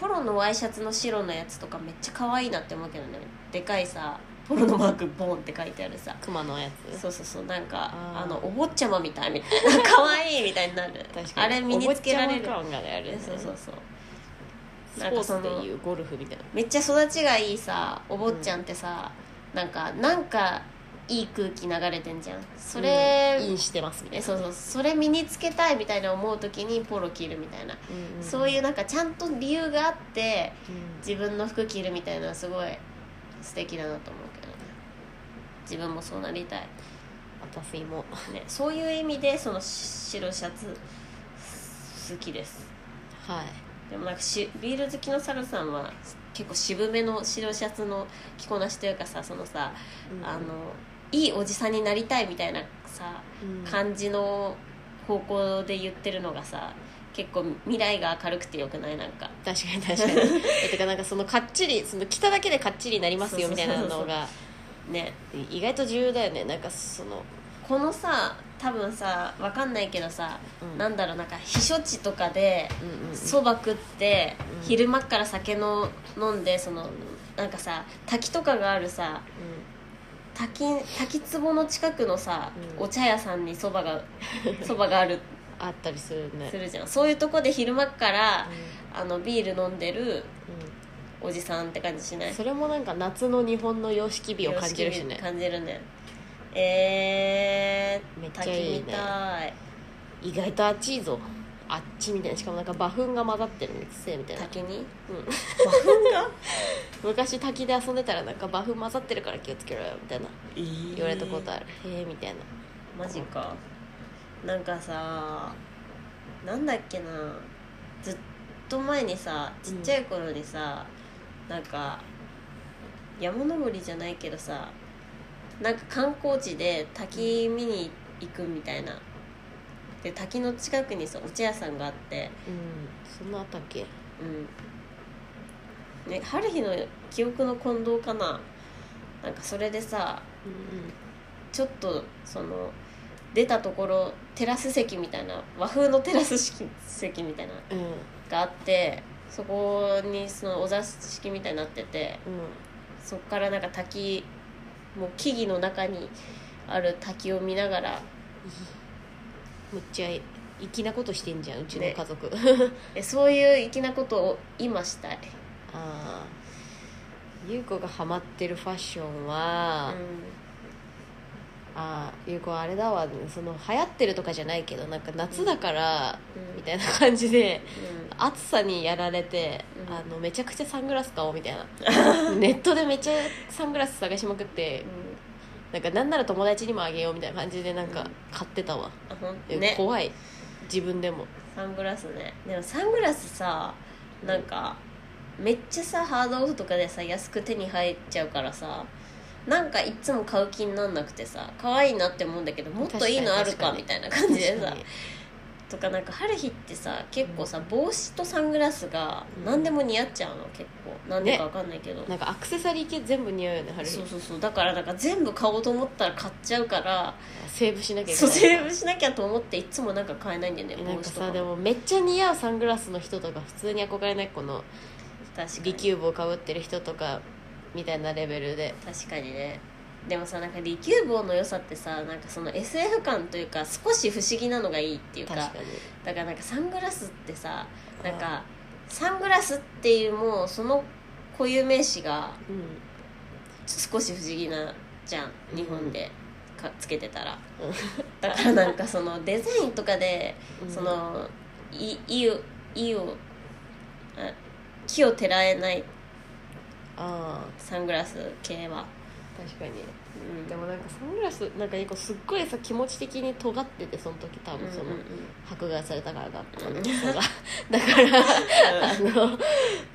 ポロのワイシャツの白のやつとかめっちゃ可愛いなって思うけどねでかいさポロのマークボンって書いてあるさ熊のやつそうそうそうなんかあーあのお坊ちゃまみたいみたいな 可愛いみたいになる確かあにれ身につけられるお坊ちゃま感がねあるねそうそうそうスなんポかーそツのでいうゴルフみたいなめっちゃ育ちがいいさお坊ちゃんってさ、なんかなんかいい空気流れてんじゃんそれ、インしてますみたいえなそうそうそれ身につけたいみたいな思う時にポロ着るみたいな、うんうんそういうなんかちゃんと理由があってうん自分の服着るみたいなすごい素敵だなと思うけどね自分もそうなりたい私も ね、そういう意味でその白シャツ好きですはいでもなんかしビール好きのサルさんは結構渋めの白シャツの着こなしというかさそのさ、あのいいおじさんになりたいみたいなさうん感じの方向で言ってるのがさ結構未来が明るくてよくないなんか確かに確か にえてかなんかそのかっちりその着ただけでかっちりになりますよそうみそたういそうそうなのがね意外と重要だよねなんかそのこのさ多分さわかんないけどさ、うんなんだろうなんか避暑地とかでうんうんうんそば食って、うん昼間っから酒の飲んでそのなんかさ滝とかがあるさ滝滝壺の近くのさ、うんお茶屋さんにそば がそばがあるあったりするねするじゃんそういうとこで昼間っからう、あのビール飲んでるんおじさんって感じしなういんそれもなんか夏の日本の様式美を感じるしね感じるねえー、めっちゃいい滝見ねたい意外とあっちいぞあっちみたいなしかもなんか馬糞が混ざってるのうっせえみたいな滝に昔滝で遊んでたらなんか馬糞混ざってるから気をつけろよみたいな言われたことあるへえみたいなマジかなんかさなんだっけなずっと前にさちっちゃい頃にさ、なんか山登りじゃないけどさなんか観光地で滝見に行くみたいなで滝の近くにさお茶屋さんがあってうんそんなあったっけうんね春日の記憶の混同かななんかそれでさちょっとその出たところテラス席みたいな和風のテラス式席みたいなのうんうんがあってそこにそのお座敷みたいになっててそっからなんか滝もう木々の中にある滝を見ながらむっちゃ粋なことしてんじゃんうちのね家族、 えそういう粋なことを今したい、ああ優子がハマってるファッションうは、ん、ああ優子はあれだわその流行ってるとかじゃないけどなんか夏だから、みたいな感じで暑さにやられて、うんあのめちゃくちゃサングラス買おうみたいな ネットでめちゃサングラス探しまくってうんうんなんかなんなら友達にもあげようみたいな感じでなんうかん買ってたわ、あほんえね怖い自分でもサングラスねでもサングラスさなんかめっちゃさハードオフとかでさ安く手に入っちゃうからさなんかいっつも買う気になんなくてさ可愛いなって思うんだけどもっといいのある確かかにみたいな感じで確さかにとかなんか春日ってさ結構さ帽子とサングラスが何でも似合っちゃうの結構なんでかわかんないけど、なんかアクセサリー系全部似合うよね春日そうそうそうだからなんか全部買おうと思ったら買っちゃうからセーブしなきゃいけそうないセーブしなきゃと思っていっつもなんか買えないんだよねえなん帽か子とかさでもめっちゃ似合うサングラスの人とか普通に憧れないこの確かにリキューブをかぶってる人とかみたいなレベルで確かにねでもさなんか利休坊の良さってさなんかその SF 感というか少し不思議なのがいいっていうか確かだからなんかサングラスってさになんかサングラスっていうもうその固有名詞がうん少し不思議なじゃんうん日本でかつけてたら、うんだからなんかそ のデザインとかでうんそのい意を意をあ木をてらえないああサングラス系は、確かにうん、でもなんかサングラスなんか一個すっごいさ気持ち的に尖っててその時多分そ の、うんうんうん迫害されたからだったうんんですがだからあの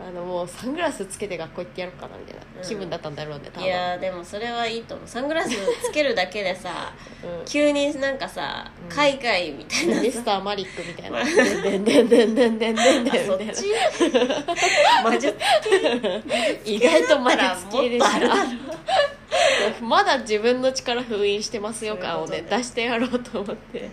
あのもうサングラスつけて学校行ってやろうかなみたいなうん気分だったんだろうね多い分やーでもそれはいいと思うサングラスつけるだけで さうん急になんかさ、うん海外みたいなミスターマリックみたいな「でんでんでんでんでんでんでん」みあそったいな ち魔術意外とまだ系だったらもっとあるまだ自分の力封印してますよ感をそういねうことね出してやろうと思って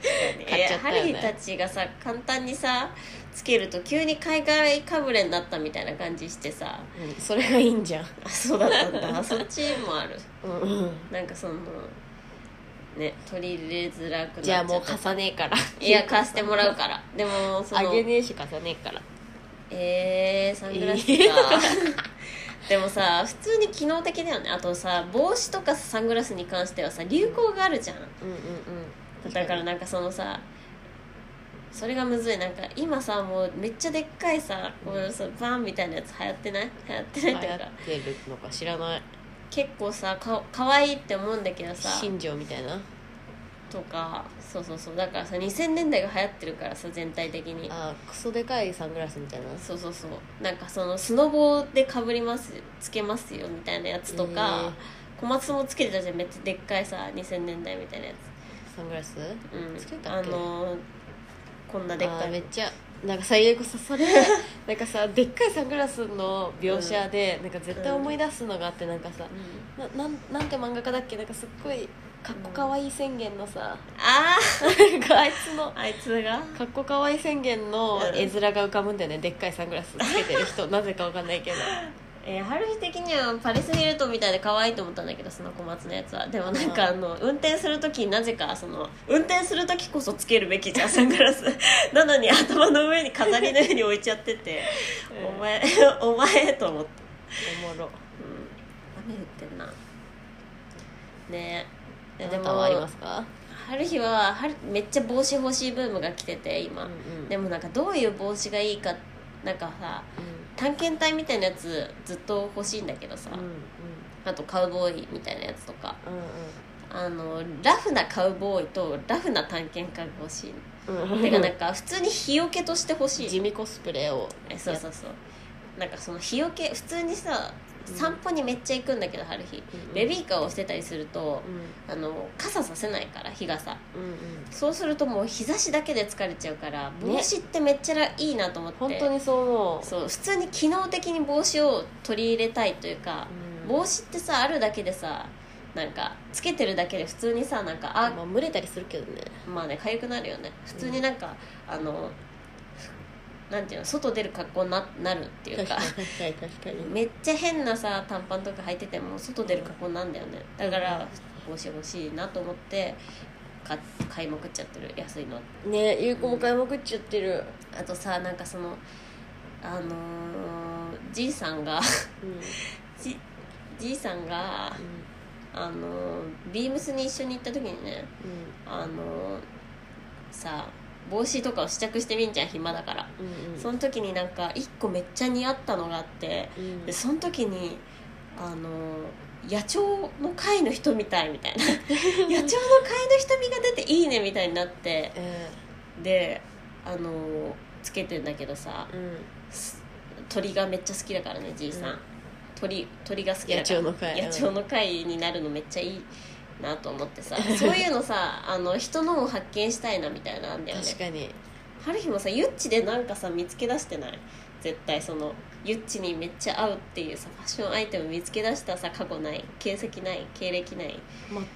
買え っちゃったよねハリーたちがさ簡単にさつけると急に海外かぶれになったみたいな感じしてさそれがいいんじゃんあそうだったんだあ そっちもあるうんうんなんかそのね取り入れづらくなっちじゃゃあったもう貸さねえからいや貸してもらうからでもそあのげねえし貸さねえからえー、サングラスか、 でもさ普通に機能的だよねあとさ帽子とかサングラスに関してはさ流行があるじゃんうんうんうんだからなんかそのさそれがむずいなんか今さもうめっちゃでっかいさこういうさバンみたいなやつ流行ってない流行ってな流いっ行ていうかってるのか知らない結構さか可愛いって思うんだけどさ新庄みたいなとかそうそうそうだからさ2000年代が流行ってるからさ全体的にあークソでかいサングラスみたいなそうそうそうなんかそのスノボでかぶりますつけますよみたいなやつとか、小松もつけてたじゃんめっちゃでっかいさ2000年代みたいなやサングラスつ、うん、つけたっけあのーこんなでっあかーいめっちゃなんか最悪さそ れなんかさでっかいサングラスの描写で、なんか絶対思い出すのがあってなんかさうんななんなんて漫画家だっけなんかすっごいかっこかわいい宣言のさ、あなんかあいつのああいつがかっこかわいい宣言の絵面が浮かぶんだよねでっかいサングラスつけてる 人なぜかわかんないけどえー、春日的にはパリス・ヒルトンみたいで可愛いと思ったんだけどその小松のやつはでもなんかあの運転する時になぜかその運転する時こそつけるべきじゃんサングラス なのに頭の上に飾りのように置いちゃってて、 うんお前お前と思って。おもろ雨降ってんなねえあでなたはありまもすか、春日は春めっちゃ帽子欲しいブームが来てて今、うんうんでもなんかどういう帽子がいいかなんかさ探検隊みたいなやつずっと欲しいんだけどさ、うんうんあとカウボーイみたいなやつとかうあのラフなカウボーイとラフな探検家が欲しいんうんうんてかなんか普通に日よけとして欲しい地味コスプレをえそうそうそうなんかその日よけ普通にさ散歩にめっちゃ行くんだけど春日うんベビーカーをしてたりするとうんあの傘させないから日傘うんうんそうするともう日差しだけで疲れちゃうからね帽子ってめっちゃいいなと思って、本当にそう思うそう普通に機能的に帽子を取り入れたいというか、うん帽子ってさあるだけでさなんかつけてるだけで普通にさなんかあまあ蒸れたりするけどねまあね痒くなるよね普通になんか、あのなんていうの外出る格好にななるっていうかかに確かにめっちゃ変なさ短パンとか履いてても外出る格好なんだよねだから帽子欲しいなと思って買っ買いまくっちゃってる安いのねゆうこも買いまくっちゃってるあとさなんかそのあのーじいさんが うんじじいさんがうあのービームスに一緒に行った時にねんあのーさ帽子とかを試着してみんちゃん暇だからうんうんその時になんか一個めっちゃ似合ったのがあってうんでその時にあの野鳥の会の人みたいみ たいな野鳥の会の瞳が出ていいねみたいになってえであのつけてんだけどさーうん鳥がめっちゃ好きだからねじいさん、うん鳥鳥が好きだから野鳥の会野鳥の会になるのめっちゃいいなと思 ってさそういうのさあの人のを発見したいなみたいなんだよね確かに春日もさユッチでなんかさ見つけ出してない絶対そのユッチにめっちゃ合うっていうさファッションアイテム見つけ出したさ過去ない形跡ない経歴ない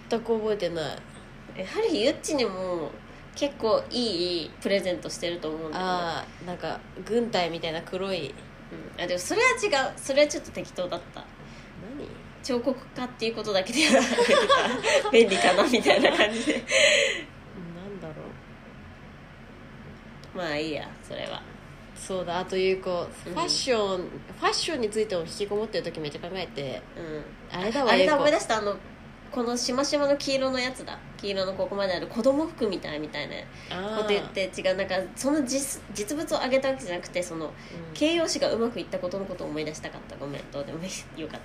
全く覚えてないえ春日ユッチにも結構いいプレゼントしてると思うんだよ、ねああなんか軍隊みたいな黒いうん、あでもそれは違うそれはちょっと適当だった何彫刻家っていうことだけでや られてた便利かなみたいな感じで なんだろうまあいいやそれはそうだあというこううんファッション、ファッションについても引きこもってる時めっちゃ考えてうんあれだわあれだゆうこ思い出したあのこのしましまの黄色のやつだ黄色のここまである子供服みたいみたいなあーこと言って違うなんかその実実物をあげたわけじゃなくてそのうん形容詞がうまくいったことのことを思い出したかったごめんどうでもいいよかっ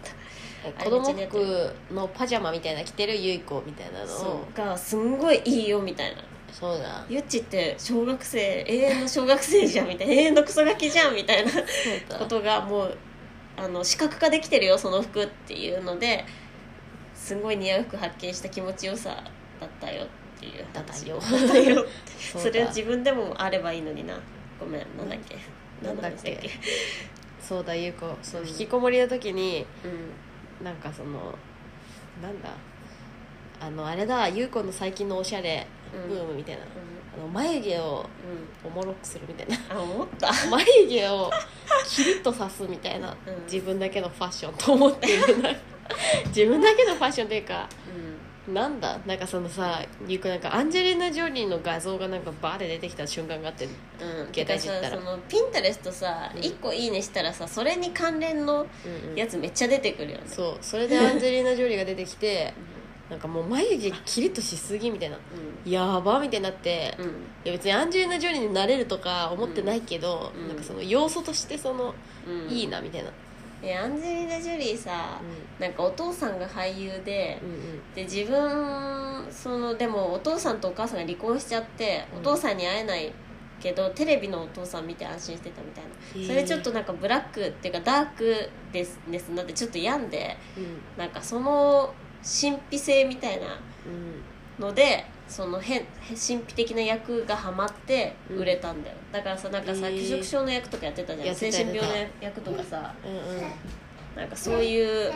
た子供服のパジャマみたいな着てるゆい子みたいなのそをうがすんごいいいよみたいなそうだゆっちって小学生永遠の小学生じゃんみたいな永遠のクソガキじゃんみたいな そうだことがもうあの視覚化できてるよその服っていうのですごい似合う服発見した気持ちよさだったよっていうだ話だよだよ そそうだれを自分でもあればいいのになごめんなんだっけなんだっけ何の話そうだゆう子そう、うん引きこもりの時にうんなんかそのなんだあのあれだゆう子の最近のおしゃれうんブームみたいな、あの眉毛をうおもろくするみたいなん、あ思った眉毛をキリッとさすみたいな、うん自分だけのファッションと思ってるな 自分だけのファッションというかなんだなんかそのさゆう子なんかアンジェリーナ・ジョリーの画像がなんかバーで出てきた瞬間があってううん、うん、携帯いじったてらかさそのピンタレストさうん一個いいねしたらさそれに関連のんうんやつめっちゃ出てくるよねそうそれでアンジェリーナ・ジョリーが出てきて なんかもう眉毛キリッとしすぎみたいなやばみたいになって、うんいうんうんや別にアンジェリーナ・ジョリーになれるとか思ってないけど、うんなんかその要素としてその、うんいいなみたいな、えアンジェリーナ・ジョリーさ、なんかお父さんが俳優で、うんで自分そのでもお父さんとお母さんが離婚しちゃって、うんお父さんに会えないけどテレビのお父さん見て安心してたみたいな、それちょっと、なんかブラックっていうかダークですですなってちょっと病んでうんなんかその神秘性みたいなうんのでその変神秘的な役がハマって売れたんだよ、だからさなんかさへー拒食症の役とかやってたじゃん、やって精た神やってた病の役とかさうんうんなんかそういう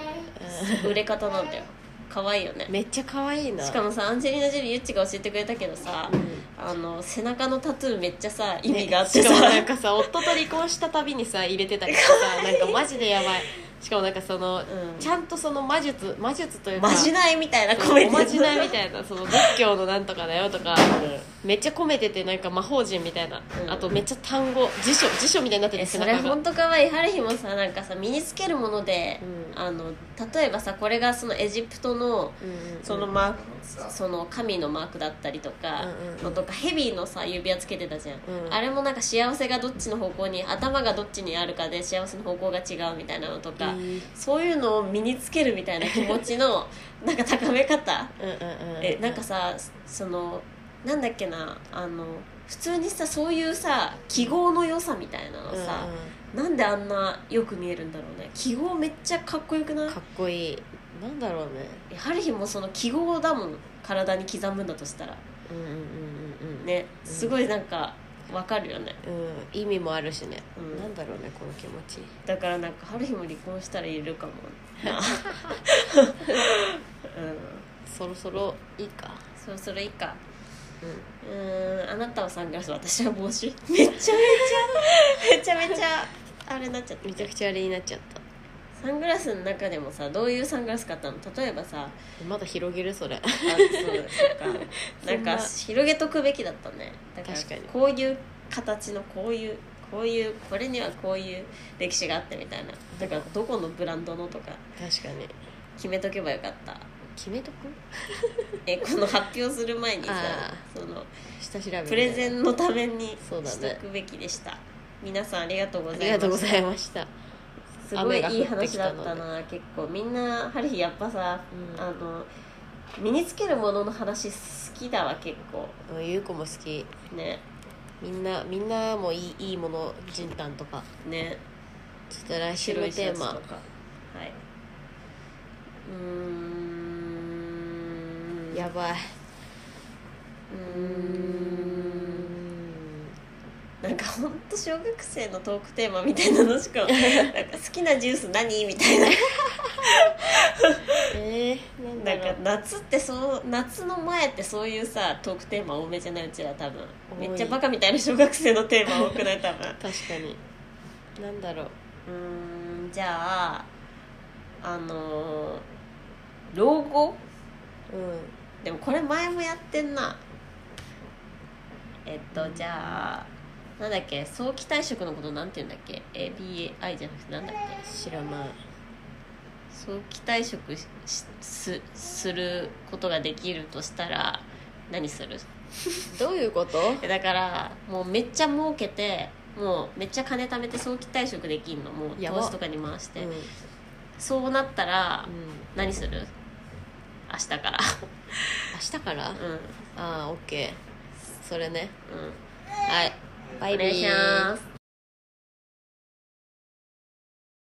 う売れ方なんだよ可愛いよねんめっちゃ可愛いなしかもさアンジェリーナ・ジュリーユッチが教えてくれたけどさ、うんあの背中のタトゥーめっちゃさ意味ねがあってしさ、かもなんかさ夫と離婚したたびにさ入れてたりとかさなんかマジでやばいしかもなんかその、うんちゃんとその魔術魔術というかまじないみたいなコメンおトまじないみたいなその仏教のなんとかだよとかめっちゃ込めててなんか魔法陣みたいな、うんあとめっちゃ単語辞書辞書みたいになってえて それがほんとかわいい春日もさなんかさ身につけるもので、うんあの例えばさこれがそのエジプトのうんうんそのマーク、その神のマークだったりとかうんうんのとかヘビーのさ指輪つけてたじゃん、うんあれもなんか幸せがどっちの方向に頭がどっちにあるかで幸せの方向が違うみたいなのとか、うんそういうのを身につけるみたいな気持ち のなんか高め方うんうんうんえなんかさそのなんだっけなあの普通にさそういうさ記号の良さみたいなのうんうんさ、なんであんなよく見えるんだろうね記号めっちゃかっこよくないかっこいいなんだろうねえ春日もその記号だもん体に刻むんだとしたらうんうんうんうんねすごいなんかわかるよねうん意味もあるしね、うんなんだろうねこの気持ちだからなんか春日も離婚したらいるかもなうんそろそろいいかそろそろいいかうんうーんあなたはサングラス私は帽子めっちゃめちゃめちゃめちゃあれになっちゃっためちゃくちゃあれになっちゃったサングラスの中でもさどういうサングラス買ったの例えばさまだ広げるそれあそうだそっかなんかそんな広げとくべきだったねだら確かにこういう形のこういうこういうこれにはこういう歴史があってみたいなだからどこのブランドのとか確かに決めとけばよかった決めとくえこの発表する前にさあその下調べみたいなプレゼンのためにそうだねしとくべきでした、皆さんありがとうごあざりいがまとうごしざいましたたすごいいい雨が降ってき話だたのっでたな結構みんなハリヒやっぱさ、うんあの身につけるものの話好きだわ結構うんゆうこも好きねみんなみんなもいいいいものじんたんとかねちょっと来週のテーマかはいうーんやばいうーんなんかほんと小学生のトークテーマみたいなのし かなんか好きなジュース何みたいなえー、ななんだんろかう夏ってそう夏の前ってそういうさトークテーマ多めじゃないうちら多分多めいっちゃバカみたいな小学生のテーマ多くない多分確かになんだろううーんじゃああのー老後うでもこれ前もやってんなえっとじゃあなんだっけ早期退職のことなんて言うんだっけ ABI じゃなくてなんだっけん知らない早期退職しすすることができるとしたら何するどういうことえだからもうめっちゃ儲けてもうめっちゃ金貯めて早期退職できんのもうやば投資とかに回して、うん、うん、そうなったら何する明日から明日から、あうんあオッケーそれねうんはいバイおビー願いします